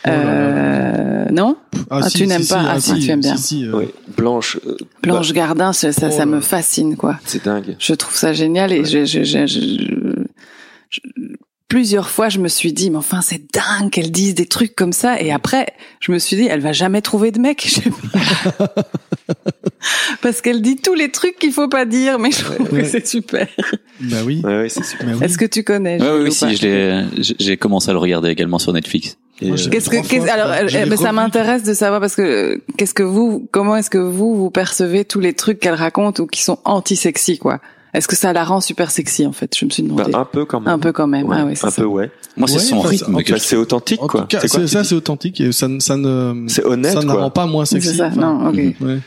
[SPEAKER 1] euh, non Ah, tu n'aimes pas Ah, si, tu aimes bien.
[SPEAKER 3] Si, si, euh,
[SPEAKER 2] Oui. Blanche, euh,
[SPEAKER 1] Blanche Gardin, ça, ça,
[SPEAKER 3] Oh
[SPEAKER 1] ça
[SPEAKER 3] là
[SPEAKER 1] me
[SPEAKER 3] là.
[SPEAKER 1] fascine, quoi.
[SPEAKER 2] c'est dingue.
[SPEAKER 1] Je trouve ça génial et
[SPEAKER 2] Ouais.
[SPEAKER 1] je, je- je- je- je- plusieurs fois je me suis dit mais enfin c'est dingue qu'elle dise des trucs comme ça et après je me suis dit elle va jamais trouver de mec <laughs> Je sais pas. parce qu'elle dit tous les trucs qu'il faut pas dire mais je trouve
[SPEAKER 3] Ouais.
[SPEAKER 1] que c'est super.
[SPEAKER 3] Bah oui.
[SPEAKER 2] Ouais, ouais, c'est super.
[SPEAKER 3] Bah oui.
[SPEAKER 1] Est-ce que tu connais
[SPEAKER 4] Ouais,
[SPEAKER 1] Gilles,
[SPEAKER 4] oui,
[SPEAKER 1] ou
[SPEAKER 4] oui, si,
[SPEAKER 1] pas
[SPEAKER 4] je l'ai- j'ai- j'ai commencé à le regarder également sur Netflix.
[SPEAKER 2] Et,
[SPEAKER 3] Moi, je-
[SPEAKER 2] euh,
[SPEAKER 1] Qu'est-ce que
[SPEAKER 3] Trois
[SPEAKER 1] qu'est-ce-
[SPEAKER 3] fois,
[SPEAKER 1] alors
[SPEAKER 3] je- je
[SPEAKER 1] euh,
[SPEAKER 3] l'ai
[SPEAKER 1] mais ça
[SPEAKER 3] revu.
[SPEAKER 1] m'intéresse de savoir parce que euh, qu'est-ce que vous comment est-ce que vous vous percevez tous les trucs qu'elle raconte ou qui sont anti-sexy quoi Est-ce que ça la rend super sexy en fait Je me suis
[SPEAKER 2] bah,
[SPEAKER 1] demandé.
[SPEAKER 2] un peu quand même.
[SPEAKER 1] un peu quand même.
[SPEAKER 2] Ouais,
[SPEAKER 1] ah ouais, c'est
[SPEAKER 2] un
[SPEAKER 1] ça.
[SPEAKER 2] peu ouais.
[SPEAKER 4] Moi, c'est
[SPEAKER 3] Ouais,
[SPEAKER 4] son
[SPEAKER 3] enfin, en
[SPEAKER 4] rythme
[SPEAKER 3] tout
[SPEAKER 4] que
[SPEAKER 2] Bah, c'est authentique
[SPEAKER 3] En
[SPEAKER 2] quoi.
[SPEAKER 3] tout cas,
[SPEAKER 2] C'est quoi
[SPEAKER 3] c'est-
[SPEAKER 2] que
[SPEAKER 3] ça
[SPEAKER 2] tu dis
[SPEAKER 3] c'est authentique et ça, ne- ça ne
[SPEAKER 2] C'est honnête
[SPEAKER 3] ça ne la
[SPEAKER 2] quoi.
[SPEAKER 3] rend pas moins sexy.
[SPEAKER 1] C'est ça.
[SPEAKER 3] enfin.
[SPEAKER 1] Non, ok.
[SPEAKER 2] Mhm.
[SPEAKER 3] Ouais.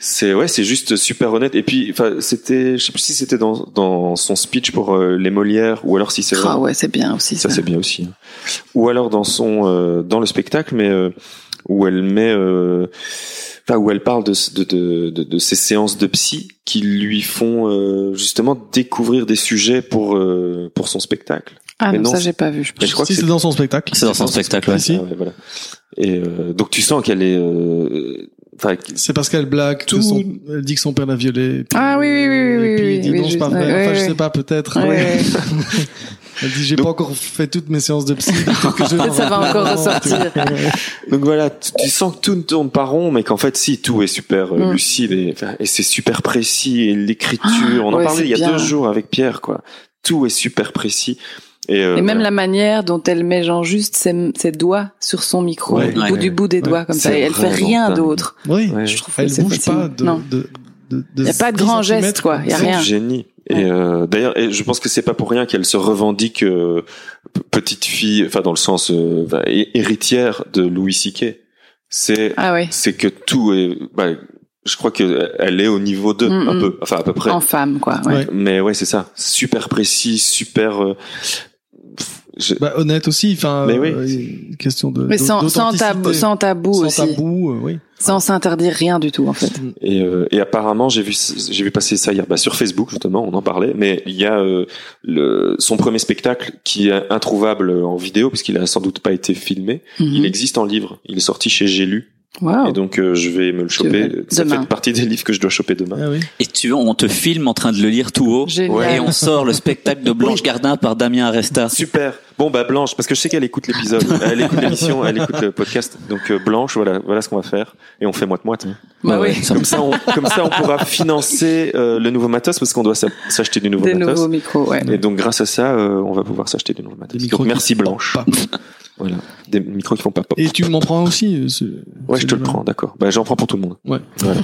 [SPEAKER 2] C'est ouais, c'est juste super honnête. Et puis, enfin, c'était, je sais plus si c'était dans dans son speech pour euh, les Molières ou alors si c'est
[SPEAKER 1] Ah
[SPEAKER 2] vraiment-
[SPEAKER 1] ouais, c'est bien aussi.
[SPEAKER 2] ça,
[SPEAKER 1] Ça,
[SPEAKER 2] c'est bien aussi. hein. Ou alors dans son euh, dans le spectacle, mais euh, où elle met, euh, enfin où elle parle de de, de de de ces séances de psy qui lui font euh, justement découvrir des sujets pour euh, pour son spectacle.
[SPEAKER 1] Ah
[SPEAKER 2] Mais
[SPEAKER 1] non,
[SPEAKER 2] non,
[SPEAKER 1] ça
[SPEAKER 2] c'est-
[SPEAKER 1] j'ai pas vu. Je
[SPEAKER 2] Mais je crois
[SPEAKER 3] Si
[SPEAKER 2] que
[SPEAKER 3] c'est
[SPEAKER 2] c'est
[SPEAKER 3] dans son spectacle.
[SPEAKER 4] C'est dans son spectacle. ouais.
[SPEAKER 3] Si.
[SPEAKER 2] Ah ouais, voilà. Et euh, donc tu sens qu'elle est, euh, enfin, qu'il-
[SPEAKER 3] C'est parce qu'elle blague, que
[SPEAKER 2] Tout-
[SPEAKER 3] son- elle dit que son père l'a violée. et puis-
[SPEAKER 1] Ah oui, oui, oui, oui,
[SPEAKER 3] et puis
[SPEAKER 1] oui,
[SPEAKER 3] il dit
[SPEAKER 1] oui,
[SPEAKER 3] non, c'est pas
[SPEAKER 1] juste-
[SPEAKER 3] vrai.
[SPEAKER 1] ouais,
[SPEAKER 3] enfin,
[SPEAKER 1] ouais,
[SPEAKER 3] je sais
[SPEAKER 1] ouais.
[SPEAKER 3] pas, peut-être.
[SPEAKER 1] Ouais,
[SPEAKER 2] <laughs>
[SPEAKER 1] ouais.
[SPEAKER 3] Elle dit, j'ai
[SPEAKER 2] Donc-
[SPEAKER 3] pas encore fait toutes mes séances
[SPEAKER 1] <laughs>
[SPEAKER 3] de psy. peut-être que je vais
[SPEAKER 1] Ça va
[SPEAKER 3] avoir <laughs>
[SPEAKER 1] encore
[SPEAKER 3] un moment,
[SPEAKER 1] ressortir.
[SPEAKER 3] tu vois.
[SPEAKER 2] Donc voilà, tu, tu sens que tout ne tourne pas rond, mais qu'en fait, si, tout est super euh,
[SPEAKER 1] Mm.
[SPEAKER 2] lucide et, enfin, et c'est super précis et l'écriture. on en
[SPEAKER 1] Ah, ouais,
[SPEAKER 2] parlait
[SPEAKER 1] c'est
[SPEAKER 2] il y a
[SPEAKER 1] bien.
[SPEAKER 2] deux jours avec Pierre, quoi. Tout est super précis. Et, euh,
[SPEAKER 1] Et même
[SPEAKER 2] voilà.
[SPEAKER 1] la manière dont elle met genre juste ses, ses doigts sur son micro,
[SPEAKER 2] Ouais,
[SPEAKER 1] du
[SPEAKER 4] ouais,
[SPEAKER 1] bout
[SPEAKER 4] ouais.
[SPEAKER 1] du bout des doigts comme ça,
[SPEAKER 2] C'est
[SPEAKER 1] et elle fait
[SPEAKER 2] vraiment
[SPEAKER 1] rien
[SPEAKER 2] dingue.
[SPEAKER 1] d'autre.
[SPEAKER 3] Oui.
[SPEAKER 2] Ouais.
[SPEAKER 1] Je trouve que
[SPEAKER 3] Elle
[SPEAKER 1] c'est
[SPEAKER 3] bouge
[SPEAKER 1] fascinant.
[SPEAKER 3] pas de,
[SPEAKER 1] Non.
[SPEAKER 3] de, de, de
[SPEAKER 1] Y a pas de grand
[SPEAKER 3] 10
[SPEAKER 1] geste,
[SPEAKER 3] centimètres,
[SPEAKER 1] quoi. Y a
[SPEAKER 3] C'est-
[SPEAKER 1] rien.
[SPEAKER 2] du génie.
[SPEAKER 1] Ouais.
[SPEAKER 2] Et euh, d'ailleurs, et je pense que c'est pas pour rien qu'elle se revendique euh, p- petite fille, enfin dans le sens euh, enfin, hé- héritière de Louis Siquet. C'est
[SPEAKER 1] Ah ouais.
[SPEAKER 2] c'est que tout est. bah, je crois que elle est au niveau 2
[SPEAKER 1] Mm,
[SPEAKER 2] un
[SPEAKER 1] mm.
[SPEAKER 2] peu, enfin à peu près.
[SPEAKER 1] En femme, quoi. Ouais.
[SPEAKER 3] Ouais.
[SPEAKER 2] Mais ouais, c'est ça. Super précis, super. euh, pff, je-
[SPEAKER 3] Bah, honnête aussi. Enfin,
[SPEAKER 2] Mais oui.
[SPEAKER 3] euh, question de.
[SPEAKER 1] Mais sans,
[SPEAKER 3] d'aut-
[SPEAKER 1] sans, tabou,
[SPEAKER 3] d'authenticité.
[SPEAKER 1] sans tabou
[SPEAKER 3] Sans
[SPEAKER 1] aussi.
[SPEAKER 3] tabou, euh, oui.
[SPEAKER 1] Sans s'interdire rien du tout, en fait.
[SPEAKER 2] Et, euh, et apparemment, j'ai vu, j'ai vu passer ça hier bah, sur Facebook justement, on en parlait. Mais il y a euh, le, son premier spectacle qui est introuvable en vidéo puisqu'il a sans doute pas été filmé. Il
[SPEAKER 1] Mhm.
[SPEAKER 2] existe en livre. Il est sorti chez J'ai lu.
[SPEAKER 1] Waouh.
[SPEAKER 2] Et donc euh, je vais me le choper.
[SPEAKER 1] Demain.
[SPEAKER 2] Ça
[SPEAKER 1] Demain.
[SPEAKER 2] fait partie des livres que je dois choper demain.
[SPEAKER 3] Ah oui.
[SPEAKER 4] Et tu, on te filme en train de le lire tout haut.
[SPEAKER 1] Génial.
[SPEAKER 4] Et on sort le spectacle de Blanche Gardin par Damien
[SPEAKER 2] <laughs>
[SPEAKER 4] Aresta.
[SPEAKER 2] Super. Bon bah Blanche, parce que je sais qu'elle
[SPEAKER 1] <laughs>
[SPEAKER 2] écoute l'épisode, elle écoute l'émission, elle écoute le podcast. Donc euh, Blanche, voilà, voilà ce qu'on va faire et on fait moite moite.
[SPEAKER 1] Bah oui.
[SPEAKER 4] Ça me-
[SPEAKER 2] Comme ça, on, comme ça, on pourra financer euh, le nouveau matos parce qu'on doit s'a- s'acheter du nouveau
[SPEAKER 1] Des
[SPEAKER 2] matos.
[SPEAKER 1] nouveaux micros, ouais.
[SPEAKER 2] Et donc grâce à ça, euh, on va pouvoir s'acheter du nouveau matos.
[SPEAKER 3] Des micros
[SPEAKER 2] Donc,
[SPEAKER 3] qui
[SPEAKER 2] merci Blanche.
[SPEAKER 3] Pop, pop.
[SPEAKER 2] <laughs> Voilà, des micros qui font pas pop.
[SPEAKER 3] Et tu m'en prends aussi. euh, ce-
[SPEAKER 2] Ouais, je te le
[SPEAKER 3] celui-là.
[SPEAKER 2] prends, d'accord. Bah, j'en prends pour tout le monde.
[SPEAKER 3] Ouais. <laughs>
[SPEAKER 2] Voilà.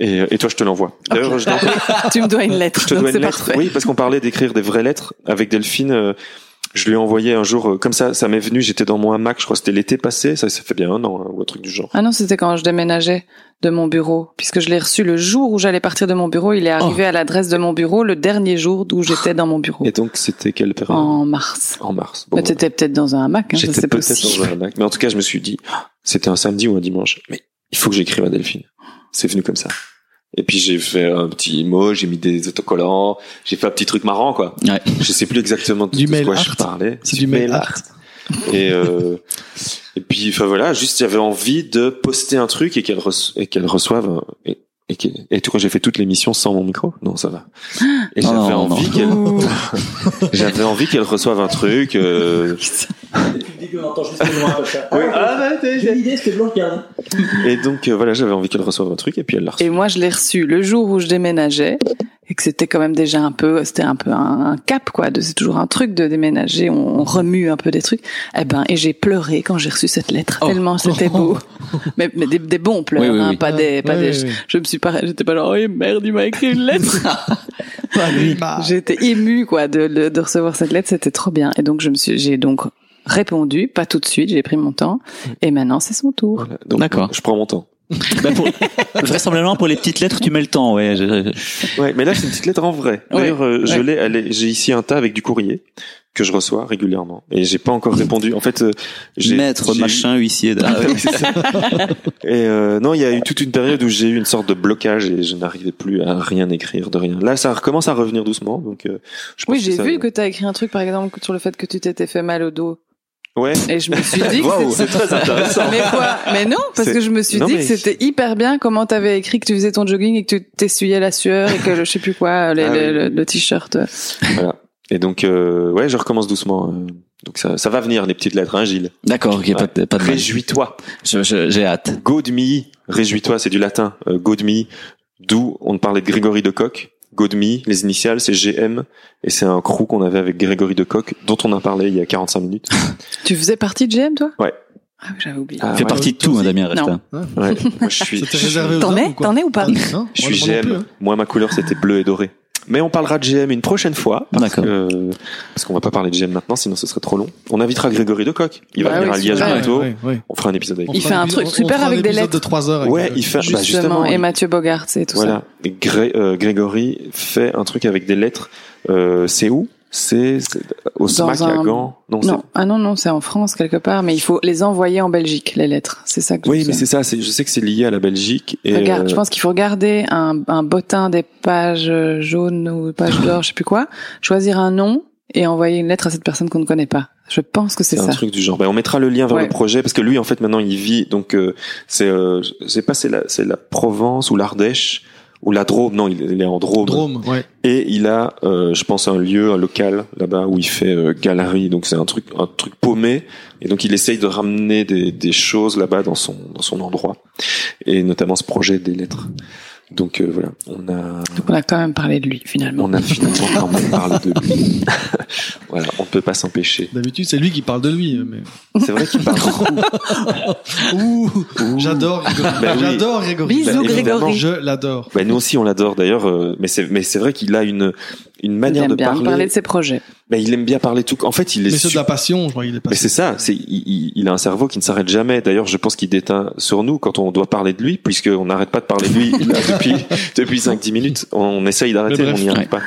[SPEAKER 2] et, euh, et toi, je te l'envoie. D'ailleurs, je, dois-
[SPEAKER 1] <laughs> tu me dois une lettre,
[SPEAKER 2] je te
[SPEAKER 1] donc
[SPEAKER 2] dois une
[SPEAKER 1] c'est
[SPEAKER 2] lettre.
[SPEAKER 1] parfait.
[SPEAKER 2] Oui, parce qu'on parlait d'écrire des vraies lettres avec Delphine. euh, je lui ai envoyé un jour, euh, comme ça, ça m'est venu, j'étais dans mon hamac, je crois que c'était l'été passé, ça, ça fait bien un an, hein, ou un truc du genre.
[SPEAKER 1] Ah non, c'était quand je déménageais de mon bureau, puisque je l'ai reçu le jour où j'allais partir de mon bureau. Il est
[SPEAKER 2] Oh.
[SPEAKER 1] arrivé à l'adresse de mon bureau le dernier jour d'où j'étais dans mon bureau,
[SPEAKER 2] Et donc, c'était quelle période
[SPEAKER 1] en mars.
[SPEAKER 2] En mars. Bon,
[SPEAKER 1] Bah,
[SPEAKER 2] voilà.
[SPEAKER 1] T'étais peut-être dans un hamac, hein, ça
[SPEAKER 2] J'étais
[SPEAKER 1] c'est
[SPEAKER 2] peut-être dans
[SPEAKER 1] possible.
[SPEAKER 2] un hamac. Mais en tout cas, je me suis dit, Ah, c'était un samedi ou un dimanche, mais il faut que j'écrive à Delphine. C'est venu comme ça. Et puis j'ai fait un petit mot, j'ai mis des autocollants, j'ai fait un petit truc marrant quoi.
[SPEAKER 4] Ouais.
[SPEAKER 2] Je sais plus exactement de,
[SPEAKER 3] Du
[SPEAKER 2] de
[SPEAKER 3] mail
[SPEAKER 2] quoi je
[SPEAKER 3] art.
[SPEAKER 2] parlais.
[SPEAKER 3] C'est du mail art.
[SPEAKER 2] Et euh, et puis enfin voilà, juste j'avais envie de poster un truc et qu'elle reço- et qu'elle reçoive un- et et, qu'elle- et tu crois j'ai fait toute l'émission sans mon micro Non, ça va. Et
[SPEAKER 4] Non,
[SPEAKER 2] j'avais
[SPEAKER 4] non,
[SPEAKER 2] envie qu'elle j'avais envie qu'elle reçive un truc euh, Oui.
[SPEAKER 6] L'idée c'était Blanche Gardin.
[SPEAKER 2] Et donc euh, voilà, j'avais envie qu'elle reçoive un truc et puis elle l'a reçu.
[SPEAKER 1] Et moi, je l'ai reçu le jour où je déménageais et que c'était quand même déjà un peu, c'était un peu un, un cap quoi. de- C'est toujours un truc de déménager, on, on remue un peu des trucs. Eh ben, et j'ai pleuré quand j'ai reçu cette lettre
[SPEAKER 3] Oh.
[SPEAKER 1] tellement c'était
[SPEAKER 4] <laughs>
[SPEAKER 1] beau. mais, mais des, des bons pleurs,
[SPEAKER 4] Oui, oui,
[SPEAKER 1] hein,
[SPEAKER 4] oui.
[SPEAKER 1] pas des, pas
[SPEAKER 3] Ouais,
[SPEAKER 1] des.
[SPEAKER 3] ouais, ouais.
[SPEAKER 1] Je me suis pas, j'étais pas genre, oh merde, il m'a écrit une
[SPEAKER 4] <laughs>
[SPEAKER 1] lettre.
[SPEAKER 3] Bah,
[SPEAKER 1] <laughs> J'étais émue quoi de, de, de recevoir cette lettre, c'était trop bien. Et donc je me suis, j'ai donc répondu, pas tout de suite, j'ai pris mon temps.
[SPEAKER 4] Mm.
[SPEAKER 1] Et maintenant c'est son tour.
[SPEAKER 2] Voilà. Donc,
[SPEAKER 4] D'accord.
[SPEAKER 2] Je prends mon temps.
[SPEAKER 4] Bah, pour- vraisemblablement pour les petites lettres, tu mets le temps. Ouais. Je- je-
[SPEAKER 2] Ouais, mais là c'est une petite lettre en vrai. D'ailleurs, euh, je
[SPEAKER 1] ouais.
[SPEAKER 2] l'ai, elle est- j'ai ici un tas avec du courrier que je reçois régulièrement et j'ai pas encore répondu. En fait, euh, j'ai
[SPEAKER 4] Maître,
[SPEAKER 2] j'ai-
[SPEAKER 4] machin, huissier. Ah, ouais.
[SPEAKER 2] Et euh, non, il y a eu toute une période où j'ai eu une sorte de blocage et je n'arrivais plus à rien écrire de rien. Là, ça recommence à revenir doucement. Donc, euh, je pense
[SPEAKER 1] Oui,
[SPEAKER 2] que
[SPEAKER 1] j'ai
[SPEAKER 2] ça-
[SPEAKER 1] vu que t'as écrit un truc par exemple sur le fait que tu t'étais fait mal au dos.
[SPEAKER 2] Ouais.
[SPEAKER 1] Et je me suis dit que
[SPEAKER 2] Waouh,
[SPEAKER 1] c'était-
[SPEAKER 2] c'est très intéressant.
[SPEAKER 1] Mais quoi Mais non, parce
[SPEAKER 2] C'est-
[SPEAKER 1] que je me suis
[SPEAKER 2] Non,
[SPEAKER 1] dit
[SPEAKER 2] mais-
[SPEAKER 1] que c'était hyper bien comment t'avais écrit que tu faisais ton jogging et que tu t'essuyais la sueur et que le, je sais plus quoi, le,
[SPEAKER 2] Ah
[SPEAKER 1] le-
[SPEAKER 2] oui.
[SPEAKER 1] le- le t-shirt.
[SPEAKER 2] Voilà. Et donc, euh, ouais, je recommence doucement. euh, Donc ça, ça va venir les petites lettres, hein, Gilles.
[SPEAKER 4] D'accord, ok, pas, de- pas de mal.
[SPEAKER 2] Réjouis-toi.
[SPEAKER 4] Je- je- J'ai hâte.
[SPEAKER 2] Gaud mi, réjouis-toi, c'est du latin. Euh, Gaud mi, d'où on parlait de Grégory de Coq. Gaud mi, les initiales, c'est GM, et c'est un crew qu'on avait avec Grégory de Coq, dont on a parlé il y a 45 minutes.
[SPEAKER 1] Tu faisais partie de GM, toi
[SPEAKER 2] Ouais.
[SPEAKER 1] Ah oui, j'avais oublié.
[SPEAKER 4] Il fait partie de tout, hein, Damien Aresta.
[SPEAKER 1] Non.
[SPEAKER 2] Ouais. Moi, je suis,
[SPEAKER 3] C'était réservé aux
[SPEAKER 1] T'en
[SPEAKER 3] hommes
[SPEAKER 1] es
[SPEAKER 3] ou quoi
[SPEAKER 1] T'en es ou <laughs> pas
[SPEAKER 2] Ah,
[SPEAKER 3] Non,
[SPEAKER 2] je
[SPEAKER 3] moi
[SPEAKER 2] suis
[SPEAKER 3] non
[SPEAKER 2] GM.
[SPEAKER 3] plus, hein.
[SPEAKER 2] Moi, ma couleur, c'était bleu et doré. Mais on parlera de GM une prochaine fois. Parce
[SPEAKER 4] D'accord.
[SPEAKER 2] que, euh, parce qu'on va pas parler de GM maintenant, sinon ce serait trop long. On invitera Grégory de Coq. Il va
[SPEAKER 1] Bah
[SPEAKER 2] venir
[SPEAKER 1] oui,
[SPEAKER 2] à Liège
[SPEAKER 1] c'est vrai.
[SPEAKER 2] bientôt.
[SPEAKER 3] Ouais, ouais.
[SPEAKER 2] On fera un épisode avec
[SPEAKER 3] On
[SPEAKER 1] Il
[SPEAKER 3] fera
[SPEAKER 1] fait un
[SPEAKER 3] épisode-
[SPEAKER 1] truc
[SPEAKER 3] on
[SPEAKER 1] super
[SPEAKER 3] fera un
[SPEAKER 1] avec des
[SPEAKER 3] épisode
[SPEAKER 1] lettres.
[SPEAKER 3] de 3 heures.
[SPEAKER 2] lui.
[SPEAKER 3] avec- euh,
[SPEAKER 2] Ouais, il fait,
[SPEAKER 1] justement,
[SPEAKER 2] bah, justement,
[SPEAKER 1] et
[SPEAKER 2] il-
[SPEAKER 1] Mathieu Bogart, c'est tout ça.
[SPEAKER 2] Voilà. Et Gré- euh, Grégory fait un truc avec des lettres. Euh, c'est où C'est c'est au SMAC
[SPEAKER 1] un-
[SPEAKER 2] à Gand Non.
[SPEAKER 1] Non, ah non, non, c'est en France quelque part, mais il faut les envoyer en Belgique, les lettres. C'est ça que
[SPEAKER 2] c'est- Oui,
[SPEAKER 1] je
[SPEAKER 2] mais
[SPEAKER 1] sais.
[SPEAKER 2] c'est ça. c'est- Je sais que c'est lié à la Belgique. Et
[SPEAKER 1] Regarde,
[SPEAKER 2] euh,
[SPEAKER 1] je pense qu'il faut regarder un, un bottin des pages jaunes ou pages
[SPEAKER 2] Ah.
[SPEAKER 1] d'or, je sais plus quoi, choisir un nom et envoyer une lettre à cette personne qu'on ne connaît pas. Je pense que c'est
[SPEAKER 2] c'est un
[SPEAKER 1] ça.
[SPEAKER 2] truc du genre. Ben, on mettra le lien vers
[SPEAKER 1] Ouais.
[SPEAKER 2] le projet parce que lui, en fait, maintenant, il vit. Donc, euh, c'est, euh, je sais pas, c'est la, c'est la Provence ou l'Ardèche ou la Drôme. Non, il, il est en Drôme.
[SPEAKER 3] Drôme, ouais.
[SPEAKER 2] Et il a, euh, je pense, un lieu, un local là-bas où il fait euh, galerie. Donc c'est un truc, un truc paumé. Et donc il essaye de ramener des, des choses là-bas dans son dans son endroit, et notamment ce projet des lettres. Donc euh, voilà, on a
[SPEAKER 1] Donc on a quand même parlé de lui finalement.
[SPEAKER 2] on a finalement quand même parlé de lui. <laughs> voilà, on ne peut pas s'empêcher.
[SPEAKER 3] D'habitude, c'est lui qui parle de lui. euh, Mais...
[SPEAKER 2] C'est vrai qu'il parle.
[SPEAKER 1] <laughs>
[SPEAKER 3] Ouh, j'adore Grégory.
[SPEAKER 2] Bah oui.
[SPEAKER 3] j'adore Grégory.
[SPEAKER 1] Bisous,
[SPEAKER 2] Bah, évidemment.
[SPEAKER 1] Grégory.
[SPEAKER 3] Je l'adore.
[SPEAKER 2] Ben nous aussi on l'adore d'ailleurs, euh, mais c'est mais c'est vrai qu'il a une une
[SPEAKER 1] Il
[SPEAKER 2] manière
[SPEAKER 1] aime
[SPEAKER 2] de
[SPEAKER 1] bien
[SPEAKER 2] parler.
[SPEAKER 1] parler de ses projets.
[SPEAKER 2] Ben, il aime bien parler tout. En fait, il est
[SPEAKER 3] Mais c'est de
[SPEAKER 2] super-
[SPEAKER 3] la passion, je crois qu'il est
[SPEAKER 2] Mais
[SPEAKER 3] passionné.
[SPEAKER 2] c'est ça, c'est il, il- il a un cerveau qui ne s'arrête jamais. D'ailleurs, je pense qu'il déteint sur nous quand on doit parler de lui, puisqu'on
[SPEAKER 1] <laughs>
[SPEAKER 2] n'arrête pas de parler de lui là, depuis depuis 5-10 minutes. On essaye d'arrêter,
[SPEAKER 3] Mais
[SPEAKER 2] mais on
[SPEAKER 3] bref,
[SPEAKER 2] n'y arrive pas.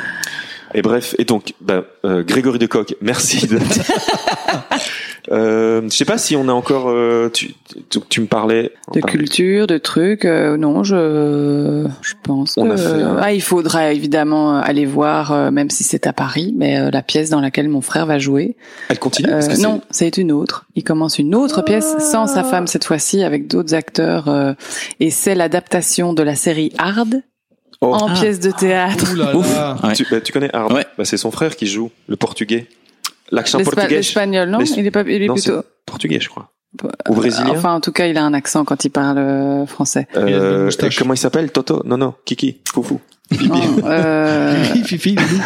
[SPEAKER 2] Et bref, et donc, bah, euh, Grégory Decoq,
[SPEAKER 1] <laughs>
[SPEAKER 2] merci. De... <laughs> euh, je sais pas si on a encore. euh, tu, tu, tu me parlais.
[SPEAKER 1] de culture, de trucs. euh, non, je je pense
[SPEAKER 2] On
[SPEAKER 1] que
[SPEAKER 2] a fait un-
[SPEAKER 1] ah, il faudra évidemment aller voir, euh, même si c'est à Paris, mais euh, la pièce dans laquelle mon frère va jouer.
[SPEAKER 2] Elle continue
[SPEAKER 1] Euh,
[SPEAKER 2] parce que c'est- Ah.
[SPEAKER 1] non, c'est une autre. Il commence une autre pièce sans sa femme cette fois-ci, avec d'autres acteurs, euh, et c'est l'adaptation de la série Hard
[SPEAKER 2] Oh.
[SPEAKER 1] en
[SPEAKER 4] Ah.
[SPEAKER 1] pièce de théâtre.
[SPEAKER 3] Ouh là
[SPEAKER 4] Ouf.
[SPEAKER 3] là.
[SPEAKER 4] Ouais.
[SPEAKER 2] Tu, bah, tu connais Arnaud
[SPEAKER 4] Ouais.
[SPEAKER 2] bah, C'est son frère qui joue le portugais. L'accent
[SPEAKER 1] L'espa-
[SPEAKER 2] portugais.
[SPEAKER 1] L'espagnol, non
[SPEAKER 2] L'esp-
[SPEAKER 1] Il est pas, il est
[SPEAKER 2] Non,
[SPEAKER 1] plutôt.
[SPEAKER 2] c'est portugais, je crois.
[SPEAKER 1] Bah,
[SPEAKER 2] Ou brésilien.
[SPEAKER 1] Enfin, en tout cas, il a un accent quand il parle euh,
[SPEAKER 2] <laughs>
[SPEAKER 1] français.
[SPEAKER 2] Euh,
[SPEAKER 3] Il a une bonne
[SPEAKER 2] et
[SPEAKER 3] moustache.
[SPEAKER 2] comment il s'appelle Toto Non, non, Kiki, Foufou.
[SPEAKER 1] Non, euh,
[SPEAKER 2] <laughs>
[SPEAKER 3] Fifi, Loulou.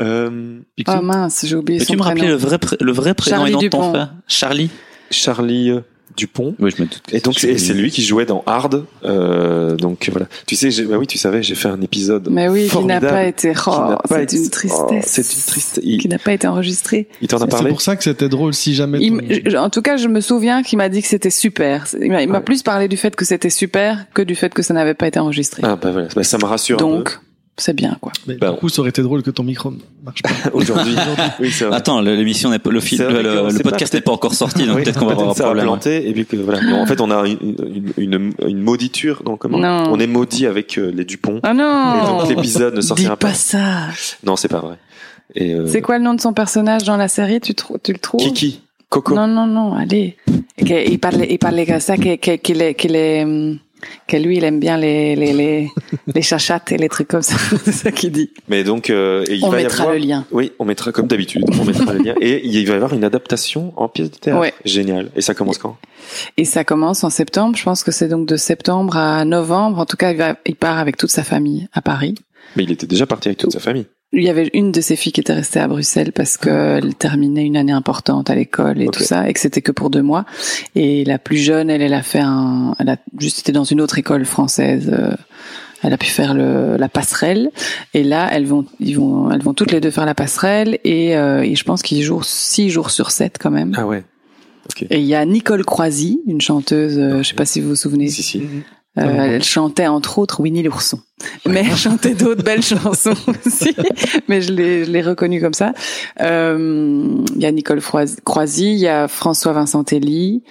[SPEAKER 2] Euh,
[SPEAKER 1] Ah mince, j'ai oublié son
[SPEAKER 4] Peux-tu me rappeler le
[SPEAKER 1] prénom.
[SPEAKER 4] vrai, pr- le vrai prénom
[SPEAKER 1] Charlie
[SPEAKER 4] et non de ton
[SPEAKER 1] Dupont.
[SPEAKER 4] frère Charlie
[SPEAKER 2] Charlie euh, Dupont.
[SPEAKER 4] Oui, je me doute.
[SPEAKER 2] Et donc c'est c'est lui qui jouait dans Hard. Euh, donc voilà. Tu sais, j'ai- bah oui, tu savais, j'ai fait un épisode.
[SPEAKER 1] Mais oui, qui n'a
[SPEAKER 2] formidable
[SPEAKER 1] pas été.
[SPEAKER 2] qui
[SPEAKER 1] oh,
[SPEAKER 2] n'a pas
[SPEAKER 1] c'est
[SPEAKER 2] été-
[SPEAKER 1] une
[SPEAKER 2] oh,
[SPEAKER 1] tristesse.
[SPEAKER 2] c'est une triste.
[SPEAKER 1] Qui
[SPEAKER 2] Il,
[SPEAKER 1] n'a pas été enregistré.
[SPEAKER 2] il t'en a
[SPEAKER 3] C'est
[SPEAKER 2] parlé.
[SPEAKER 3] pour ça que c'était drôle si jamais.
[SPEAKER 1] Il
[SPEAKER 3] ton-
[SPEAKER 1] m- je- en tout cas, je me souviens qu'il m'a dit que c'était super. Il m'a il m'a
[SPEAKER 2] Ouais.
[SPEAKER 1] plus parlé du fait que c'était super que du fait que ça n'avait pas été enregistré.
[SPEAKER 2] Ah bah voilà, Bah, ça me rassure un
[SPEAKER 1] Donc, c'est bien, quoi.
[SPEAKER 3] Mais
[SPEAKER 2] Bah,
[SPEAKER 3] du coup, ça aurait été drôle que ton micro marche pas.
[SPEAKER 2] peu
[SPEAKER 1] <laughs>
[SPEAKER 2] <laughs> aujourd'hui. oui, c'est vrai.
[SPEAKER 4] Attends, le- l'émission n'est pas- le,
[SPEAKER 2] C'est
[SPEAKER 4] film,
[SPEAKER 2] vrai
[SPEAKER 4] le,
[SPEAKER 2] qu'on
[SPEAKER 4] le
[SPEAKER 2] sait pas,
[SPEAKER 4] podcast n'est pas encore sorti,
[SPEAKER 2] <laughs> Oui,
[SPEAKER 4] donc Ah, peut-être qu'on va avoir un
[SPEAKER 2] ça
[SPEAKER 4] problème. hein.
[SPEAKER 2] planté et puis que voilà. Mais en fait, on a une, une, une, une mauditure dans comment
[SPEAKER 1] Non.
[SPEAKER 2] On est maudit avec euh, les Dupont.
[SPEAKER 1] Ah
[SPEAKER 2] Et
[SPEAKER 1] non
[SPEAKER 2] donc l'épisode ne
[SPEAKER 1] Dis
[SPEAKER 2] sortira
[SPEAKER 1] pas,
[SPEAKER 2] pas.
[SPEAKER 1] ça
[SPEAKER 2] Non, c'est pas vrai. Et euh,
[SPEAKER 1] C'est quoi le nom de son personnage dans la série tu, trou- tu le trouves
[SPEAKER 2] Kiki, Coco.
[SPEAKER 1] Non, non, non, allez. Que- Il parlait, il parlait comme ça, que, que, qu'il est- qu'il est, hum, que lui, il aime bien les, les, les, les chachates et les trucs comme ça. <laughs> C'est ça qu'il dit.
[SPEAKER 2] Mais donc, euh, et il
[SPEAKER 1] On
[SPEAKER 2] va y
[SPEAKER 1] mettra
[SPEAKER 2] avoir-
[SPEAKER 1] le lien.
[SPEAKER 2] Oui, on mettra comme d'habitude, on mettra le lien. Et il va y avoir une adaptation en pièce de théâtre.
[SPEAKER 1] Ouais.
[SPEAKER 2] Génial. Et ça commence quand
[SPEAKER 1] Et ça commence en septembre. Je pense que c'est donc de septembre à novembre. En tout cas, il, va, il part avec toute sa famille à Paris.
[SPEAKER 2] Mais il était déjà parti avec toute sa famille.
[SPEAKER 1] Il y avait une de ses filles qui était restée à Bruxelles parce qu'elle terminait une année importante à l'école et
[SPEAKER 2] Ah. Ok.
[SPEAKER 1] tout ça, et que c'était que pour deux mois. Et la plus jeune, elle, elle a fait un, elle a juste été dans une autre école française. euh, Elle a pu faire le, la passerelle. Et là, elles vont, ils vont, elles vont toutes les deux faire la passerelle. Et, euh, et je pense qu'ils jouent six jours sur sept quand même.
[SPEAKER 2] Ah ouais.
[SPEAKER 1] Et il y a Nicole Croisy, une chanteuse, euh, je sais pas si vous vous souvenez,
[SPEAKER 2] Si si.
[SPEAKER 1] euh, elle chantait entre autres Winnie l'ourson, mais elle chantait d'autres belles <laughs> chansons aussi. Mais je l'ai, je l'ai reconnue comme ça. Euh, Il y a Nicole Frois- Croisy, il y a François Vincent Telly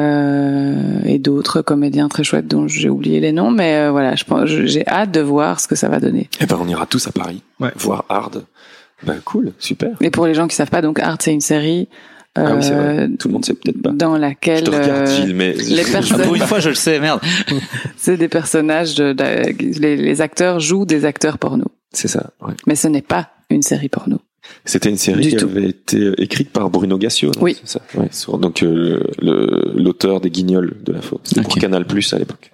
[SPEAKER 1] euh, et d'autres comédiens très chouettes dont j'ai oublié les noms. Mais euh, voilà, je pense, je- j'ai hâte de voir ce que ça va donner.
[SPEAKER 2] Eh ben, on ira tous à Paris
[SPEAKER 3] Ouais.
[SPEAKER 2] voir Hard. Ben cool, super.
[SPEAKER 1] Et pour les gens qui savent pas, donc Art c'est une série
[SPEAKER 2] Ah oui, c'est vrai.
[SPEAKER 1] euh,
[SPEAKER 2] Tout le monde sait peut-être pas.
[SPEAKER 1] dans
[SPEAKER 2] Je
[SPEAKER 1] laquelle
[SPEAKER 2] te
[SPEAKER 1] euh,
[SPEAKER 2] regarde, Gilles, mais
[SPEAKER 1] les
[SPEAKER 4] Ah,
[SPEAKER 1] personnes
[SPEAKER 4] Pour une fois, je le sais, merde.
[SPEAKER 1] C'est des personnages, de, de- les, les acteurs jouent des acteurs porno.
[SPEAKER 2] c'est ça. ouais.
[SPEAKER 1] Mais ce n'est pas une série porno.
[SPEAKER 2] C'était une série
[SPEAKER 1] Du
[SPEAKER 2] qui
[SPEAKER 1] tout.
[SPEAKER 2] avait été euh, écrite par Bruno Gassio. non
[SPEAKER 1] Oui.
[SPEAKER 2] C'est ça. Ouais, sur- donc euh, le- l'auteur des Guignols de la Faux. C'était pour
[SPEAKER 4] Ok.
[SPEAKER 2] Canal Plus à l'époque.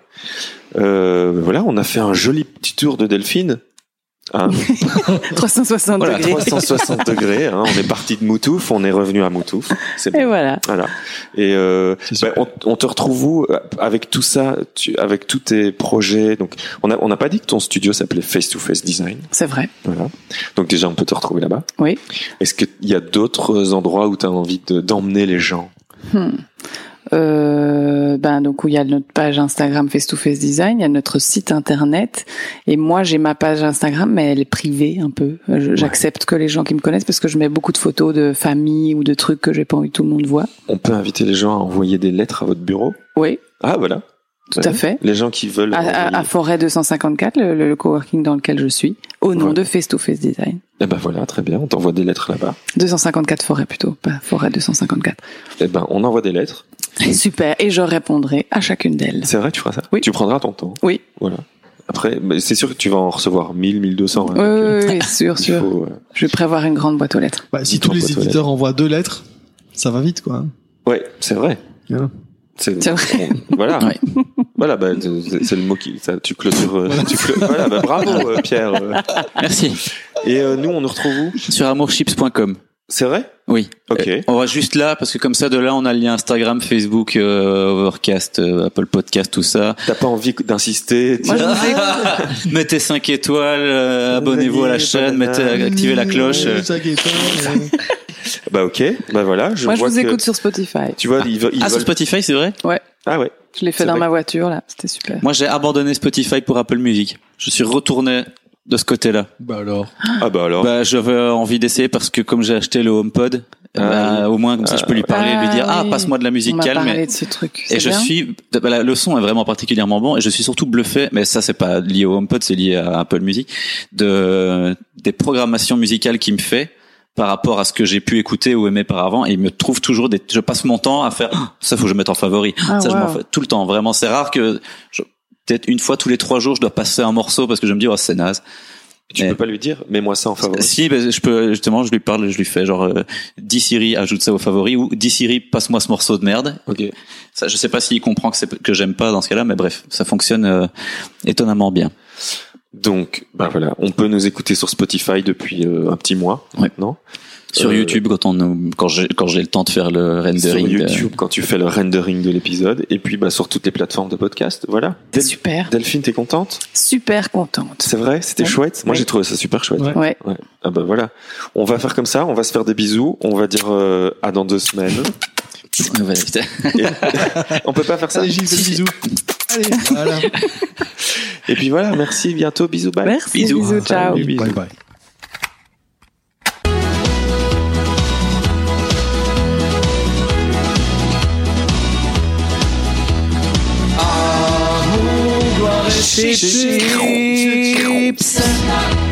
[SPEAKER 2] Euh, voilà, on a fait un joli petit tour de Delphine. Hein,
[SPEAKER 1] 360
[SPEAKER 2] voilà,
[SPEAKER 1] degrés.
[SPEAKER 2] 360 degrés. hein, on est parti de Moutouf, on est revenu à Moutouf. C'est bon.
[SPEAKER 1] Et voilà.
[SPEAKER 2] Voilà. Et euh,
[SPEAKER 3] C'est
[SPEAKER 2] bah,
[SPEAKER 3] super.
[SPEAKER 2] on, on te retrouve où euh, avec tout ça, tu, avec tous tes projets. Donc, on a on n'a pas dit que ton studio s'appelait Face to Face Design.
[SPEAKER 1] C'est vrai.
[SPEAKER 2] Voilà. Donc déjà, on peut te retrouver là-bas.
[SPEAKER 1] Oui.
[SPEAKER 2] Est-ce qu'il y a d'autres endroits où tu as envie de- d'emmener les gens
[SPEAKER 1] Hmm. Euh, ben donc où il y a notre page Instagram Face to Face Design, il y a notre site internet et moi j'ai ma page Instagram mais elle est privée un peu. Euh, je- J'accepte que les gens qui me connaissent parce que je mets beaucoup de photos de famille ou de trucs que j'ai pas envie que tout le monde voit.
[SPEAKER 2] On peut inviter les gens à envoyer des lettres à votre bureau
[SPEAKER 1] Oui,
[SPEAKER 2] Ah voilà.
[SPEAKER 1] tout
[SPEAKER 2] Ouais.
[SPEAKER 1] à fait.
[SPEAKER 2] Les gens qui veulent.
[SPEAKER 1] À, à-
[SPEAKER 2] envoyer-
[SPEAKER 1] à Forêt 254, le, le- le coworking dans lequel je suis, au nom
[SPEAKER 2] Ouais.
[SPEAKER 1] de Face to Face Design.
[SPEAKER 2] Eh ben voilà, très bien. On t'envoie des lettres là-bas.
[SPEAKER 1] 254 forêts plutôt, pas forêt 254.
[SPEAKER 2] <laughs> Eh ben, on envoie des lettres.
[SPEAKER 1] Super, et je répondrai à chacune d'elles.
[SPEAKER 2] C'est vrai, tu feras ça
[SPEAKER 1] Oui.
[SPEAKER 2] Tu prendras ton temps.
[SPEAKER 1] Oui.
[SPEAKER 2] Voilà. Après, mais c'est sûr que tu vas en recevoir 1000, 1200. hein.
[SPEAKER 1] Oui,
[SPEAKER 2] Donc, euh,
[SPEAKER 1] oui,
[SPEAKER 2] <laughs>
[SPEAKER 1] oui, sûr,
[SPEAKER 2] il
[SPEAKER 1] sûr.
[SPEAKER 2] faut, euh,
[SPEAKER 1] Je vais prévoir une grande boîte aux lettres.
[SPEAKER 3] Bah, si
[SPEAKER 2] Dis-toi
[SPEAKER 3] tous
[SPEAKER 2] pas
[SPEAKER 3] les
[SPEAKER 2] toi,
[SPEAKER 3] éditeurs envoient deux lettres, ça va vite, quoi.
[SPEAKER 2] Ouais, c'est vrai.
[SPEAKER 3] Voilà.
[SPEAKER 2] C'est
[SPEAKER 1] C'est vrai.
[SPEAKER 2] on- voilà.
[SPEAKER 1] <laughs>
[SPEAKER 4] Ouais.
[SPEAKER 2] Voilà, bah, c'est c'est le mot qui. Ça, tu clôtures. euh, tu clo- voilà, bah, bravo, euh, Pierre. euh.
[SPEAKER 4] Merci.
[SPEAKER 2] Et euh, nous, on nous retrouve où
[SPEAKER 4] Sur amourchips.com.
[SPEAKER 2] C'est vrai
[SPEAKER 4] Oui.
[SPEAKER 2] Ok.
[SPEAKER 4] Euh, On va juste là, parce que comme ça, de là, on a le lien Instagram, Facebook, euh, Overcast, euh, Apple Podcast, tout ça.
[SPEAKER 2] T'as pas envie d'insister
[SPEAKER 1] Moi,
[SPEAKER 2] <laughs>
[SPEAKER 1] je vous
[SPEAKER 4] mettez 5 étoales, euh, abonnez-vous à la chaîne, mettez, activez la cloche. euh.
[SPEAKER 3] Ça guette, hein, euh.
[SPEAKER 2] Bah ok, bah voilà, je
[SPEAKER 1] Moi, je
[SPEAKER 2] vois
[SPEAKER 1] vous
[SPEAKER 2] que-
[SPEAKER 1] écoute sur Spotify.
[SPEAKER 2] Tu vois, ils, veulent- ils
[SPEAKER 4] Ah, sur
[SPEAKER 2] veulent...
[SPEAKER 4] Spotify, c'est vrai
[SPEAKER 2] Ah ouais,
[SPEAKER 1] Je l'ai
[SPEAKER 2] C'est
[SPEAKER 1] fait dans
[SPEAKER 2] vrai.
[SPEAKER 1] ma voiture, là. C'était super.
[SPEAKER 4] Moi, j'ai abandonné Spotify pour Apple Music. Je suis retourné de ce côté-là.
[SPEAKER 3] Bah alors.
[SPEAKER 2] Ah bah alors.
[SPEAKER 4] Bah, j'avais envie d'essayer parce que comme j'ai acheté le HomePod,
[SPEAKER 2] Ah
[SPEAKER 4] bah, au moins comme ça je peux lui parler,
[SPEAKER 1] Ah
[SPEAKER 4] lui dire ah
[SPEAKER 1] oui.
[SPEAKER 4] passe-moi de la musique
[SPEAKER 1] On m'a
[SPEAKER 4] calme.
[SPEAKER 1] parlé de ce truc.
[SPEAKER 4] Et
[SPEAKER 1] c'est
[SPEAKER 4] je
[SPEAKER 1] bien
[SPEAKER 4] suis, bah, la- le son est vraiment particulièrement bon et je suis surtout bluffé, mais ça c'est pas lié au HomePod, c'est lié à Apple Music, de, des programmations musicales qu'il me fait par rapport à ce que j'ai pu écouter ou aimer par avant et il me trouve toujours des, je passe mon temps à faire, Ah, ça faut que je mette en favori,
[SPEAKER 1] Ah,
[SPEAKER 4] ça je m'en
[SPEAKER 1] wow.
[SPEAKER 4] fais tout le temps, vraiment c'est rare que, je- peut-être une fois tous les trois jours je dois passer un morceau parce que je me dis oh c'est naze.
[SPEAKER 2] tu
[SPEAKER 4] mais-
[SPEAKER 2] peux pas lui dire, mets-moi ça en favori.
[SPEAKER 4] Si, ben, je peux justement, je lui parle, je lui fais genre euh, dis Siri, ajoute ça au favori ou dis Siri, passe-moi ce morceau de merde.
[SPEAKER 2] Ok.
[SPEAKER 4] Ça, je sais pas s'il comprend que c'est que j'aime pas dans ce cas-là, mais bref, ça fonctionne euh, étonnamment bien.
[SPEAKER 2] Donc, bah voilà, on peut nous écouter sur Spotify depuis euh, un petit mois
[SPEAKER 4] Ouais.
[SPEAKER 2] maintenant.
[SPEAKER 4] Sur
[SPEAKER 2] Euh,
[SPEAKER 4] YouTube, quand on nous- quand j'ai quand j'ai le temps de faire le
[SPEAKER 2] Sur
[SPEAKER 4] rendering, euh,
[SPEAKER 2] YouTube, quand tu fais le rendering de l'épisode, et puis bah, sur toutes les plateformes de podcast, voilà. Del-
[SPEAKER 1] super,
[SPEAKER 2] Delphine, t'es contente
[SPEAKER 1] super contente.
[SPEAKER 2] C'est vrai C'était
[SPEAKER 1] Ouais.
[SPEAKER 2] chouette Moi,
[SPEAKER 1] Ouais.
[SPEAKER 2] j'ai trouvé ça super chouette.
[SPEAKER 3] Ouais.
[SPEAKER 1] Ouais.
[SPEAKER 2] Ah bah voilà. On va faire comme ça, on va se faire des bisous, on va dire euh, à dans deux semaines.
[SPEAKER 4] ouais, voilà, putain.
[SPEAKER 2] Et- on peut pas faire
[SPEAKER 3] <laughs>
[SPEAKER 2] ça
[SPEAKER 3] Allez, Gilles, fais bisous. Allez, voilà.
[SPEAKER 2] Et puis voilà, merci, bientôt, bisous, bye.
[SPEAKER 1] Merci,
[SPEAKER 4] Bisous.
[SPEAKER 1] bisous ciao.
[SPEAKER 2] Salut, bisous.
[SPEAKER 3] Bye bye.
[SPEAKER 5] Chips.